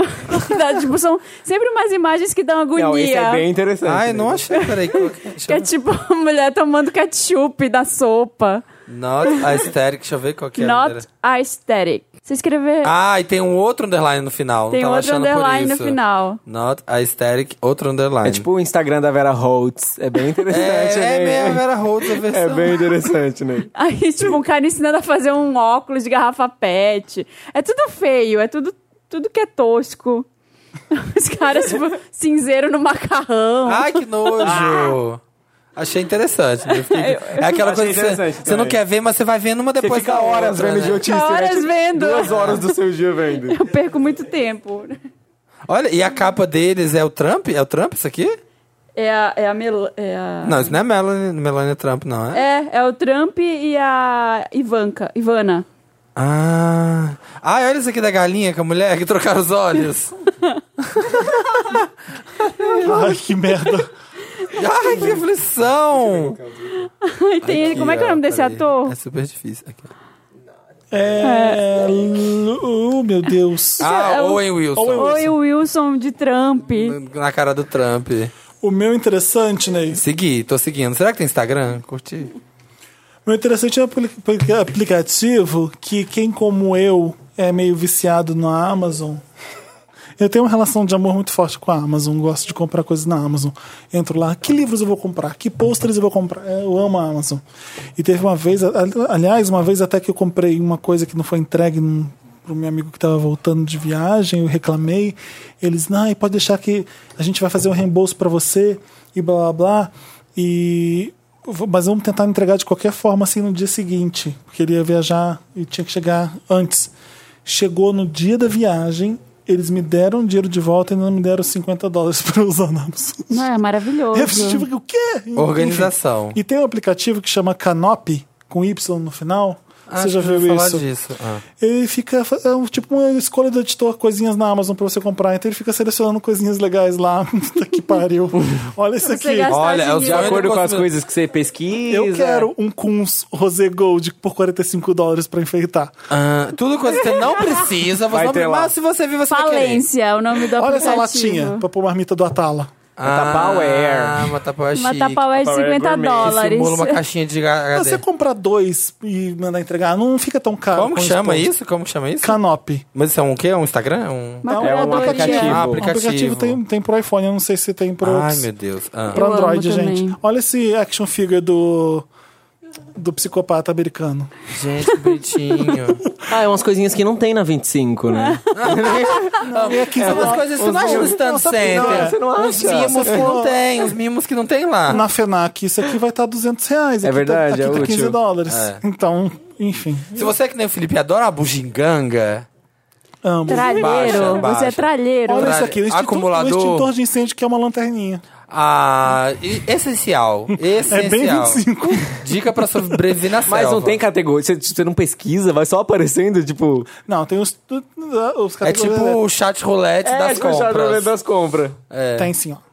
D: Dá, tipo, são sempre umas imagens que dão agonia.
G: Não, esse é bem interessante.
B: né?
E: Ai, não achei, peraí.
D: Que é tipo a mulher tomando ketchup da sopa.
E: Not aesthetic, deixa eu ver qual que é.
D: Not aesthetic. Se escrever,
E: Ah, e tem um outro underline no final.
D: tem
E: não tava
D: outro
E: achando por
D: underline no
E: isso.
D: final.
E: Not aesthetic, outro underline.
B: É tipo o Instagram da Vera Holtz. É bem
E: É,
B: interessante,
E: é
B: né?
E: meio a Vera Holtz a
G: É
E: versão.
G: bem interessante, né?
D: Aí, tipo, um cara ensinando a fazer um óculos de garrafa pet. É tudo feio, é tudo, tudo que é tosco. Os caras, tipo, cinzeiro no macarrão.
E: Ai, que nojo! Achei interessante. né? Eu fiquei- É aquela
G: Achei
E: coisa que você,
G: interessante
E: você não
G: também.
E: quer ver, mas você vai vendo uma
G: Você
E: depois
G: fica
E: da
G: horas
E: outra,
G: vendo
E: né?
G: idiotice.
D: Fica
G: né?
D: horas
G: Tipo,
D: vendo.
G: Duas horas do seu dia vendo.
D: Eu perco muito tempo.
E: Olha, e a capa deles é o Trump? É o Trump isso aqui?
D: É a, é a Mel... É, a-
E: Não, isso não é Melanie, Melania Trump, não, é?
D: é, é o Trump e a Ivanka. Ivana.
E: Ah. Ah, olha isso aqui da galinha com a mulher que trocaram os olhos.
A: Ai, que merda.
E: Ai, que aflição!
D: E tem ele, como é que é o nome desse ator?
E: É super difícil. Aqui, ó.
A: É... Oh, meu Deus.
E: Ah,
D: é o-
E: Owen Wilson.
D: Oi, o Wilson de Trump.
E: Na cara do Trump.
A: O meu interessante, Ney.
E: Segui, tô seguindo. Será que tem Instagram? Curti.
A: O meu interessante é o apli- apli- aplicativo que quem como eu é meio viciado na Amazon. Eu tenho uma relação de amor muito forte com a Amazon, gosto de comprar coisas na Amazon. Entro lá, que livros eu vou comprar? Que pôsteres eu vou comprar? É, Eu amo a Amazon. E teve uma vez, a- a- aliás, uma vez até que eu comprei uma coisa que não foi entregue num, pro meu amigo que estava voltando de viagem, eu reclamei. Eles, não, pode deixar que a gente vai fazer um reembolso para você e blá blá blá. E mas vamos tentar entregar de qualquer forma assim no dia seguinte, porque ele ia viajar e tinha que chegar antes. Chegou no dia da viagem, eles me deram o dinheiro de volta e não me deram 50 dólares para usar na Amazon.
D: Não, é maravilhoso.
A: Eu fiquei, tipo, o quê?
E: Organização.
A: E tem um aplicativo que chama Canopy, com Y no final. Você já
E: Acho que eu
A: viu
E: Ah, falar
A: isso?
E: disso. Ah.
A: Ele fica. É um, tipo uma escolha do editor, coisinhas na Amazon pra você comprar. Então ele fica selecionando coisinhas legais lá. Puta que pariu. Olha isso
D: Você
A: aqui.
D: gasta
E: Olha, é o
B: De
D: dinheiro.
B: acordo com as
E: Consumidor.
B: coisas que você pesquisa.
A: Eu
B: é.
A: quero um Kunz Rosé Gold por 45 dólares pra enfeitar.
E: Ah, tudo coisa que você não precisa, você
G: Vai
E: não
G: ter
E: precisa.
G: lá.
E: Mas se você vir, você vai querer.
D: Falência é o nome do
A: Olha
D: aplicativo.
A: essa latinha pra pôr marmita do Atala.
B: Tupperware.
E: Ah, uma Tupperware
D: Uma
E: chique.
D: Tupperware de
G: Tupperware
D: 50
G: gourmet.
E: Que
D: é dólares.
A: é
E: simula uma caixinha de
A: Se
E: HD.
A: Ah, você comprar dois e mandar entregar, não fica tão caro.
E: Como que
A: quanto
E: chama
A: os
E: isso? Como que chama isso?
A: pontos. Canopy.
E: Mas isso é um quê? Um Instagram? É Um...
D: Uma
A: É um
D: curadoria.
A: aplicativo.
E: Ah,
A: O
E: aplicativo.
A: aplicativo tem, tem pro iPhone, eu não sei se tem pro,
E: Ai, meu Deus. Ah.
A: pro
D: Eu amo
A: Android, gente.
D: também.
A: Olha esse action figure do, do psicopata americano.
E: Gente, que bonitinho.
B: Ah, é umas coisinhas que não tem na 25, né?
A: E aqui,
E: São É umas coisas que você não acha no stand center.
B: Você não
E: Os
B: acha?
E: mimos que não tem, os mimos que não tem lá.
A: na FENAC, isso aqui vai estar 200 reais.
B: É
A: aqui tá-
B: verdade,
A: aqui
B: é
A: tá 15
B: útil.
A: dólares.
E: É.
A: Então, enfim,
E: Se você é que nem o Felipe adora uma bugiganga,
A: ambos.
D: Tralheiro.
E: Baixa, baixa.
D: Você é tralheiro.
A: Olha
E: Tra-
A: isso aqui, um extintor,
E: acumulador.
A: um extintor de incêndio que é uma lanterninha.
E: ah, e- essencial. Essencial.
A: É bem 25.
E: Dica pra sobreviver na selva.
B: Mas não tem categoria. Você, você não pesquisa, vai só aparecendo, tipo.
A: Não, tem os. os
E: É
A: categorias-
E: tipo o chat roulette
B: É,
E: das
B: tipo
E: tá compras.
B: das compras.
E: É.
A: Tem sim, ó.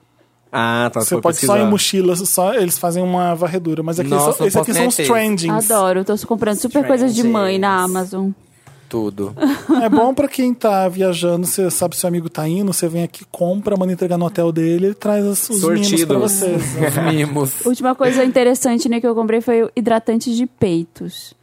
B: Ah, tá.
A: Você pode só em mochilas, só, eles fazem uma varredura. Mas aqui
E: Nossa,
A: só,
E: não
A: esse aqui
E: posso
A: são
E: nem
A: os
E: ter.
A: trendings.
D: Adoro, tô comprando super coisas de mãe na Amazon.
E: Tudo.
A: É bom pra quem tá viajando, você sabe se seu amigo tá indo, você vem aqui, compra, manda entregar no hotel dele, ele traz as- os mimos pra
B: Sortido.
A: vocês.
E: Os mimos.
D: Última coisa interessante, né, que eu comprei foi o hidratante de peitos.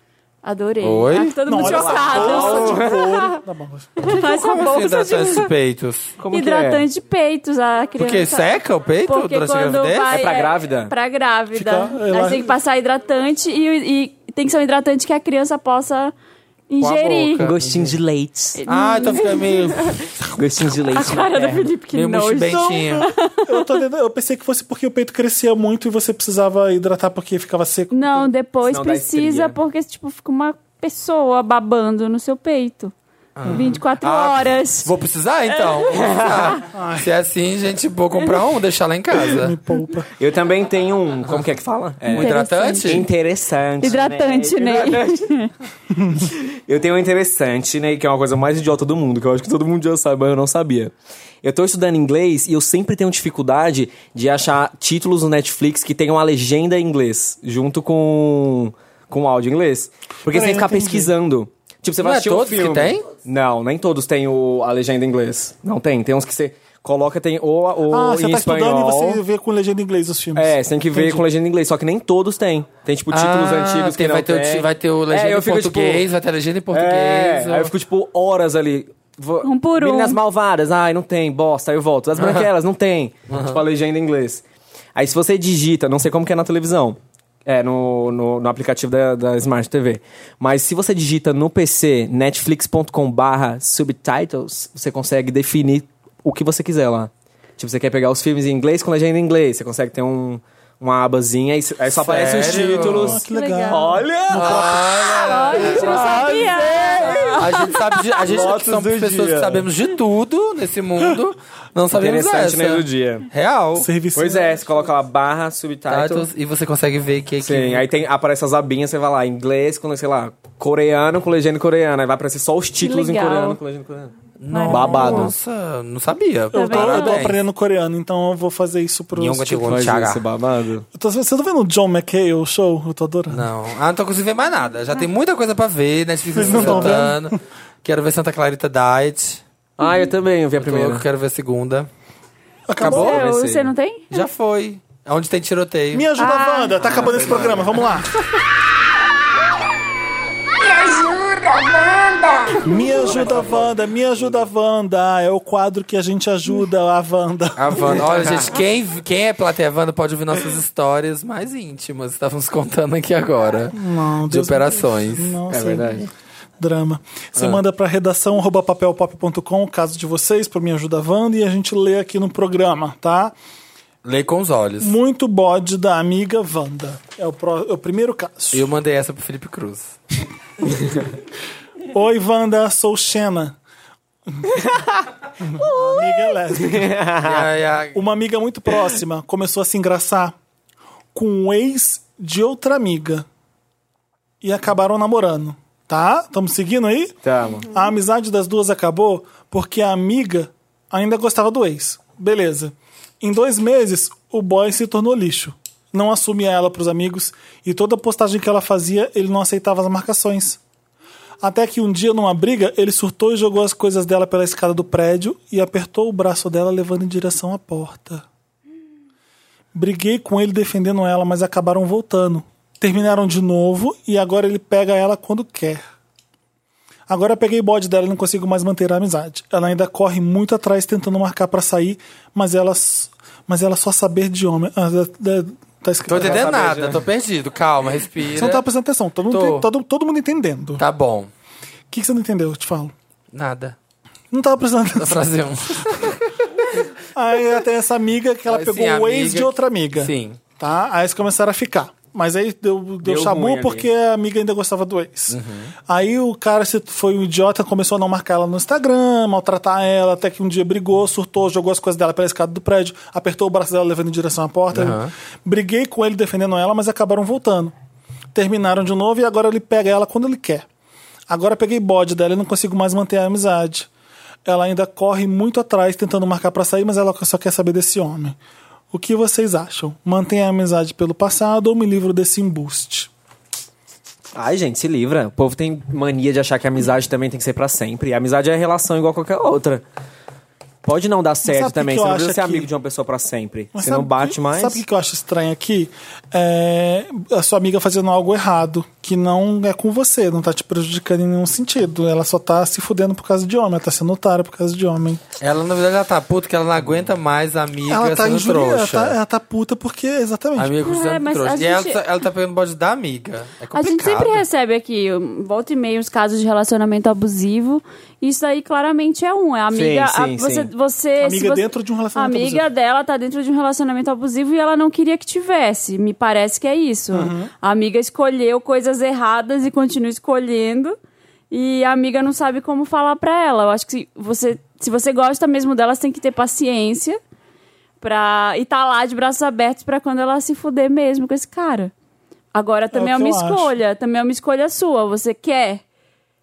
D: Adorei.
E: Oi?
D: Ah, todo mundo
A: olha essa
D: chocado.
A: bolsa de couro. Tá bom.
D: Mas é
E: Como
D: bom
E: assim
D: você
E: hidratar os peitos?
B: Como que é?
D: hidratante de peitos. A criança...
E: Porque seca assim, o peito
D: Porque
E: durante a
D: quando
E: gravidez?
D: vai-
B: É pra grávida?
D: Pra grávida.
A: Fica-
D: Aí você tem que passar hidratante e, e tem que ser um hidratante que a criança possa
E: a
D: ingerir.
E: boca.
B: Gostinho de leite.
E: Ah, então fica meio,
B: Gostinho de
D: A
B: leite.
D: cara do Felipe, que
E: meio
D: nojo.
E: mochibentinho.
A: Eu, tô tentando- eu pensei que fosse porque o peito crescia muito e você precisava hidratar porque ficava seco.
D: Não, depois
B: Senão dá
D: precisa,
B: estria.
D: porque, tipo, fica uma pessoa babando no seu peito. 24
E: Ah,
D: horas.
E: Vou precisar, então? Vou precisar. Se é assim, gente, vou comprar um, deixar lá em
A: Me
E: casa.
A: poupa.
B: Eu também tenho um. Como que é que fala? É.
E: Um hidratante?
B: Interessante.
D: Hidratante, né?
B: Eu tenho um interessante, né? Que é uma coisa mais idiota do mundo, que eu acho que todo mundo já sabe, mas eu não sabia. Eu tô estudando inglês e eu sempre tenho dificuldade de achar títulos no Netflix que tenham a legenda em inglês, junto com, com o áudio em inglês. Porque você
A: Peraí,
B: tem que ficar
A: não entendi.
B: pesquisando. Tipo, você
E: Não
B: vai
E: é
B: assistir
E: todos
B: um
E: que
B: filme.
E: tem?
B: Não, nem todos têm o- a legenda em inglês. Não tem. Tem uns que você coloca, tem ou, ou
A: Ah,
B: em
A: você tá
B: espanhol.
A: estudando e você vê com legenda em inglês os filmes.
B: É, você tem que ver com legenda em inglês, só que nem todos têm. Tem, tipo, títulos
E: Ah,
B: antigos que
E: tem-
B: não
E: vai ter, o
B: tem.
E: ti- vai ter o legenda
B: É, eu
E: em
B: fico, tipo,
E: português, vai ter a legenda em português.
B: É,
E: ou-
B: aí eu fico, tipo, horas ali. Vou-
D: Um por um.
B: Meninas malvadas, ai, não tem, bosta, aí eu volto. As branquelas, não tem. Tipo, a legenda em inglês. Aí se você digita, não sei como que é na televisão, é, no, no, no aplicativo da, da Smart TV. Mas se você digita no PC, netflix.com barra subtitles, você consegue definir o que você quiser lá. Tipo, você quer pegar os filmes em inglês com legenda em inglês, você consegue ter um, uma abazinha, aí, aí só aparecem os
E: Sério?
A: Ah,
B: títulos.
A: que legal.
B: Olha!
D: Olha, a gente não sabia.
E: A gente sabe, de- a gente que
B: Lotus
E: somos
B: do
E: pessoas
B: dia.
E: que sabemos de tudo nesse mundo, não sabemos
B: Interessante,
E: essa.
B: né, do dia.
E: Real.
A: Serviço.
B: Pois é, você coloca lá barra, subtitles.
E: Titles, e você consegue ver que...
B: Sim,
E: que...
B: aí tem, aparece as abinhas, você vai lá, inglês com, sei lá, coreano com legenda em coreano. Aí vai aparecer só os títulos em
D: legal.
B: coreano com legenda em coreano.
E: Nossa,
B: Babado.
E: Nossa, não sabia.
A: Eu tô, eu tô
E: Parabéns.
A: aprendendo coreano, então eu vou fazer isso pros
E: Nyongo
A: títulos.
E: Chegou no Thiago.
B: esse babado.
A: Eu tô- Você tá vendo o John McKay, o show? Eu tô adorando.
E: Não, ah, não tô conseguindo ver mais nada. Já tem muita coisa pra ver, Netflix
A: Vocês não tão
E: soltando. Quero ver Santa Clarita Diet.
B: Ah, eu também, eu vi a
E: Tô louco,
B: primeira.
E: quero ver a segunda.
A: Acabou?
E: Acabou?
D: Eu-
B: comecei.
D: você não tem?
E: Já foi. É onde tem tiroteio.
A: Me ajuda, Wanda. Tá acabando
E: Ah,
A: esse programa, vamos lá.
I: Me ajuda, Wanda!
A: Me ajuda, Wanda. Me ajuda, Wanda. É o quadro que a gente ajuda a Wanda.
E: A Wanda. Olha, gente, quem, quem é plateia Wanda pode ouvir nossas histórias mais íntimas. Estávamos contando aqui agora.
A: Não,
E: de
A: Deus
E: operações. É Ah.
A: Nossa, Drama. Você manda pra redação arroba papelpop.com o caso de vocês, pro Me Ajuda Wanda, e a gente lê aqui no programa, tá?
E: Lê com os olhos.
A: Muito bode da amiga Wanda. É o, pró- é o primeiro caso.
E: Eu mandei essa pro Felipe Cruz.
A: Oi, Wanda, sou Xena. amiga é lésbica.
E: Ai, ai.
A: Uma amiga muito próxima começou a se engraçar com um ex de outra amiga. E acabaram namorando. Tá? Estamos seguindo aí?
B: Tá, mano.
A: A amizade das duas acabou porque a amiga ainda gostava do ex. Beleza. Em dois meses, o boy se tornou lixo. Não assumia ela pros amigos e toda postagem que ela fazia, ele não aceitava as marcações. Até que um dia, numa briga, ele surtou e jogou as coisas dela pela escada do prédio e apertou o braço dela, levando em direção à porta. Briguei com ele defendendo ela, mas acabaram voltando. Terminaram de novo e agora ele pega ela quando quer. Agora peguei bode dela e não consigo mais manter a amizade. Ela ainda corre muito atrás tentando marcar pra sair, mas ela, s- mas ela só saber de homem. Ah, da- da- tá escrito.
E: Tô entendendo
A: errado.
E: nada, tô perdido. Calma, respira.
A: Você não tá prestando atenção, todo mundo,
E: Tô.
A: tem- todo, todo mundo entendendo. O
E: Tá bom.
A: que, que você não entendeu? Eu te falo.
E: Nada.
A: Não tava prestando
E: Vou
A: atenção.
E: trazer um.
A: Aí ela tem essa amiga que ela
E: Aí,
A: pegou
E: sim, a
A: o ex
E: amiga
A: de outra amiga.
E: Sim.
A: Tá? Aí eles começaram a ficar. Mas aí deu, deu,
B: Deu ruim
A: chabu
B: ali.
A: porque a amiga ainda gostava do ex. Aí o cara se- foi um idiota, começou a não marcar ela no Instagram, maltratar ela, até que um dia brigou, surtou, jogou as coisas dela pela escada do prédio, apertou o braço dela levando em direção à porta. Briguei com ele defendendo ela, mas acabaram voltando. Terminaram de novo e agora ele pega ela quando ele quer. Agora peguei bode dela e não consigo mais manter a amizade. Ela ainda corre muito atrás tentando marcar pra sair, mas ela só quer saber desse homem. O que vocês acham? Mantenha a amizade pelo passado ou me livro desse embuste?
B: Ai, gente, se livra. O povo tem mania de achar que a amizade também tem que ser pra sempre. A amizade é relação igual a qualquer outra. Pode não dar certo
A: sabe o que
B: também.
A: que
B: Você
A: eu
B: não precisa
A: acho
B: ser
A: aqui?
B: amigo de uma pessoa pra sempre.
A: Mas
B: você não
A: sabe
B: bate
A: que-
B: mais.
A: Sabe o que eu acho estranho aqui? É a sua amiga fazendo algo errado, que não é com você, não tá te prejudicando em nenhum sentido. Ela só tá se fudendo por causa de homem, ela tá sendo otária por causa de homem.
E: Ela, na verdade, ela tá puta que ela não aguenta mais a amiga
B: é
A: ela tá
E: sendo
A: injuriada, ela
E: trouxa.
A: tá, ela tá puta porque, exatamente.
E: Amigo
D: É,
E: sendo
D: mas
E: trouxa.
D: a
E: E ela,
D: gente-
E: tá- ela tá pegando o bode da amiga. É
D: A
E: complicado.
D: gente sempre recebe aqui, um, volta e meia, os casos de relacionamento abusivo. Isso aí claramente é um. É a amiga.
B: Sim, sim,
D: a- você,
B: sim.
D: você, se
A: Amiga
D: você-
A: dentro de um
D: A
A: relacionamento
D: amiga dela tá dentro de um relacionamento abusivo e ela não queria que tivesse. Me parece que é isso.
A: Uhum.
D: A amiga escolheu coisas erradas e continua escolhendo. E a amiga não sabe como falar pra ela. Eu acho que você, se você gosta mesmo dela, você tem que ter paciência pra, e tá lá de braços abertos pra quando ela se fuder mesmo com esse cara. Agora também é,
A: o que
D: uma
A: eu acho.
D: escolha, também é uma escolha sua. Você quer.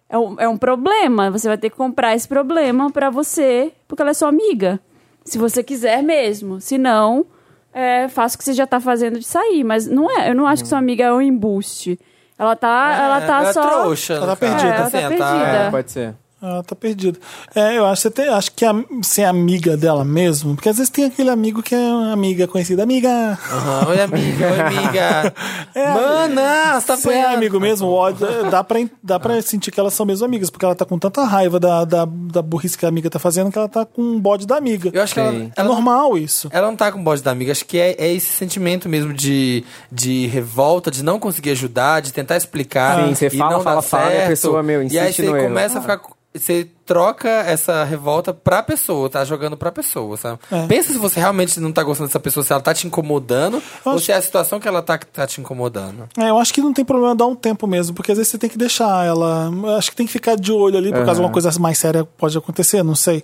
D: É um, é um problema. Você vai ter que comprar esse problema pra você, porque ela é sua amiga. Se você quiser mesmo. Se não, é, faça o que você já tá fazendo de sair. Mas não é. Eu não acho que sua amiga é um embuste. Ela tá,
E: É,
D: ela tá
E: é
D: só.
E: trouxa.
A: Ela tá
E: no caso.
A: perdida.
D: É, ela tá
E: Assim,
D: perdida.
B: É, pode ser.
A: Ela tá perdida. É, eu acho, que você tem- acho que a, ser amiga dela mesmo, porque às vezes tem aquele amigo que é uma amiga conhecida, amiga.
E: Aham, Oi, amiga. Oi, amiga.
B: É,
E: Mana, você tá
A: Você é
E: apanhando.
A: amigo mesmo, o ódio, é, dá pra, en- dá pra sentir que elas são mesmo amigas, porque ela tá com tanta raiva da, da, da burrice que a amiga tá fazendo que ela tá com um bode da amiga.
E: Eu acho que ela,
B: Sim.
A: É
E: ela,
A: normal isso.
E: ela não tá com bode da amiga. Acho que é, é esse sentimento mesmo de, de revolta, de não conseguir ajudar, de tentar explicar.
B: Sim, você
E: e
B: fala,
E: não dá
B: fala, fala, e a
E: certo.
B: pessoa, meu,
E: E aí
B: insiste no erro.
E: começa
D: Ah.
E: a ficar. co- Você troca essa revolta pra pessoa, tá jogando pra pessoa, sabe?
B: É.
E: Pensa se você realmente não tá gostando dessa pessoa, se ela tá te incomodando, ou
A: acho-
E: se é a situação que ela tá, tá te incomodando.
A: É, eu acho que não tem problema dar um tempo mesmo, porque às vezes você tem que deixar ela. eu Acho que tem que ficar de olho ali, por causa de uma coisa mais séria pode acontecer, não sei.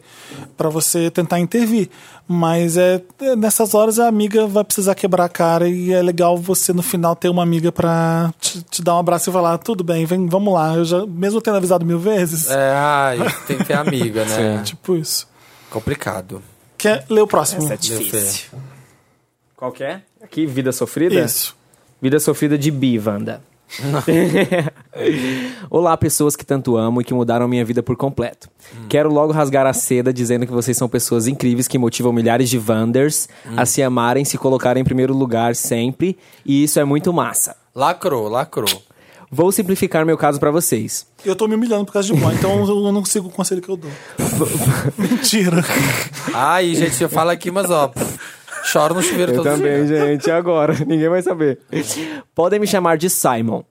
A: Pra você tentar intervir. Mas é é, nessas horas a amiga vai precisar quebrar a cara e é legal você no final ter uma amiga pra te, te dar um abraço e falar: tudo bem, vem, vamos lá. Eu já, mesmo tendo avisado mil vezes.
E: É, ai, tem que ter amiga, né?
A: Tipo isso.
E: Complicado.
A: Quer ler o próximo?
B: é
E: Difícil.
B: Qual que é? Aqui, Vida Sofrida?
A: Isso.
B: Vida Sofrida de Bi, Wanda. Olá, pessoas que tanto amo e que mudaram minha vida por completo. Quero logo rasgar a seda dizendo que vocês são pessoas incríveis que motivam milhares de Wanders a se amarem, se colocarem em primeiro lugar sempre. E isso é muito massa.
E: Lacrou, lacrou.
B: Vou simplificar meu caso pra vocês.
A: Eu tô me humilhando por causa de boa, então eu não consigo o conselho que eu dou. Mentira.
E: Ai, gente, eu falo aqui, mas ó, pff, choro no chuveiro
B: Eu
E: todo
B: também,
E: dia.
B: gente. E agora? Ninguém vai saber. Podem me chamar de Simon.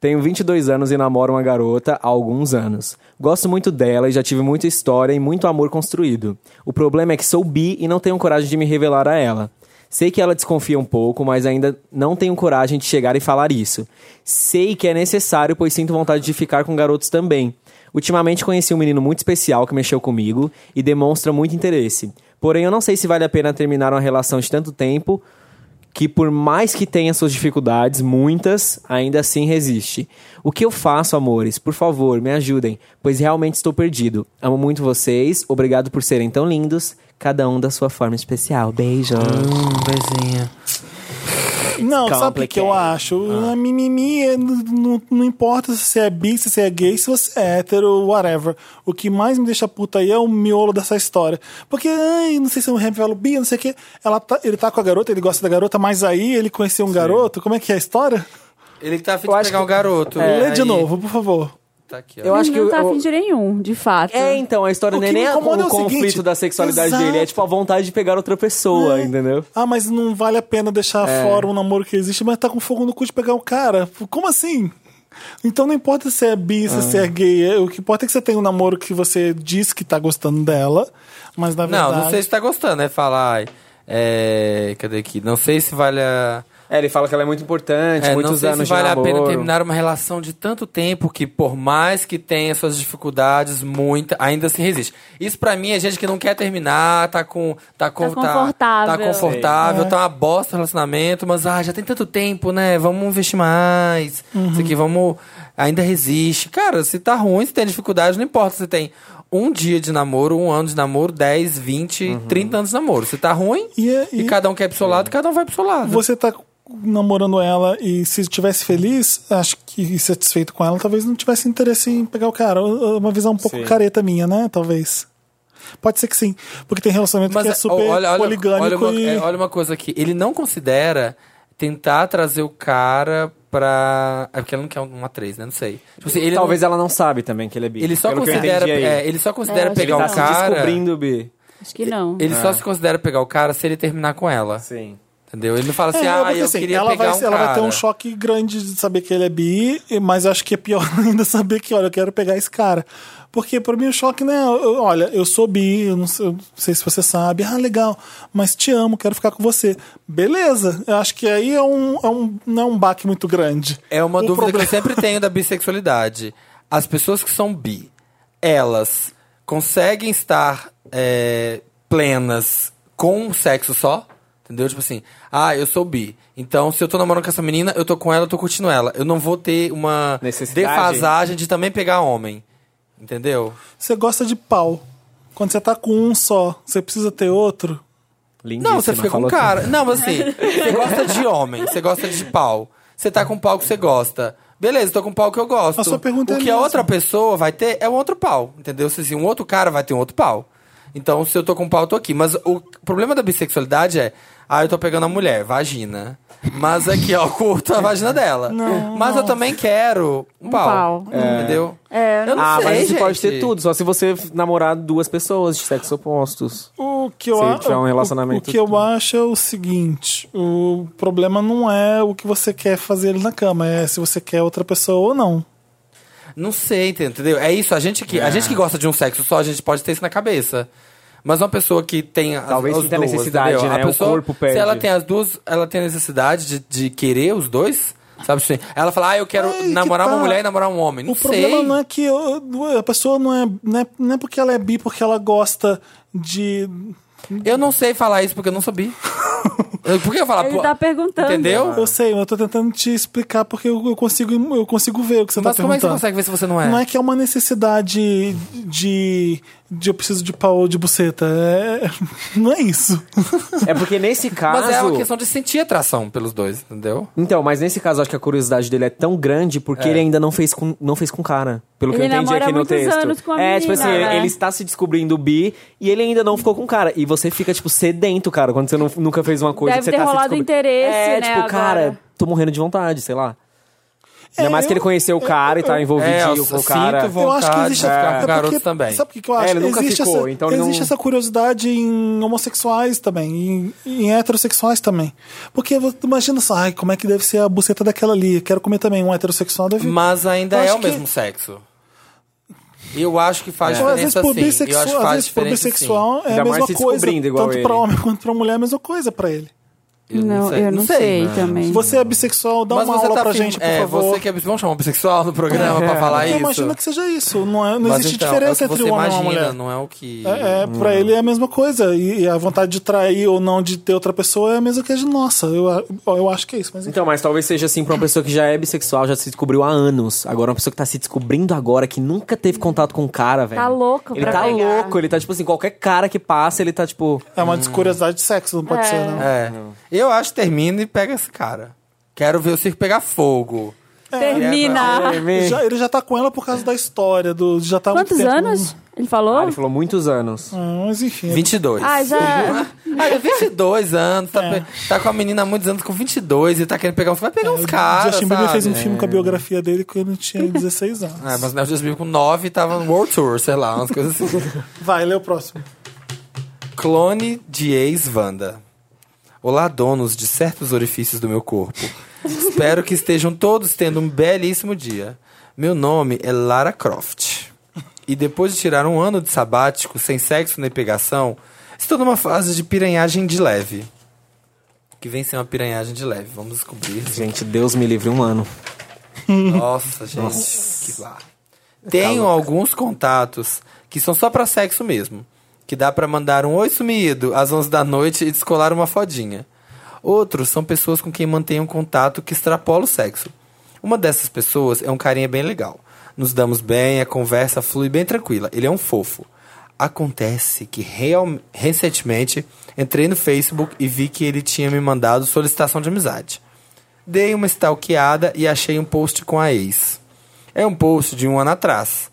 B: Tenho 22 anos e namoro uma garota há alguns anos. Gosto muito dela e já tive muita história e muito amor construído. O problema é que sou bi e não tenho coragem de me revelar a ela. Sei que ela desconfia um pouco, mas ainda não tenho coragem de chegar e falar isso. Sei que é necessário, pois sinto vontade de ficar com garotos também. Ultimamente conheci um menino muito especial que mexeu comigo e demonstra muito interesse. Porém, eu não sei se vale a pena terminar uma relação de tanto tempo que por mais que tenha suas dificuldades, muitas, ainda assim resiste. O que eu faço, amores? Por favor, me ajudem, pois realmente estou perdido. Amo muito vocês, obrigado por serem tão
D: Ah.
B: lindos, cada um da sua forma especial. Beijo.
E: Hum, beijinho.
A: Não, sabe o que eu acho? A mimimi é- n- n- não importa se você é bi, se você é gay, se você é hétero, whatever. O que mais me deixa puta aí é o miolo dessa história. Porque, ai, não sei se é um revelo bi, não sei o quê. Ela tá- ele tá com a garota, ele gosta da garota, mas aí ele conheceu um garoto. Como é que é a história?
E: Ele tá afim
B: Eu
E: de
B: acho
E: pegar
B: que- é.
E: um garoto.
A: Lê
E: aí-
A: de novo, por favor.
E: Tá aqui, ó.
B: Eu acho que
D: não tá
B: o-
D: afim de nenhum, de fato.
B: É, então, a história
A: O
B: não é
A: que
B: nem
A: me
B: a- o,
A: incomoda é o
B: conflito
A: seguinte,
B: da sexualidade dele, é
A: exato.
B: tipo a vontade de pegar outra pessoa, entendeu?
A: Ah, mas não vale a pena deixar fora um namoro que existe, mas tá com fogo no cu de pegar o cara. Como assim? Então não importa se é bi, se você é gay, é- o que importa é que você tem um namoro que você diz que tá gostando dela, mas
B: é
A: na
E: Não,
A: verdade.
E: não sei se tá gostando, né? Falar, ai, é, cadê aqui? Não sei se vale a...
B: É, ele fala que ela é muito importante,
E: É, não
B: muitos
E: sei se
B: anos
E: vale
B: de
E: a pena
B: namoro.
E: terminar uma relação de tanto tempo que, por mais que tenha suas dificuldades, muita, ainda se resiste. Isso pra mim é gente que não quer terminar, tá com. Tá, com, tá-
D: confortável.
E: Tá,
B: É.
E: confortável, tá uma bosta o relacionamento, mas ah, já tem tanto tempo, né? Vamos investir mais.
B: Uhum.
E: Isso aqui, vamos. Ainda resiste. Cara, se tá ruim, se tem dificuldade, não importa se tem. Um dia de namoro, um ano de namoro, 10, 20,
B: Uhum.
E: 30 anos de namoro. Se tá ruim,
A: E é-
E: e,
A: e-
E: cada um quer pro seu lado, cada um vai pro seu lado.
A: Você tá namorando ela e se estivesse feliz, acho que e satisfeito com ela, talvez não tivesse interesse em pegar o cara. Uma visão um pouco careta minha, né? Talvez. Pode ser que sim, porque tem relacionamento que é super poligâmico
E: olha uma,
A: e.
E: é, olha uma coisa aqui. Ele não considera tentar trazer o cara pra. É porque ele não quer uma atriz, né? Não sei. Tipo assim, ele
B: Talvez
E: não-
B: ela não sabe também que ele é bi.
E: ele só
B: pelo que eu
E: considera.
B: entendi aí.
E: é, ele só
D: É,
E: considera
D: acho que
E: pegar
B: Ele tá
E: o
B: se
E: cara.
B: descobrindo bi.
D: Acho que não.
E: Ele só se considera pegar o cara se ele terminar com ela.
B: É. Sim.
E: Entendeu? Ele não fala assim,
A: É,
E: ah,
A: porque,
E: eu
A: assim,
E: queria
A: ela
E: pegar
A: vai,
E: um
A: ela
E: cara.
A: vai ter um choque grande de saber que ele é bi, e- mas eu acho que é pior ainda saber que, olha, eu quero pegar esse cara. Porque pra mim o choque, né? eu- olha, eu sou bi, eu não sei, eu não sei se você sabe, ah, legal, mas te amo, quero ficar com você. Beleza, eu acho que aí é um, é um, não é um baque muito grande.
E: É uma
A: O
E: dúvida
A: problema-
E: que eu sempre tenho da bissexualidade. As pessoas que são bi, elas conseguem estar é, plenas com um sexo só? Entendeu? Tipo assim, ah, eu sou bi. Então, se eu tô namorando com essa menina, eu tô com ela, eu tô curtindo ela. Eu não vou ter uma
B: Necessidade?
E: defasagem de também pegar homem. Entendeu?
A: Você gosta de pau. Quando você tá com um só, você precisa ter outro.
B: Lindíssima,
E: Não, você fica com
B: falou
E: cara. Não, mas assim, você gosta de homem, você gosta de pau. Você tá com um pau que você gosta. Beleza, tô com um pau que eu gosto.
A: A sua pergunta
E: o
A: é
E: que a
A: mesmo.
E: outra pessoa vai ter é um outro pau, entendeu? Se assim, um outro cara vai ter um outro pau. Então, se eu tô com um pau, eu tô aqui. Mas o problema da bissexualidade é... Ah, eu tô pegando a mulher, vagina. Mas aqui, ó, eu curto a vagina dela. mas eu também quero um
D: pau.
E: pau. Entendeu?
D: É.
E: Eu não
B: Ah,
E: sei,
B: mas você
E: gente.
B: pode ter tudo, só se você namorar duas pessoas de sexos opostos.
A: O que eu
B: Se
A: a-
B: tiver um
A: o-
B: relacionamento-
A: O, que eu acho é o seguinte: o problema não é o que você quer fazer ali na cama, é se você quer outra pessoa ou não.
E: Não sei, entendeu? É isso, a gente que, a gente que gosta de um sexo só, a gente pode ter isso na cabeça. Mas uma pessoa que tem as,
B: Talvez
E: as
B: sinta
E: duas,
B: necessidade,
E: entendeu?
B: né?
E: A
B: O
E: pessoa,
B: corpo pede.
E: Se ela tem as duas, ela tem a necessidade de, de querer os dois, sabe? assim, Ela fala, ah, eu quero
A: Ai, que
E: namorar uma
A: tá.
E: mulher e namorar um homem. Não
A: o
E: sei.
A: problema não é que eu- a pessoa não é, não é. Não é porque ela é bi, porque ela gosta de.
E: Eu não sei falar isso porque eu não soube. Eu- Por que eu falar?
D: Ele
E: pô,
D: tá perguntando.
E: Entendeu?
A: Eu sei, mas eu tô tentando te explicar porque eu, eu consigo, eu consigo ver o que você
E: Mas
A: tá
E: como é que você
A: perguntando.
E: consegue ver se você não é?
A: Não é que é uma necessidade de, de eu preciso de pau ou de buceta. É- não é isso.
B: É porque nesse caso.
E: Mas é uma questão de sentir atração pelos dois, entendeu?
B: Então, mas nesse caso, acho que a curiosidade dele é tão grande porque ele ainda não fez com, não fez com cara. Pelo que
D: Ele
B: eu entendi
D: namora
B: aqui
D: há
B: no
D: muitos
B: texto.
D: anos com a
B: é, tipo assim,
D: menina, né?
B: ele está se descobrindo bi e ele ainda não ficou com cara. E você fica, tipo, sedento, cara, quando você não- nunca fez uma coisa
D: Deve
B: que você
D: ter
B: tá se
D: rolado
B: descobrindo.
D: interesse,
B: É,
D: né,
B: tipo,
D: agora.
B: cara, tô morrendo de vontade, sei lá. Ainda mais que
A: eu-
B: ele conheceu o cara e tá envolvido
E: É, eu
B: com o
E: sinto
B: cara.
E: vontade.
A: eu acho que existe
E: de
A: a-
E: ficar com
A: é
E: garotos
A: porque-
E: também.
A: Sabe o que que eu
B: É,
A: acho?
B: ele nunca
A: existe
B: ficou,
A: essa,
B: então ele
A: existe
B: não-
A: essa curiosidade em homossexuais também, em, em heterossexuais também. Porque vo- imagina só, ai, como é que deve ser a buceta daquela ali? Quero comer também um heterossexual deve.
D: Uhum.
E: Mas ainda
A: Eu
E: é
A: acho
E: o
A: que-
E: mesmo sexo. Eu acho que faz
A: Então, Às vezes
E: diferença
A: por
E: sim. Eu acho que
A: bissexual, às
E: faz
A: vezes por
E: diferença, sim.
A: bissexual é
B: Ainda
A: a
B: mais
A: mesma
B: se
A: coisa,
B: descobrindo igual
A: tanto
B: ele.
A: pra homem quanto pra mulher é a mesma coisa pra ele.
E: Eu
D: não, eu não sei, também.
A: Se você é bissexual, dá
E: Mas
A: uma
E: você
A: aula
E: tá
A: pra
E: afim-
A: gente, por
E: é,
A: favor.
E: Você que é bis- vamos chamar um bissexual no programa pra falar
A: Eu
E: isso.
A: imagino que seja isso, não, é- não
E: Mas
A: existe
E: então,
A: diferença
E: é o que
A: entre
E: você
A: o homem e
E: imagina,
A: uma mulher.
E: não é o que
A: É, é
E: Hum.
A: pra ele é a mesma coisa. E, e a vontade de trair ou não de ter outra pessoa é a mesma que a de nossa. Eu, a- eu acho que é isso. Mas enfim.
B: Então, mas talvez seja assim pra uma pessoa que já é bissexual, já se descobriu há anos. Agora, uma pessoa que tá se descobrindo agora, que nunca teve contato com um cara, velho.
D: Tá louco
B: Ele
D: pra
B: tá
D: pegar.
E: Hum.
B: louco, ele tá tipo assim, qualquer cara que passa, ele tá tipo.
A: É uma descuriosidade de sexo, não pode
D: É.
A: ser, né?
E: É. Eu Eu acho que termina e pega esse cara. Quero ver o circo pegar fogo.
D: Termina.
A: Já- ele já tá com ela por causa da história. Do, já tá há muito
D: Quantos
A: tempo-
D: anos? Ele falou?
B: Ele falou muitos anos.
A: Ah, mas enfim.
E: 22.
D: Ah, já.
E: Ah, ele é 22 anos, tá,
A: É.
E: pe- tá com a menina há muitos anos, com 22, e tá querendo pegar uns... Vai pegar uns caras,
A: Justin
E: sabe? É.
A: Bieber fez um filme com a biografia dele quando ele tinha 16 anos.
E: Ah, mas o Justin Bieber com 9 tava no World Tour, sei lá, umas coisas assim.
A: Vai, lê o próximo.
E: Clone de ex-Wanda. Olá, donos de certos orifícios do meu corpo. Espero que estejam todos tendo um belíssimo dia. Meu nome é Lara Croft. E depois de tirar um ano de sabático, sem sexo nem pegação, estou numa fase de piranhagem de leve. Que vem ser uma piranhagem de leve, vamos descobrir.
B: Gente, Deus me livre um ano.
E: Nossa, gente, que lá. Tenho alguns contatos que são só pra sexo mesmo. Que dá pra mandar um oi sumido às 11 da noite e descolar uma fodinha. Outros são pessoas com quem mantenho um contato que extrapola o sexo. Uma dessas pessoas é um carinha bem legal. Nos damos bem, a conversa flui bem tranquila. Ele é um fofo. Acontece que real- recentemente entrei no Facebook e vi que ele tinha me mandado solicitação de amizade. Dei uma stalkeada e achei um post com a ex. É um post de um ano atrás.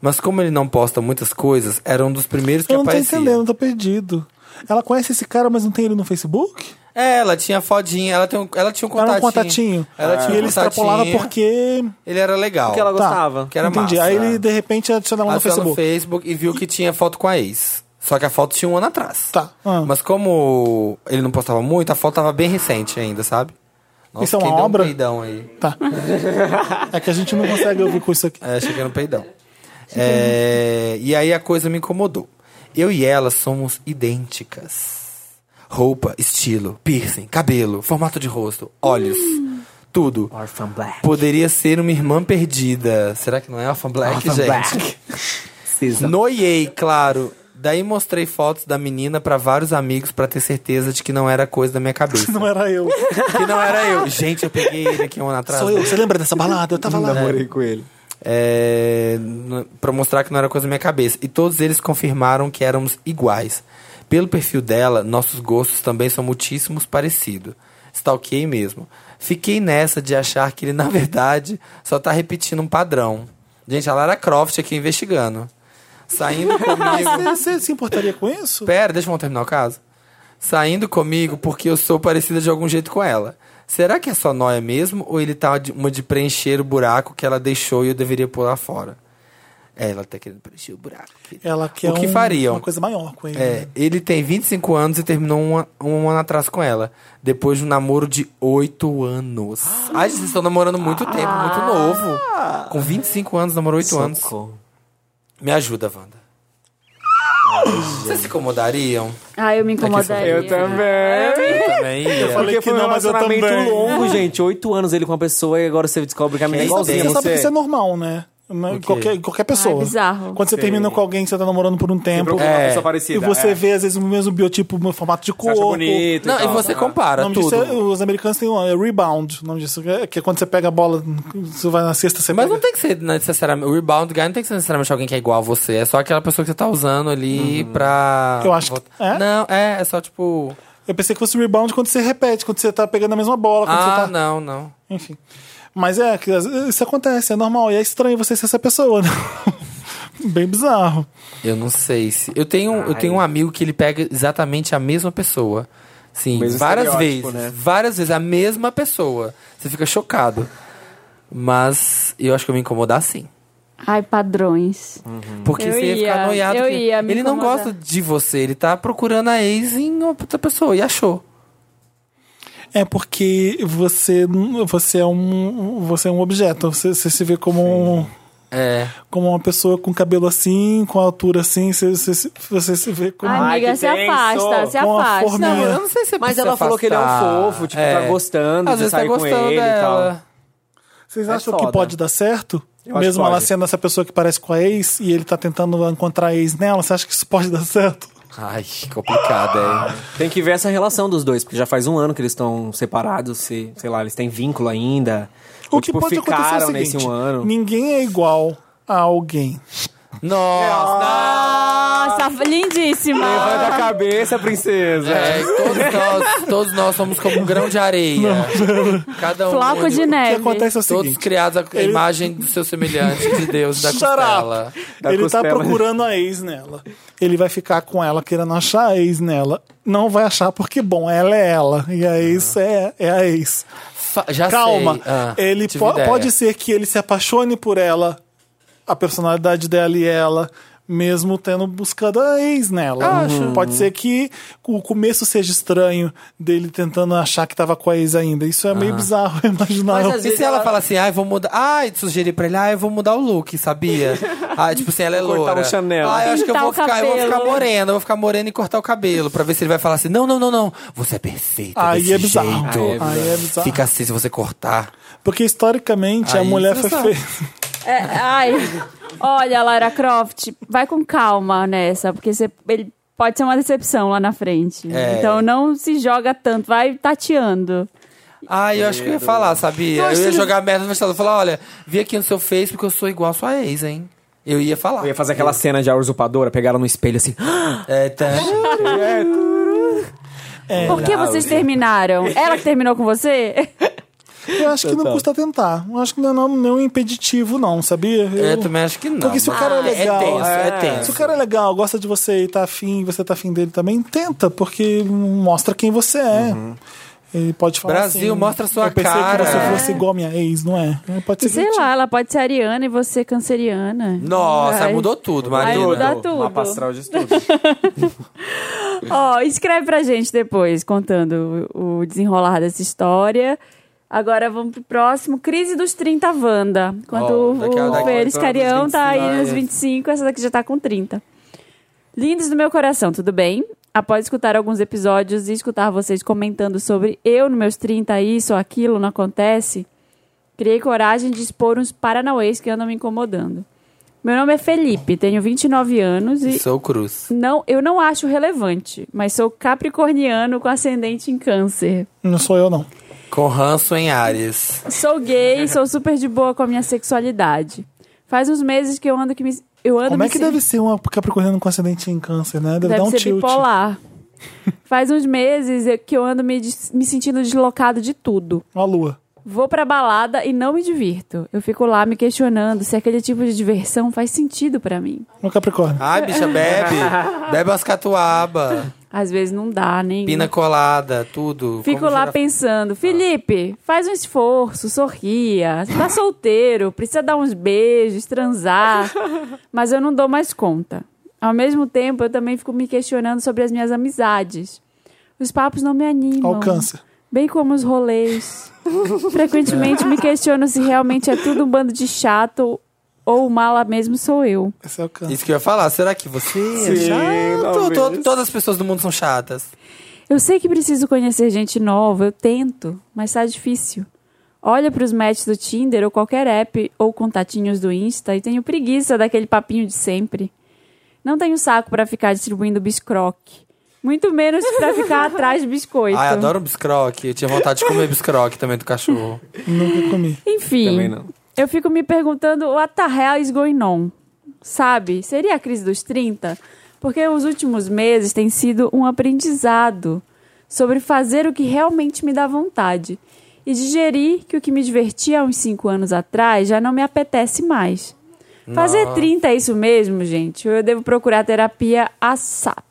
E: Mas como ele não posta muitas coisas, era um dos primeiros que
A: Eu não tô
E: aparecia.
A: entendendo, tô perdido. Ela conhece esse cara, mas não tem ele no Facebook?
E: É, ela tinha fodinha, ela, tem um- ela tinha um
A: Era
E: contatinho.
A: um contatinho.
E: Ela tinha
A: e
E: um
A: ele extrapolava
E: contatinho.
A: porque. Tá,
E: Ele era legal.
B: Porque ela gostava.
E: Que era
A: Entendi.
E: massa. é.
A: Aí ele, de repente, adiciona lá no
E: Achou ela
A: Facebook.
E: Facebook e viu que tinha foto com a ex. Só que a foto tinha um ano atrás.
A: Tá. Ah.
E: Mas como ele não postava muito, a foto tava bem recente ainda, sabe? Nossa,
A: Isso é uma
E: quem deu
A: obra?
E: Um peidão aí.
A: Tá. É que a gente não consegue ouvir com isso aqui.
E: É, cheguei no peidão. É, e aí a coisa me incomodou. Eu e ela somos idênticas. Roupa, estilo, piercing, cabelo, formato de rosto, olhos, tudo.
B: Orphan Black.
E: Poderia ser uma irmã perdida. Será que não é Orphan Black,
B: Orphan
E: gente?
B: Black. Cisne.
E: Noiei, claro. Daí mostrei fotos da menina pra vários amigos pra ter certeza de que não era coisa da minha cabeça.
A: Não era eu.
E: que não era eu. Gente, eu peguei ele aqui um ano atrás.
A: Sou eu. Você lembra dessa balada? Eu tava lá.
G: Namorei com ele.
E: é, n- pra mostrar que não era coisa da minha cabeça. E todos eles confirmaram que éramos iguais. Pelo perfil dela, nossos gostos também são muitíssimos parecidos. Stalkeei mesmo. Fiquei nessa de achar que ele, na verdade, só tá repetindo um padrão. Gente, a Lara Croft aqui investigando. Saindo comigo.
A: Você, você se importaria com isso?
E: Pera, deixa eu terminar o caso. Saindo comigo porque eu sou parecida de algum jeito com ela. Será que é só nóia mesmo ou ele tá de- uma de preencher o buraco que ela deixou e eu deveria pular fora? É, ela tá querendo preencher o buraco. filho.
A: Ela quer
E: o que
A: um-
E: fariam?
A: uma coisa maior com ele.
E: É, ele tem 25 anos e terminou um, a- um ano atrás com ela. Depois de um namoro de 8 anos.
A: Ah!
E: Ai, vocês estão namorando muito tempo, muito novo. Com 25 anos, namorou 8 anos.
B: Socorro.
E: Me ajuda, Wanda.
A: Ah!
E: Vocês se incomodariam?
D: Ah, eu me incomodaria.
G: Eu também.
E: Eu também ia.
A: falei
B: Porque
A: que
B: foi um
A: não, mas eu
B: relacionamento
A: também.
B: longo, gente. Oito anos ele com uma pessoa e agora você descobre que a menina é
E: Quem
B: igualzinha.
A: Você
E: Sim,
A: sabe que
B: você.
A: isso é normal, né? Não,
E: quê?
A: Qualquer, qualquer pessoa.
D: Ah, é bizarro.
A: Quando você termina com alguém que você tá namorando por um tempo.
G: Procura uma pessoa parecida.
A: E você
B: né?
G: é.
A: vê, às vezes, o mesmo biotipo no formato de
G: Você acha
A: corpo.
G: bonito.
E: Não, e
G: tal, tá?
E: você
A: O
E: compara
A: nome disso
E: tudo.
A: é, os americanos têm um é rebound, o nome disso. é- Que é quando você pega a bola, você vai na sexta, você
E: Mas
A: pega.
E: não tá- tem que ser necessariamente. O rebound guy não tem que ser necessariamente alguém que é igual a você. É só aquela pessoa que você tá usando ali pra.
A: Uhum. Eu acho que- é?
E: Não, é, é só tipo.
A: Eu pensei que fosse rebound quando você repete, quando você tá pegando a mesma bola, quando
E: Ah,
A: você tá.
E: não, não.
A: Enfim. Mas é, que às vezes isso acontece, é normal. E é estranho você ser essa pessoa, né? Bem bizarro.
E: Eu não sei se. Eu tenho, eu tenho um amigo que ele pega exatamente a mesma pessoa. Sim,
G: Mesmo
E: várias
G: estereótipo,
E: vezes.
G: né?
E: Várias vezes a mesma pessoa. Você fica chocado. Mas eu acho que eu me incomodar sim.
D: Ai, padrões.
E: Porque
D: Eu
E: você ia,
D: ia,
E: ficar noiado.
D: eu
E: que
D: ia me
E: ele não
D: incomodar.
E: gosta de você, ele tá procurando a ex em outra pessoa e achou.
A: É porque você, você, é, um, você é um objeto, você, você se vê como, um-
E: É.
A: como uma pessoa com cabelo assim, com altura assim, você, você, se- você se vê como.
D: Ai,
G: Ai,
D: amiga,
G: que
D: se
G: tenso.
D: afasta, se
A: Com a
D: afasta.
A: forma-
E: Não,
A: Minha.
E: eu não sei se é
B: Mas
E: pra
B: ela
E: se
B: falou que ele é um
E: afastar.
B: fofo, tipo, tá gostando,
E: Às
B: de
E: vezes tá
B: sair com
E: gostando
B: ele e
E: dela.
A: Vocês
B: É
A: acham
B: foda.
A: que pode dar certo?
G: Eu acho
A: Mesmo
G: que
A: ela
G: pode.
A: sendo essa pessoa que parece com a ex e ele tá tentando encontrar a ex nela, você acha que isso pode dar certo?
E: Ai, que complicado, é.
B: Tem que ver essa relação dos dois, porque já faz um ano que eles estão separados, se, sei lá, eles têm vínculo ainda.
A: O
B: Ou,
A: que
B: tipo,
A: pode acontecer é o
B: ficaram um
A: seguinte:
B: nesse um ano.
A: ninguém é igual a alguém.
E: Nossa!
D: Nossa, lindíssima.
G: Levanta a cabeça, princesa.
E: É, todos, nós, todos nós somos como um grão de areia. Cada um.
D: Floco
A: O
D: de
E: único.
A: que
D: neve.
A: acontece é o
E: Todos
A: seguinte.
E: criados à imagem do seu semelhante, de Deus, da
A: Shut up.
E: costela.
G: Da
A: ele tá
G: costela.
A: procurando a ex nela. Ele vai ficar com ela querendo achar a ex nela. Não vai achar porque, bom, ela é ela. E a ex é, é a ex.
E: Fa- Ah. Já
A: Calma.
E: sei. Ah,
A: ele
E: tive
A: po-
E: ideia.
A: pode ser que ele se apaixone por ela, a personalidade dela e ela, mesmo tendo buscado a ex
E: Ah,
A: nela. Pode ser que o começo seja estranho dele tentando achar que tava com a ex ainda. Isso é
E: Ah.
A: meio bizarro imaginar.
B: Mas às
E: E se ela falar assim, ai, vou mudar. Ai, sugerir pra ele, ai, eu vou mudar o look, sabia? Ai, tipo assim, ela é
B: Cortar
E: loura.
B: um Chanel.
E: Ai, eu acho que eu
D: Pintar
E: vou
D: o
E: ficar, eu vou
D: cabelo.
E: ficar morena, eu vou ficar morena e cortar o cabelo, pra ver se ele vai falar assim: não, não, não, não, você é perfeita.
A: Aí
E: desse
A: é bizarro.
E: jeito.
A: Aí é bizarro. Aí é bizarro.
E: Fica assim se você cortar.
A: Porque historicamente a
E: Aí
A: mulher
E: você
A: foi
E: sabe.
A: feita.
D: É, ai. Olha, Lara Croft, vai com calma nessa, porque você, ele pode ser uma decepção lá na frente.
E: É.
D: Então não se joga tanto, vai tateando.
E: Ai, eu acho que eu ia falar, sabia? Eu ia jogar merda no vestido. Eu ia falar: olha, vi aqui no seu Facebook, eu sou igual a sua ex, hein? Eu ia falar.
B: Eu ia fazer aquela cena de a usurpadora, pegar ela no espelho assim.
E: É, tá.
A: É.
D: Por que vocês terminaram? Ela que terminou com você?
A: Eu acho que não custa tentar. Eu acho que não é não- não é um impeditivo, não, sabia?
E: Eu
A: Eu-
E: É, também acho que não.
A: Porque se o
E: mas
A: cara é legal,
E: É tenso, é,
A: Se o
E: tenso.
A: cara é legal, gosta de você e tá afim, você tá afim dele também, tenta, porque mostra quem você é. Ele pode falar
E: Uhum. Brasil,
A: assim,
E: mostra a sua
A: Eu pensei
E: cara."
A: que você fosse igual a minha ex, não é? Pode ser que
D: Sei
A: ele te-
D: lá, ela pode ser ariana e você canceriana.
E: Nossa,
D: Ai.
E: mudou tudo,
D: Vai
E: Marina.
D: mudar tudo.
G: Mapa astral de tudo.
D: Ó, escreve pra gente depois, contando o o desenrolar dessa história. Agora vamos pro próximo. Crise dos 30 Wanda. Enquanto
E: Ó,
D: o,
E: daqui a- daqui
D: o
E: a-
D: Feliz
E: daqui a-
D: Carião tá aí nos
E: é.
D: 25, essa daqui já tá com 30. Lindos do meu coração, tudo bem? Após escutar alguns episódios e escutar vocês comentando sobre eu nos meus 30, isso, aquilo, não acontece, criei coragem de expor uns paranauês que andam me incomodando. Meu nome é Felipe, tenho 29 anos e
E: Sou Cruz.
D: não, eu não acho relevante, mas sou capricorniano com ascendente em câncer.
A: Não sou eu, não.
E: Com ranço em Ares.
D: Sou gay, sou super de boa com a minha sexualidade. Faz uns meses que eu ando que me eu ando
A: Como
D: me
A: é que
D: sen-
A: deve ser uma capricorniana com acidente em câncer, né? Deve,
D: deve
A: dar um
D: ser
A: tilt.
D: bipolar. Faz uns meses eu- que eu ando me, des- me sentindo deslocado de tudo.
A: Uma lua.
D: Vou pra balada e não me divirto. Eu fico lá me questionando se aquele tipo de diversão faz sentido pra mim.
A: Uma um capricórnio.
E: Ai, bicha, bebe. bebe umas catuaba,
D: Às vezes não dá, nem.
E: pina colada, tudo.
D: Fico
E: Como
D: lá
E: gerar-
D: pensando, Felipe, faz um esforço, sorria. Você Tá solteiro, precisa dar uns beijos, transar. Mas eu não dou mais conta. Ao mesmo tempo, eu também fico me questionando sobre as minhas amizades. Os papos não me animam.
A: Olha o câncer.
D: Bem como os rolês. Frequentemente me questiono se realmente é tudo um bando de chato ou o mala mesmo sou eu.
A: Esse é o câncer.
E: Isso que eu ia falar. Será que você é
G: Sim,
E: chato?
G: talvez.
E: To- Todas as pessoas do mundo são chatas.
D: Eu sei que preciso conhecer gente nova, eu tento, mas tá difícil. Olha pros matches do Tinder ou qualquer app ou contatinhos do Insta e tenho preguiça daquele papinho de sempre. Não tenho saco pra ficar distribuindo biscroque. Muito menos pra ficar atrás de biscoito.
E: Ai, adoro biscroque. Eu tinha vontade de comer biscroque também do cachorro.
A: Nunca comi.
B: Também
E: né?
D: Enfim,
B: não.
D: eu fico me perguntando what the hell is going on? Sabe? Seria a crise dos 30? Porque os últimos meses tem sido um aprendizado sobre fazer o que realmente me dá vontade e digerir que o que me divertia há uns 5 anos atrás já não me apetece mais. Fazer 30 é isso mesmo, gente? Ou eu devo procurar terapia ASAP?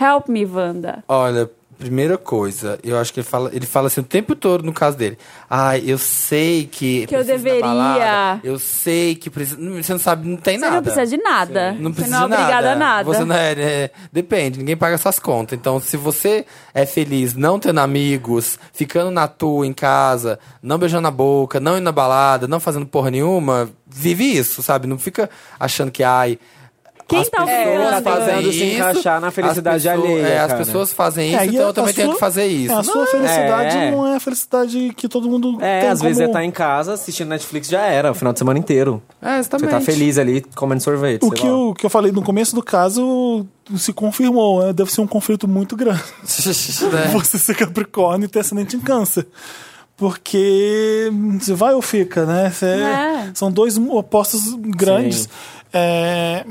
D: Help me, Wanda.
E: Olha, primeira coisa, eu acho que ele fala, ele fala assim o tempo todo no caso dele. Ai, eu sei que.
D: Que eu
E: preciso da
D: deveria.
E: balada, eu sei que precisa. não, Você não sabe, não tem
D: Você
E: nada.
D: não precisa de nada.
E: Não
D: Você
E: precisa
D: não é
E: de
D: obrigada a nada.
E: Você não é, é, Depende, ninguém paga suas contas. Então, se você é feliz não tendo amigos, ficando na tua em casa, não beijando a boca, não indo na balada, não fazendo porra nenhuma, vive isso, sabe? Não fica achando que, ai.
D: Quem
E: as
D: tá
E: pessoas
D: olhando?
E: fazem
D: Tá
G: é, tentando se
E: isso,
G: encaixar na
E: as
G: felicidade
E: pessoas-
G: alheia,
E: É, as
G: cara.
E: pessoas fazem
A: É,
E: isso,
A: e
E: então
A: a-
E: eu também
A: a
E: tenho
A: sua-
E: que fazer isso.
A: É, a sua felicidade
B: é.
A: não é a felicidade que todo mundo tem
B: É, às
A: como...
B: vezes você tá em casa assistindo Netflix já era, o final de semana inteiro.
E: É,
B: Você
E: exatamente.
B: tá feliz ali comendo sorvete.
A: O
B: sei
A: que,
B: lá.
A: eu, que eu falei no começo do caso se confirmou. né? Deve ser um conflito muito grande.
E: Né?
A: você ser Capricórnio e ter ascendente em câncer. Porque você vai ou fica, né? Você-
D: É.
A: São dois opostos grandes. É...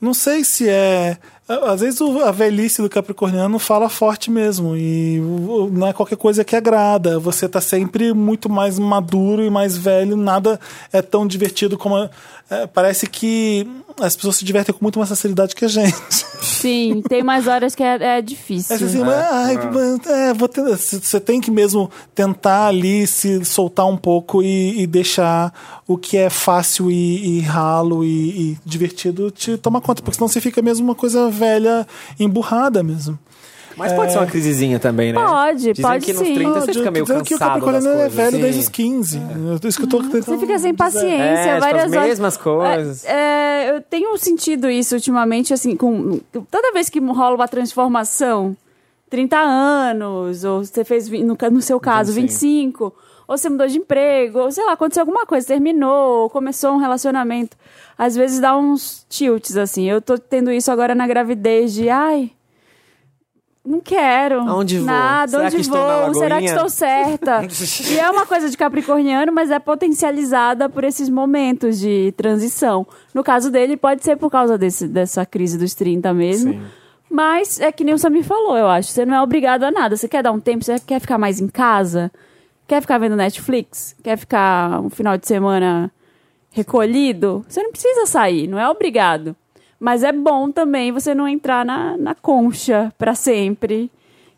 A: Não sei se é. Às vezes o- a velhice do capricorniano fala forte mesmo. E o- o- não é qualquer coisa que agrada. Você tá sempre muito mais maduro e mais velho. Nada é tão divertido como. a- é, parece que as pessoas se divertem com muito mais facilidade que a gente.
D: Sim, tem mais horas que é, é difícil.
A: É assim, mas, ai, mas, é, vou ter- c- você tem que mesmo tentar ali se soltar um pouco e, e deixar o que é fácil e, e ralo e, e divertido te tomar conta, porque senão você fica mesmo uma coisa velha, emburrada mesmo.
B: Mas
A: É.
B: pode ser uma crisezinha também, né?
D: Pode,
B: Dizem
D: pode
B: que nos
D: sim.
B: 30 Então você
A: Pode,
B: fica meio
A: dizendo que o
B: cansado das
A: Capricorniano é
B: coisas.
A: velho
E: sim.
A: desde os 15. É Isso que eu tô tentando
D: Uhum. Você fica
A: dizer.
D: sem paciência,
B: É, tipo,
D: várias
B: as
D: horas.
B: mesmas coisas.
D: É, é, eu tenho sentido isso ultimamente, assim, com toda vez que rola uma transformação, 30 anos, ou você fez, vi- no, ca- no seu caso, 25, ou você mudou de emprego, ou sei lá, aconteceu alguma coisa, terminou, ou começou um relacionamento. Às vezes dá uns tilts, assim. Eu tô tendo isso agora na gravidez de, ai. Não quero.
B: Aonde vou?
D: Nada,
B: Será
D: onde
B: que estou na
D: vou? Será que
B: Lagoinha?
D: estou certa. e é uma coisa de capricorniano, mas é potencializada por esses momentos de transição. No caso dele, pode ser por causa desse, dessa crise dos 30 mesmo. Mas é que nem o Samir falou, eu acho. Você não é obrigado a nada. Você quer dar um tempo, você quer ficar mais em casa? Quer ficar vendo Netflix? Quer ficar um final de semana recolhido? Você não precisa sair, não é obrigado. Mas é bom também você não entrar na, na concha pra sempre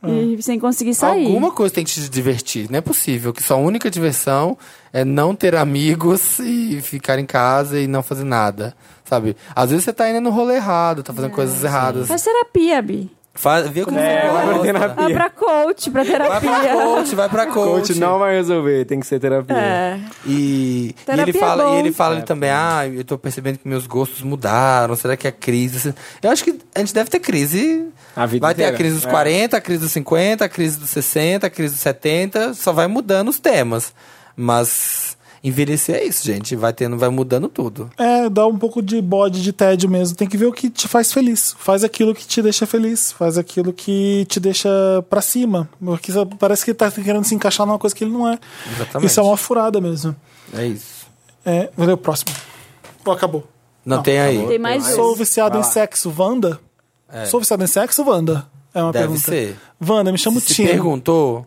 D: e sem conseguir sair.
E: Alguma coisa tem que te divertir. Não é possível que sua única diversão é não ter amigos e ficar em casa e não fazer nada. Sabe? Às vezes você tá indo no rolê errado, tá fazendo coisas erradas.
D: Faz terapia, Bi.
E: Faz, viu que
B: É,
E: você gosta?
B: terapia.
D: Vai pra coach, pra
E: Vai pra
D: terapia.
E: coach, vai pra coach.
B: Coach não vai resolver, tem que ser terapia.
D: É.
E: E, e
D: Terapia
E: ele
D: é
E: fala,
D: bom.
E: e ele fala ele também, ah, eu tô percebendo que meus gostos mudaram, será que é crise? Eu acho que a gente deve ter crise.
B: A vida
E: vai ter a
B: inteira,
E: crise dos
B: é.
E: 40, a crise dos 50, a crise dos 60, a crise dos 70, só vai mudando os temas. Mas envelhecer é isso, gente, vai tendo, vai mudando tudo.
A: É, dá um pouco de bode de tédio mesmo. Tem que ver o que te faz feliz. Faz aquilo que te deixa feliz. Faz aquilo que te deixa pra cima. Porque isso parece que ele tá querendo se encaixar numa coisa que ele não é.
E: Exatamente.
A: Isso é uma furada mesmo.
E: É isso.
A: É, valeu, próximo. Ó, acabou.
E: Não, tem aí.
D: Tem mais
A: Sou
D: dois.
A: viciado em sexo, Wanda? Sou viciado em sexo, Wanda? É uma
E: É. Deve
A: pergunta.
E: ser.
A: Wanda, me chamo
E: Se
A: Tim.
E: perguntou,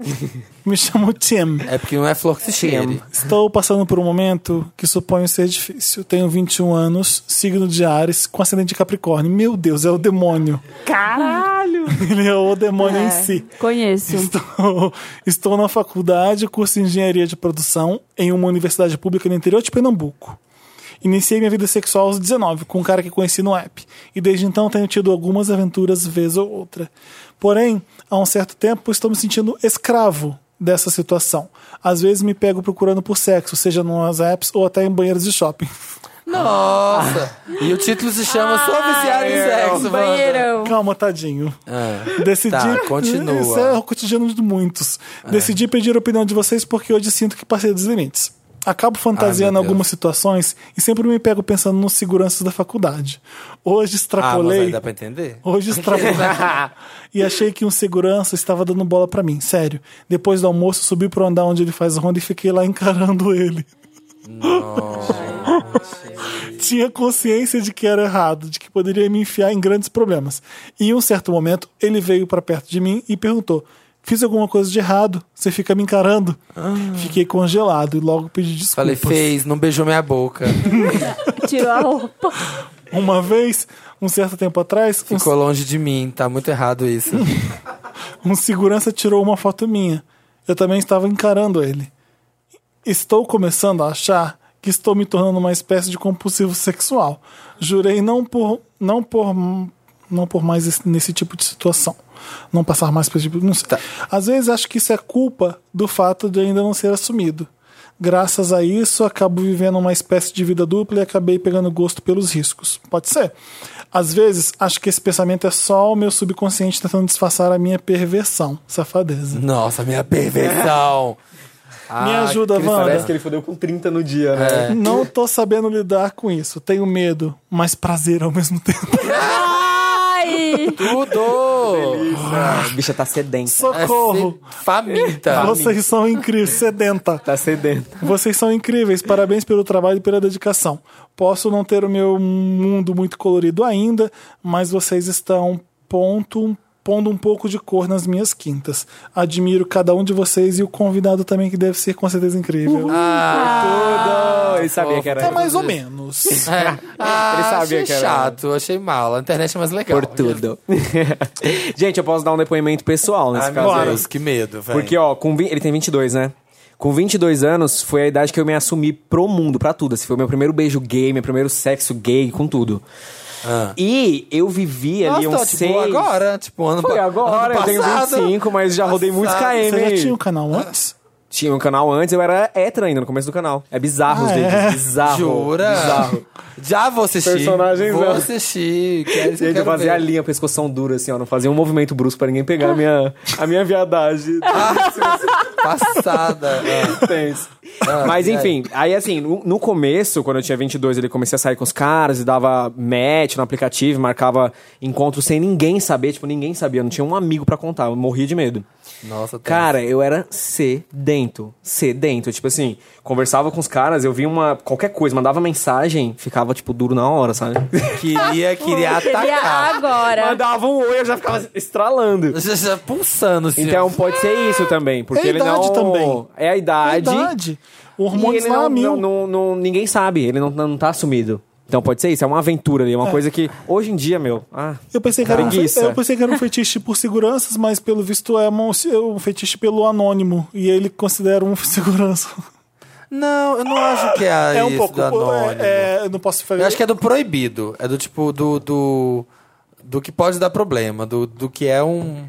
A: Me chamo Tim.
E: é porque não é flor que se cheire.
A: Estou passando por um momento que suponho ser difícil. Tenho 21 anos, signo de Ares, com ascendente de Capricórnio. Meu Deus, é o demônio. Caralho! Ele é o demônio em si.
D: Conheço.
A: Estou, estou na faculdade, curso de engenharia de produção, em uma universidade pública no interior de Pernambuco. Iniciei minha vida sexual aos 19, com um cara que conheci no app, e desde então tenho tido algumas aventuras vez ou outra. Porém, há um certo tempo estou me sentindo escravo dessa situação. Às vezes me pego procurando por sexo, seja nas apps ou até em banheiros de shopping.
E: Nossa! E o título se chama Sou viciado em sexo, Wanda.
D: Banheirão.
A: Calma, tadinho.
E: Ah.
A: Decidi.
E: Tá, continua. É.
A: Isso é o cotidiano de muitos. Decidi pedir a opinião de vocês porque hoje sinto que passei dos limites. Acabo fantasiando
E: Ai, meu Deus.
A: algumas situações e sempre me pego pensando nos seguranças da faculdade. Hoje
E: Ah, mas aí
A: extrapolei.
E: dá pra entender.
A: Hoje extrapolei. e achei que um segurança estava dando bola pra mim, sério. Depois do almoço, subi pro andar onde ele faz ronda e fiquei lá encarando ele. Tinha consciência de que era errado, de que poderia me enfiar em grandes problemas. E em um certo momento, ele veio pra perto de mim e perguntou: Fiz alguma coisa de errado? Você fica me encarando? Fiquei congelado e logo pedi desculpas.
E: Falei, fez, não beijou minha boca.
D: Tirou a roupa.
A: Uma vez, um certo tempo atrás, um
E: Ficou longe de mim, tá muito errado isso.
A: Um segurança tirou uma foto minha. Eu também estava encarando ele. Estou começando a achar que estou me tornando uma espécie de compulsivo sexual. Jurei não por não por não por mais esse- nesse tipo de situação. Não passar mais por esse tipo, não sei. Às vezes acho que isso é culpa do fato de ainda não ser assumido. Graças a isso, acabo vivendo uma espécie de vida dupla e acabei pegando gosto pelos riscos. Pode ser. Às vezes, acho que esse pensamento é só o meu subconsciente tentando disfarçar a minha perversão, safadeza.
E: Nossa, minha perfeição.
A: Me ajuda,
E: Cristo,
A: Wanda.
E: parece
G: Parece que ele fodeu com 30 no dia,
B: É.
G: né?
A: Não tô sabendo lidar com isso. Tenho medo, mas prazer ao mesmo tempo.
D: Ah, Ai!
E: Tudo!
B: Ah, a bicha tá sedenta.
A: Socorro!
E: É se- Faminta!
A: Vocês são incríveis, sedenta.
B: Tá sedenta.
A: Vocês são incríveis, parabéns pelo trabalho e pela dedicação. Posso não ter o meu mundo muito colorido ainda, mas vocês estão ponto- pondo um pouco de cor nas minhas quintas. Admiro cada um de vocês e o convidado também, que deve ser com certeza incrível.
B: Tudo! Ele sabia que era.
A: é mais ou menos.
E: Ah,
B: Ele sabia
E: achei
B: que era-
E: chato, achei mal. A internet é mais legal.
B: Por tudo. Gente, eu posso dar um depoimento pessoal nesse
E: Ai,
B: caso
E: meu
B: aí.
E: Deus, que medo, velho.
B: Porque, ó, com vi- ele tem 22, né? Com 22 anos foi a idade que eu me assumi pro mundo, pra tudo. Esse foi o meu primeiro beijo gay, meu primeiro sexo gay, com tudo.
E: Ah.
B: E eu vivi ali
E: Nossa,
A: tá
B: uns
E: tipo,
B: seis...
E: agora, tipo, ano
B: Foi
E: pa-
B: agora,
E: ano
B: eu tenho
E: passado.
B: 25, mas já rodei muitos KM
E: Passado.
A: Você já tinha
B: aí.
A: um canal antes?
B: Tinha um canal antes, eu era hétero ainda, no começo do canal. É bizarro os
A: Ah,
B: vídeos,
A: é?
B: bizarro.
E: Jura?
B: Bizarro.
E: Já vou assistir.
B: Personagens,
E: vou
B: né?
E: assistir. Quero,
B: Gente, eu
E: quero
B: fazia
E: ver.
B: a linha, pescoção dura, assim, ó. Não fazia um movimento brusco pra ninguém pegar a minha, a minha viadagem.
E: Ah. Passada. Ah.
B: Tens.
E: Ah,
B: Mas
E: e aí?
B: enfim, aí assim, no, no começo, quando eu tinha 22, ele comecei a sair com os caras e dava match no aplicativo, marcava encontro sem ninguém saber, tipo, ninguém sabia, não tinha um amigo pra contar, eu morria de medo.
E: Nossa, tá.
B: Cara, eu era sedento, sedento, tipo assim, conversava com os caras, eu via uma qualquer coisa, mandava mensagem, ficava tipo duro na hora, sabe?
E: queria, queria
D: Seria
E: atacar.
D: agora.
B: mandava um oi, eu já ficava estralando.
E: Já, já pulsando, assim.
B: Então pode ser isso também, porque
A: É a
B: ele
A: idade
B: não
A: também.
B: é a idade.
A: Verdade. O
B: E
A: hormônio
B: ele
A: está a
B: não, é
A: mil.
B: não, não, não- ninguém sabe, ele não, não tá assumido. Então pode ser isso, é uma aventura ali, uma coisa que hoje em dia, meu. Ah,
A: Eu pensei, que era um fe-
B: Preguiça.
A: eu pensei que era um fetiche por seguranças, mas pelo visto é um, um fetiche pelo anônimo. E ele considera um segurança.
E: Não, eu não acho que é,
A: É um
E: isso
A: pouco.
E: do anônimo.
A: É, é, eu não posso fazer.
E: Eu acho que é do proibido. É do tipo do. do, do que pode dar problema. Do, do que é um.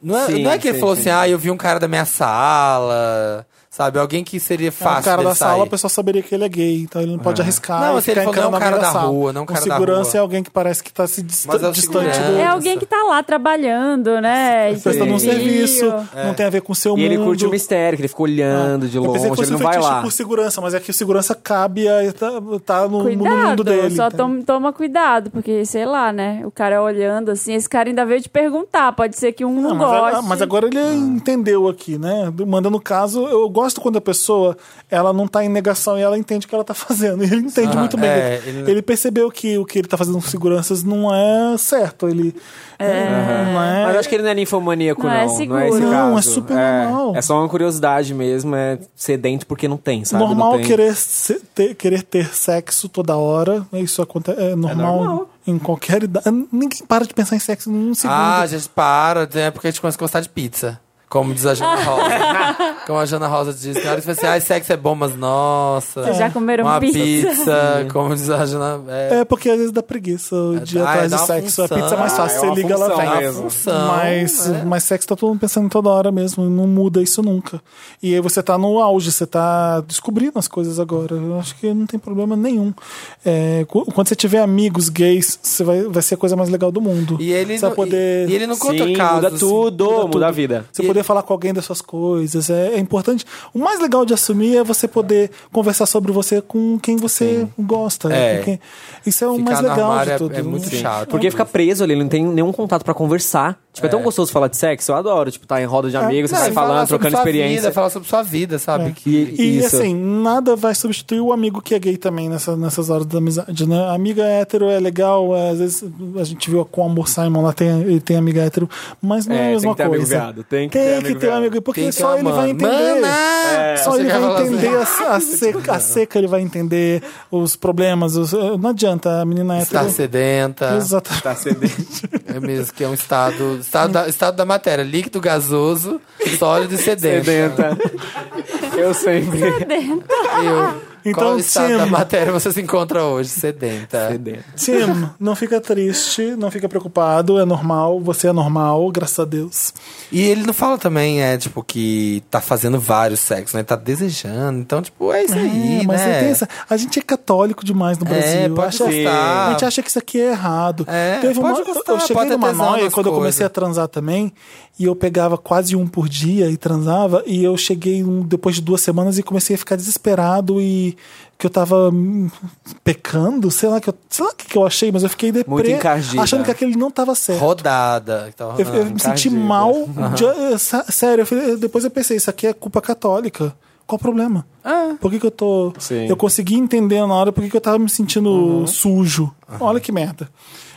E: Não é,
B: Sim,
E: não é que ele
B: sim,
E: falou
B: sim.
E: assim, ah, eu vi um cara da minha sala. Sabe? Alguém que seria
A: É um
E: fácil.
A: cara
E: dele
A: da sala, o
E: sair.
A: pessoal saberia que ele é gay, então ele não pode arriscar.
E: Não,
A: e
E: mas se ele
A: ficar
E: for, não é um
A: encarando
E: cara
A: alguém
E: da rua, não é um
A: Com
E: cara da
A: segurança
E: rua.
A: é alguém que parece que tá se dista-
E: Mas é o
A: distante
E: segurança.
A: do.
D: É alguém que tá lá trabalhando, né? E
A: prestando um
D: viu.
A: serviço,
E: É.
A: não tem a ver com o seu
B: e
A: um mundo.
B: ele curte o mistério, que ele fica olhando de
A: Eu
B: longe,
A: pensei que
B: ele
A: fosse
B: não
A: um
B: vai
A: fetiche
B: lá.
A: por segurança, mas é que o segurança cabe a, tá, tá no, no mundo
D: Cuidado,
A: dele.
D: só
A: tá?
D: tom- toma cuidado, porque sei lá, né? O cara olhando assim, esse cara ainda veio te perguntar, pode ser que um não,
A: Ah, mas,
D: goste.
A: ah, mas agora ele entendeu aqui, né? Do- Mandando o caso, eu gosto quando a pessoa ela não tá em negação e ela entende o que ela tá fazendo. E Ele entende muito bem.
E: é,
A: ele...
E: ele-
A: percebeu que o que ele tá fazendo com seguranças não é certo. Ele não é.
B: Mas eu acho que ele não é ninfomaníaco, não.
D: Não é
B: não é esse
D: seguro.
A: Não, é
B: caso.
A: super
B: é,
A: normal.
B: É só uma curiosidade mesmo, é sedento porque não tem, sabe? Não
A: normal
B: tem.
A: querer, se- ter, querer ter sexo toda hora. Isso acontece. É normal, em qualquer idade. Ninguém para de pensar em sexo num segundo.
E: Ah, gente, para. Tem época que a gente começa a gostar de pizza. Como diz a Jana Rosa. Como a Jana Rosa diz. Tem hora que você fala assim, ah, sexo é bom, mas nossa.
D: Vocês já comeram
E: uma
D: pizza?
E: Como diz a Jana... É,
A: É porque às vezes dá preguiça o dia
E: ah,
A: atrás
E: dá
A: de
E: uma
A: sexo. A
E: função.
A: pizza é mais fácil,
B: Ah, é
A: você
B: uma
A: liga, ela
B: função
A: vem.
E: uma
B: mesmo.
E: função. né?
A: Mas, mas sexo tá todo mundo pensando toda hora mesmo, não muda isso nunca. E aí você tá no auge, você tá descobrindo as coisas agora. Eu acho que não tem problema nenhum. É, cu- quando você tiver amigos gays, você vai, vai ser a coisa mais legal do mundo.
E: E ele
A: você vai
E: não-
A: poder.
E: e- e ele não conta
B: Sim,
E: casos. assim.
B: muda tudo, muda, a vida.
A: Você poder falar com alguém das suas coisas é, é importante. O mais legal de assumir é você poder conversar sobre você com quem você gosta.
E: É.
A: com quem- Isso é o
E: Ficar
A: mais
E: no
A: legal
E: armário
A: de
E: é-
A: tudo.
E: é muito
A: né?
E: chato.
B: Porque fica preso ali, não tem nenhum contato pra conversar. Tipo, é, tão gostoso falar de sexo, eu adoro. Tipo, tá em roda de amigos,
A: assim,
B: você vai
E: falar
B: falando,
E: sobre
B: trocando
E: sua
B: experiência.
E: Vida, falar sobre sua vida, sabe? Que-
A: É. E
E: é
B: isso.
A: assim, nada vai substituir o amigo que é gay também nessa- nessas horas da amizade, né? A amiga hétero é legal, é, às vezes a gente viu com o Amor Simon lá, tem, ele tem amiga hétero, mas não é, a
B: É,
A: mesma
B: tem que ter amigo
A: coisa.
B: viado, tem que ter
A: tem que
B: amigo
A: ter um
B: viado. É.
A: amigo, porque
E: Tem que ter
A: só
E: uma
A: ele vai
E: mana.
A: entender.
E: Mana!
A: só
E: Você
A: ele
E: quer falar
A: vai
E: assim?
A: entender a, a seca, a seca ele vai entender os problemas, os- eh, não adianta a menina é hétero.
E: Estar tá sedenta.
A: Exatamente.
B: Tá sedento.
E: É mesmo, que é um estado. Estado da, estado da matéria. Líquido, gasoso, sólido e sedento.
B: Sedenta. Eu sempre.
E: Eu-
A: Então,
E: qual estado
A: Tim.
E: da matéria você se encontra hoje? Sedenta.
B: Sedenta.
A: Tim, não fica triste, não fica preocupado, é normal, você é normal, graças a Deus.
E: E ele não fala também, é, tipo, que tá fazendo vários sexos, né? Tá desejando. Então, tipo, é isso aí,
A: É, mas
E: né?
A: você tem essa- a gente é católico demais no Brasil.
E: pode
A: acha,
E: ser.
A: A gente acha que isso aqui é errado.
E: É,
A: Teve
E: pode
A: uma,
E: gostar,
A: eu cheguei
E: pode ter
A: numa
E: tesão
A: noia
E: nas
A: quando eu comecei
E: coisas.
A: a transar também, e eu pegava quase um por dia e transava, e eu cheguei um- depois de duas semanas e comecei a ficar desesperado e que eu tava hum, pecando, sei lá que eu, sei lá o que, que eu achei, mas eu fiquei
B: Muito
A: deprê,
B: encardida.
A: achando que aquele não tava certo.
E: Rodada. Então,
A: Eu, eu me senti
B: encardida.
A: mal. de- eh, sa- sério, eu falei- depois eu pensei, isso aqui é culpa católica. Qual o problema? Por que, que eu tô.
G: É. Sim. Uhum.
A: Eu consegui entender na hora por que que eu tava me sentindo sujo. Olha que merda.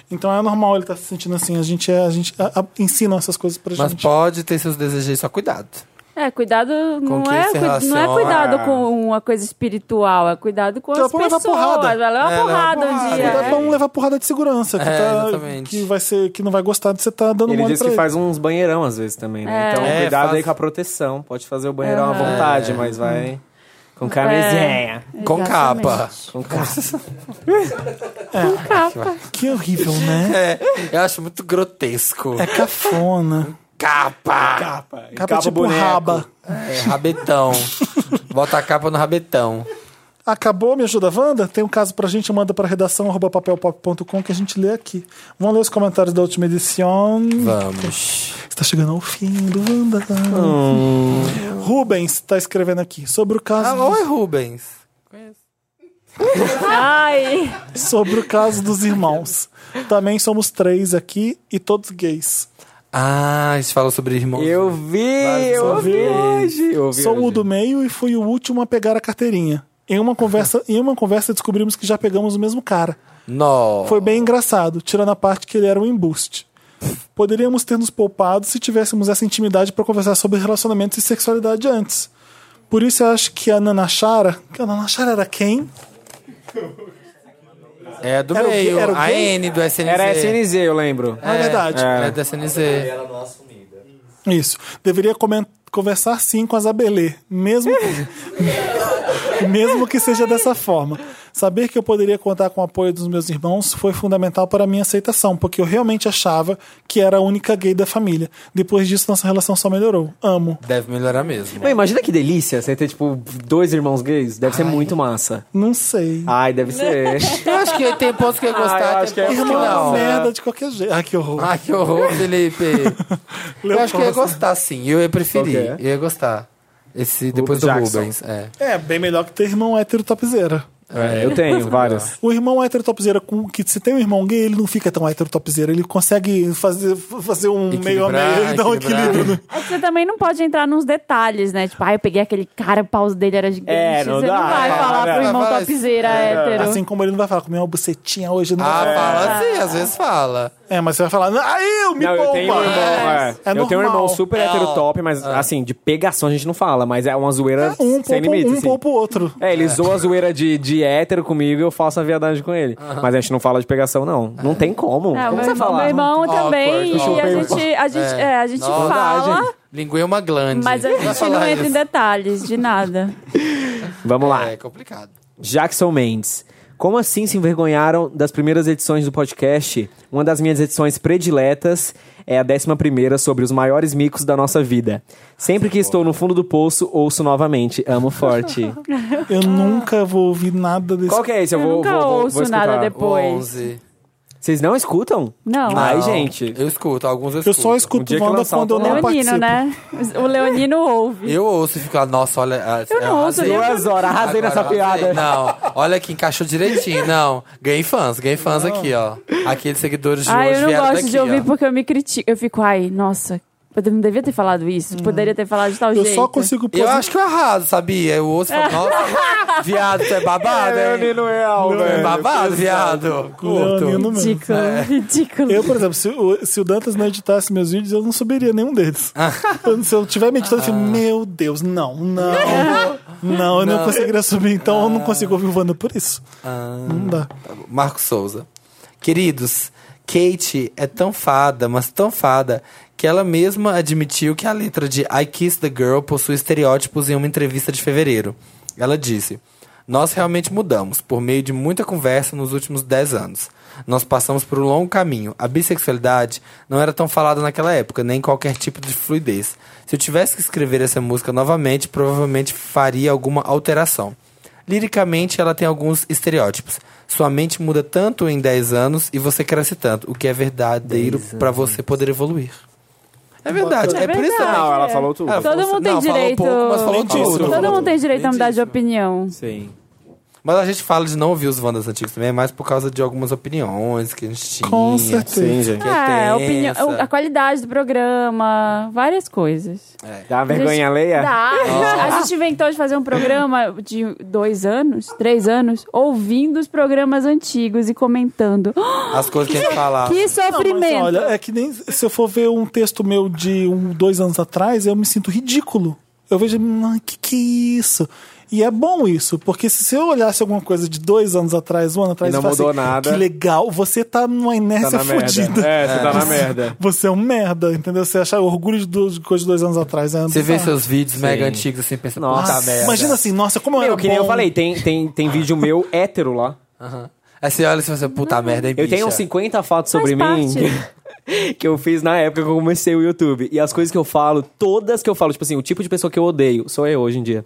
A: Então é normal ele estar se sentindo assim. A gente, é- a gente a- a- ensina essas coisas pra
E: Mas
A: gente.
E: pode ter seus desejos, só cuidado.
D: É, cuidado não
E: que
D: é,
E: se
D: cui- não é
E: relaciona.
D: cuidado com uma coisa espiritual, é cuidado com
A: Ela
D: as
A: pode levar
D: pessoas.
A: porrada.
D: Vai levar uma
E: É, leva
D: porrada um
E: porrada.
D: dia.
A: Cuidado pra não Ah, tá levar porrada de segurança, que,
E: É,
A: tá-
E: exatamente.
A: que vai ser, que não vai gostar de você estar dando
G: Ele
A: mole
G: diz
A: pra
G: que
A: ele.
G: faz uns banheirão às vezes também, né? Então
E: É,
G: cuidado aí
E: faz- É.
G: com a proteção. Pode fazer o banheirão à vontade, mas vai com camisinha.
E: Com
D: Exatamente.
E: capa.
G: Com cara.
A: Que horrível, né?
E: É, eu acho muito grotesco.
A: É cafona.
E: Capa!
G: Capa. E
A: Capa, tipo
G: boneco.
A: raba.
E: É, rabetão. Bota a capa no rabetão.
A: Acabou, me ajuda, Wanda? Tem um caso pra gente, manda pra redação arroba papelpop.com que a gente lê aqui. Vamos ler os comentários da última edição.
E: Vamos.
A: Está chegando ao fim do Wanda. tá?
B: Hum.
A: Rubens tá escrevendo aqui sobre o
E: Ah,
A: caso, dos-
E: oi, Rubens.
D: Ai,
A: sobre o caso dos irmãos. Também somos três aqui e todos gays.
E: Ah, a gente falou sobre irmãos.
B: Eu vi, eu
E: Só
B: ouvi
E: vi.
B: hoje. Eu ouvi
A: Sou o
B: hoje.
A: do meio e fui o último a pegar a carteirinha. Em uma conversa, em uma conversa descobrimos que já pegamos o mesmo cara.
E: Nó.
A: Foi bem engraçado, tirando a parte que ele era um embuste. Poderíamos ter nos poupado se tivéssemos essa intimidade para conversar sobre relacionamentos e sexualidade antes. Por isso eu acho que a Nanachara. A Nanachara era quem?
E: É a do
A: Era o
E: meio.
A: gay- era o
E: a
A: gay?
E: N do SNZ.
G: Era SNZ, eu lembro.
A: Ah, É, verdade.
E: É, do SNZ.
A: Isso. Deveria comen- conversar sim com as Abelê, mesmo mesmo que seja dessa forma. Saber que eu poderia contar com o apoio dos meus irmãos foi fundamental para a minha aceitação, porque eu realmente achava que era a única gay da família. Depois disso, nossa relação só melhorou. Amo.
E: Deve melhorar mesmo.
B: Mas imagina que delícia você ter, tipo, dois irmãos gays. Deve ser muito massa.
A: Não sei.
B: Ai, deve ser.
E: Eu acho que tem pontos que Ah, eu gostar,
B: eu
E: tem
B: acho que é
E: pontos que
A: Irmão é uma
E: não.
A: merda de qualquer jeito. Ah, que horror.
E: Ah, que horror, Felipe. eu acho
A: é
E: que eu ia gostar, sim. Eu ia preferir.
B: Qual que
E: Eu ia gostar. Esse depois do
G: Jackson.
E: Rubens. É.
A: É, bem melhor que ter irmão hétero topzeira.
E: É,
G: Eu tenho várias.
A: O irmão hétero topzeira, com- que se tem um irmão gay, ele não fica tão hétero topzeira. Ele consegue fazer, fazer um meio a
E: Equilibrar,
A: meio, ele dá um
E: equilibrar.
A: equilíbrio. no-
D: é que você também não pode entrar nos detalhes, né? Tipo, ah, eu peguei aquele cara, o pau dele era gigante.
G: É, não
D: você
G: dá,
D: não vai
G: é,
D: falar
G: não
D: pro
G: dá.
D: irmão
E: Fala isso.
D: topzeira hétero.
A: Assim como ele não vai falar comer uma bucetinha hoje, não
E: Ah,
G: É.
A: vai falar.
E: fala sim, às vezes fala.
A: É, mas você vai falar, aí eu me
G: Não,
A: poupa!
G: eu tenho um irmão, é.
A: É
G: eu tenho um
A: normal.
G: irmão super
E: É, ó.
G: hétero top, mas assim, de pegação a gente não fala, mas é uma zoeira sem
A: Um poupa
G: limites.
A: um
G: assim.
A: poupa o outro.
G: É, ele zoa a zoeira de, de hétero comigo e eu faço a viadagem com ele. Mas a gente não fala de pegação, não. Não tem como.
D: É, o
G: como
D: meu
G: você
D: irmão, meu
G: fala?
D: irmão também, e
E: Awkward,
D: a
E: awkward.
D: gente, a gente, é, a gente
E: Nossa,
D: fala,
E: verdade. Língua é uma glande.
D: mas a
E: Vai
D: gente
E: falar
D: não entra em
E: isso.
D: detalhes de nada.
G: Vamos lá.
E: É complicado.
G: Jackson Mendes. Como assim se envergonharam das primeiras edições do podcast? Uma das minhas edições prediletas é a décima primeira sobre os maiores micos da nossa vida. Sempre que estou no fundo do poço, ouço novamente. Amo forte.
A: Eu nunca vou ouvir nada desse.
G: Qual que é esse? Eu,
D: Eu
G: vou,
D: nunca
G: vou, vou,
D: ouço
G: vou escutar.
D: nada
E: O
D: Pois.
E: 11.
G: Vocês não escutam?
D: Não.
G: Ai,
E: Não,
G: gente.
E: Eu escuto, alguns eu escuto.
A: Eu só
G: Um
A: escuto
G: dia que
A: Wanda
G: lançar o
A: quando eu não participo.
D: Leonino, né? O Leonino ouve.
E: Eu ouço e fico lá, nossa, olha. é,
D: Eu não ouço, eu
G: Duas horas, arrasei nessa piada.
E: Não, olha que encaixou direitinho. Não, ganhei fãs, ganhei fãs aqui, ó. Aqueles seguidores de
D: Ai,
E: hoje
D: eu não
E: vieram
D: gosto
E: daqui,
D: de ouvir
E: ó.
D: porque eu me critico. Eu fico, ai, nossa, eu não devia ter falado isso. Poderia ter falado de tal
A: Eu
D: jeito.
A: só consigo
E: Uhum. Eu
A: pôr-
E: acho que eu arraso, sabia? Eu ouço e falo, nossa, viado, tu é babado, hein?
G: real,
E: Tu é babado, viado.
A: Leonino
E: Curto.
A: mesmo.
D: Ridículo,
E: É.
D: ridículo.
A: Eu, por exemplo, se o, se o Dantas não editasse meus vídeos, eu não subiria nenhum deles.
B: Ah.
A: Eu- se eu tiver me editando, eu fico, meu Deus, não, não. Não, eu não, conseguiria subir, então eu
B: Ah.
A: não consigo ouvir o Wanda por isso. Não dá.
E: Marcos Souza. Queridos, Kate é tão fada, mas tão fada, que ela mesma admitiu que a letra de I Kiss the Girl possui estereótipos em uma entrevista de fevereiro. Ela disse: Nós realmente mudamos, por meio de muita conversa nos últimos 10 anos. Nós passamos por um longo caminho. A bissexualidade não era tão falada naquela época, nem qualquer tipo de fluidez. Se eu tivesse que escrever essa música novamente, provavelmente faria alguma alteração. Liricamente, ela tem alguns estereótipos. Sua mente muda tanto em 10 anos e você cresce tanto, o que é verdadeiro pra você poder evoluir. É verdade, é, por isso
G: Não,
E: também. Ah,
G: ela falou tudo.
E: Ela
D: é. Todo
E: falou- assim,
D: mundo tem
E: não, falou
D: direito.
E: pouco, mas falou
A: Lindíssimo.
E: tudo.
D: Todo mundo tem direito a mudar de opinião.
G: Sim.
E: Mas a gente fala de não ouvir os Wandas antigos também, é mais por causa de algumas opiniões que a gente tinha.
A: Com certeza.
E: Sim, gente. Que
D: É,
E: é,
D: opinião-
E: tensa.
D: a qualidade do programa, várias coisas.
B: Dá uma vergonha
D: Gente,
B: alheia?
D: Dá. A gente inventou de fazer um programa de dois anos, três anos, ouvindo os programas antigos e comentando.
E: As coisas que a gente fala.
D: Que sofrimento!
A: Mas olha, é que nem se eu for ver um texto meu de um, dois anos atrás, eu me sinto ridículo. Eu vejo, "Ah, que que é isso? E é bom isso, porque se se eu olhasse alguma coisa de dois anos atrás, um ano atrás,
B: E não
A: eu falasse,
B: mudou nada.
A: Que legal, você tá numa
B: Tá
A: inércia
B: na merda.
A: fodida.
B: É, você tá na merda.
A: Você é um merda, entendeu? Você achar orgulho de, duas, de coisa de dois anos atrás. É
E: Você vê
A: bizarro.
E: seus vídeos mega antigos assim, pensando,
B: Nossa,
E: puta merda.
A: Imagina assim, nossa, como eu
D: é
B: Meu,
A: era
B: que nem eu
A: bom.
B: falei, tem, tem, tem vídeo meu hétero lá.
E: Aham. Aí você olha e você fala, puta merda, hein,
B: Eu tenho um uns
E: bicha?
B: 50 fotos sobre
D: Faz
B: mim
D: parte.
B: que, que eu fiz na época que eu comecei o YouTube. E as coisas que eu falo, todas que eu falo, tipo assim, o tipo de pessoa que eu odeio, sou eu hoje em dia.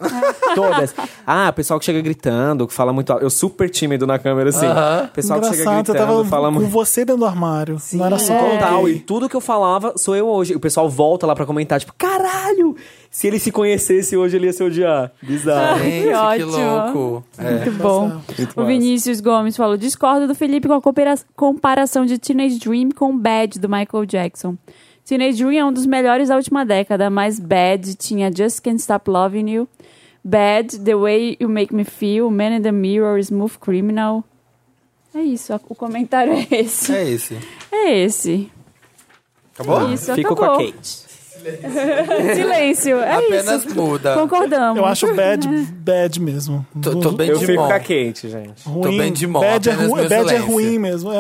B: todas. Ah, pessoal que chega gritando, que fala muito alto. Eu super tímido na câmera, assim. Pessoal que
A: Engraçado,
B: chega
A: eu
B: gritando,
A: tava
B: fala
A: com
B: muito.
A: você dentro do armário. não era só
D: É.
B: Total, e tudo que eu falava sou eu hoje. O pessoal volta lá pra comentar, tipo, caralho! Se ele se conhecesse hoje, ele ia se odiar. Bizarro.
E: Gente,
D: Que
E: que,
D: ótimo.
E: louco. É.
D: Muito bom. É. O Vinícius Gomes falou: discordo do Felipe com a coopera- comparação de Teenage Dream com Bad do Michael Jackson. Teenage Dream é um dos melhores da última década, mas Bad tinha Just Can't Stop Loving You, Bad, The Way You Make Me Feel, Man in the Mirror, Smooth Criminal. É isso, a- o comentário é esse.
E: É esse.
D: É esse.
E: Acabou?
D: Isso,
B: Ficou com a
D: acabou.
B: Kate.
D: Silêncio, é
E: Apenas
D: isso.
E: muda.
D: Concordamos.
A: Eu acho bad, bad mesmo.
E: Tô, tô bem
B: Eu
E: de
B: fico
E: bom.
B: com a Kate, gente.
A: Ruim.
E: Tô bem de mão,
A: Bad, é,
E: apenas
A: ruim,
E: meu
A: bad é
E: silêncio.
A: ruim mesmo.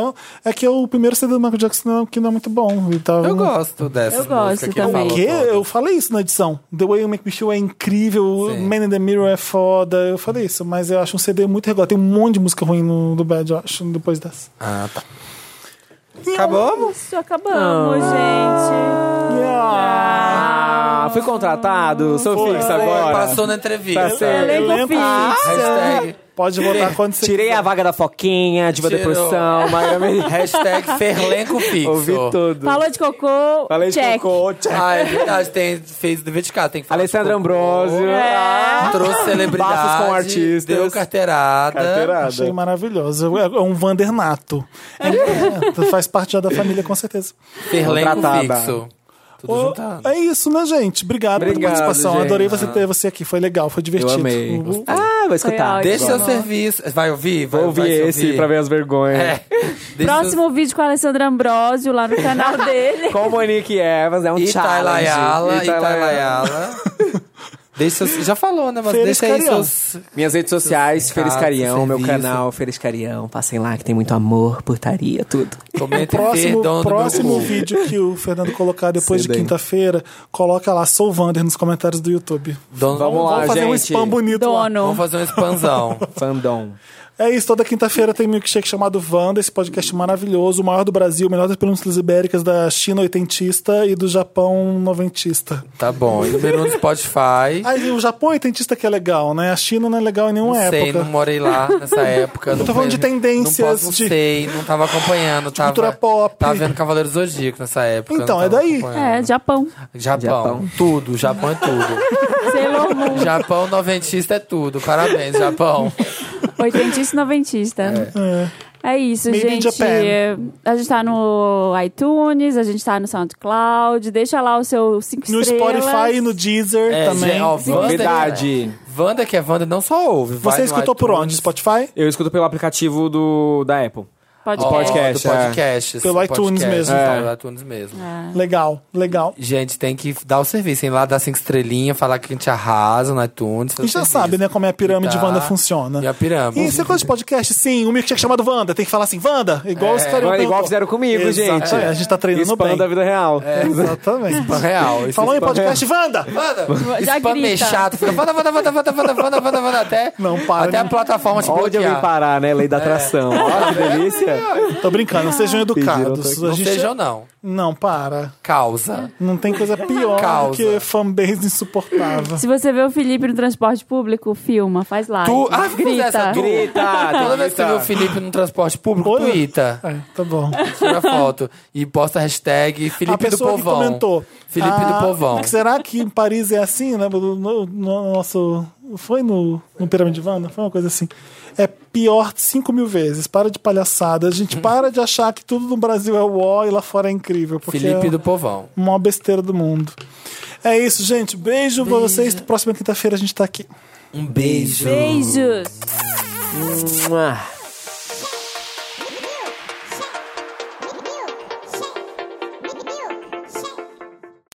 A: É, é que o primeiro CD do Michael Jackson não, que não é muito bom. e Tá,
E: Eu gosto dessa.
D: Eu gosto
E: música que
D: também.
E: fala
A: O quê?
E: todo.
A: Eu falei isso na edição. The Way You Make Me Feel é incrível,
E: Sim.
A: Man in the Mirror é foda. Eu falei isso, mas eu acho um CD muito regular. Tem um monte de música ruim no, do Bad, eu acho, depois dessa.
E: Ah, tá. Acabou?
D: Isso, acabamos, gente.
B: Ah, fui contratado, sou fixo agora.
E: Passou na entrevista.
B: Tá certo.
D: Elenco
A: Elenco
D: fixo.
E: Hashtag,
A: Pode voltar quando você
B: Tirei a vaga da Foquinha, Diva
E: Tirou. É
B: Depressão, Miami.
E: hashtag Ferlenco Fixo.
B: Ouvi tudo.
D: Falou de cocô,
B: Falei de
D: check.
B: cocô, check.
E: Ah, é verdade. Tem, fez dever de casa, tem que falar.
B: Alessandro
E: tipo,
B: Ambrosio.
A: É.
E: ah, Trouxe celebridade.
B: Bafos com artistas.
E: Deu carteirada.
B: Carteirada.
A: Achei maravilhosa. É é um Vandernato. É, faz parte já da família, com certeza.
E: Ferlenco
B: Contratada.
E: Fixo. Tudo
A: Ô,
E: juntado.
A: É isso, né, gente? Obrigado,
B: Obrigado,
A: pela participação.
B: gente.
A: Adorei você ter você aqui. Foi legal, foi divertido.
B: Eu amei.
A: O-
B: gostei. Ah, vou escutar.
D: ótimo.
E: Deixa
D: Igual.
E: seu serviço. Vai ouvir? Vai,
B: Vou ouvir
E: vai se
B: esse pra ver as vergonhas.
E: É. Deixa
D: Próximo vídeo com a Alessandra Ambrosio lá no canal dele.
B: Com Monique Evans, é um
E: Seu...
B: challenge.
E: Itailaiala,
B: Itailaiala.
E: Itailaiala. deixa seus... Já falou, né? Mas
A: Feliz
E: deixa aí
A: Carião.
E: seus...
B: Minhas redes sociais,
E: Seus
B: Feliz Carião,
E: recados,
B: meu
E: serviço.
B: canal, Feliz Carião. Passem lá que tem muito amor, putaria, tudo.
E: Comenta e perdão
A: Próximo,
E: do
A: próximo
E: meu cu.
A: vídeo que o Fernando colocar depois de
B: Sei bem.
A: quinta-feira, coloca lá, sou Vander nos comentários do YouTube.
E: Dono-
B: Vamos lá,
A: Vamos fazer um
B: Ah, gente.
A: spam bonito lá.
E: Vamos
D: Dono.
E: fazer um expansão.
B: Fandom.
A: É isso, toda quinta-feira tem milkshake chamado Wanda, esse podcast maravilhoso, o maior do Brasil, o melhor das pelínculas ibéricas da China oitentista e do Japão noventista.
E: tá bom. E número um do Spotify.
A: Aí o Japão oitentista que é legal, né? A China não é legal em nenhuma
E: não sei,
A: época.
E: não morei lá nessa época. Eu
A: tô falando de tendências
E: Não, posso, não
A: de-
E: sei, não tava acompanhando. Tava,
A: cultura pop.
E: Tava vendo Cavaleiros do Zodíaco nessa época.
A: Então,
E: não
A: é
E: tava
A: daí.
D: É,
E: acompanhando.
D: Japão.
E: Japão.
B: Japão.
E: Tudo, Japão é tudo.
D: Sailor Moon.
E: Japão noventista é tudo. Parabéns, Japão.
D: Oitentista e noventista. É, isso,
A: Made in
D: gente.
A: Japan.
D: É, A gente tá no iTunes, a gente tá no SoundCloud. Deixa lá o seu 5
A: No
D: estrelas.
A: Spotify e no Deezer
E: É,
A: também.
E: gente, ó, Wanda-
B: Novidade.
E: Wanda que é Wanda, não só ouve. vai
A: Você
E: no
A: escutou por onde?
E: iTunes,
A: Spotify?
B: Eu escuto pelo aplicativo do, da Apple.
E: ó,
D: Podcast.
E: do
B: Podcast, é.
E: podcast,
A: Pelo
E: esse
A: iTunes
E: podcast,
A: mesmo.
E: tá,
A: É.
E: Pelo iTunes mesmo.
A: Legal, legal.
E: Gente, tem que dar o serviço, hein? Lá dar cinco estrelinhas, falar que a gente arrasa no iTunes.
A: A gente já sabe, né, como é a pirâmide
E: Tá.
A: Wanda funciona.
E: E a pirâmide.
A: E isso é coisa de podcast, sim. O milkshake chamado Wanda. Tem que falar assim, Wanda, igual
E: É,
A: os caras
B: Agora, é igual
A: perguntou.
B: fizeram comigo,
A: Exato,
B: gente.
A: é, a gente tá treinando
B: Spam
A: bem.
B: da vida real.
E: É.
A: Exatamente.
E: Real. esse
A: Falou em
E: spam-
A: podcast, Wanda!
E: Manda!
D: Já
E: Spam
D: grita.
E: é chato. Fica, vanda, vanda, vanda, vanda, vanda, vanda, vanda, vanda, até,
A: Não, para,
E: até
A: né?
E: a plataforma te
B: Onde eu vim
E: bloquear.
B: parar, né? Lei da atração. Olha que delícia.
A: Tô brincando, sejam
B: Pediram
A: educados.
B: pra-
A: a
E: Não
A: gente
E: sejam, não.
A: Não, para.
E: Causa.
A: Não tem coisa pior
E: Causa.
A: do que fanbase insuportável.
D: Se você vê o Felipe no transporte público, filma, faz live.
E: Tu... Ah, fica fazendo
D: grita.
E: essa tu.
D: Tá.
E: Toda vez que você vê o Felipe no transporte público,
A: Olha.
E: tuita.
A: É, tá bom.
E: Tira foto. E posta a hashtag
A: a
E: Felipe do
A: pessoa que
E: Povão.
A: comentou.
E: Felipe
A: ah,
E: do Povão.
A: que Será que em Paris é assim, né? No, no- no nosso. Foi no, no Pirâmide Vanda? Foi uma coisa assim. É pior 5 mil vezes. Para de palhaçada. A gente para de achar que tudo no Brasil é uó e lá fora é incrível. Porque
E: Felipe
A: é
E: do Povão.
A: a maior besteira do mundo. É isso, gente. Beijo, pra vocês. Próxima quinta-feira a gente tá aqui.
E: Um beijo.
D: Beijos!
B: Mua.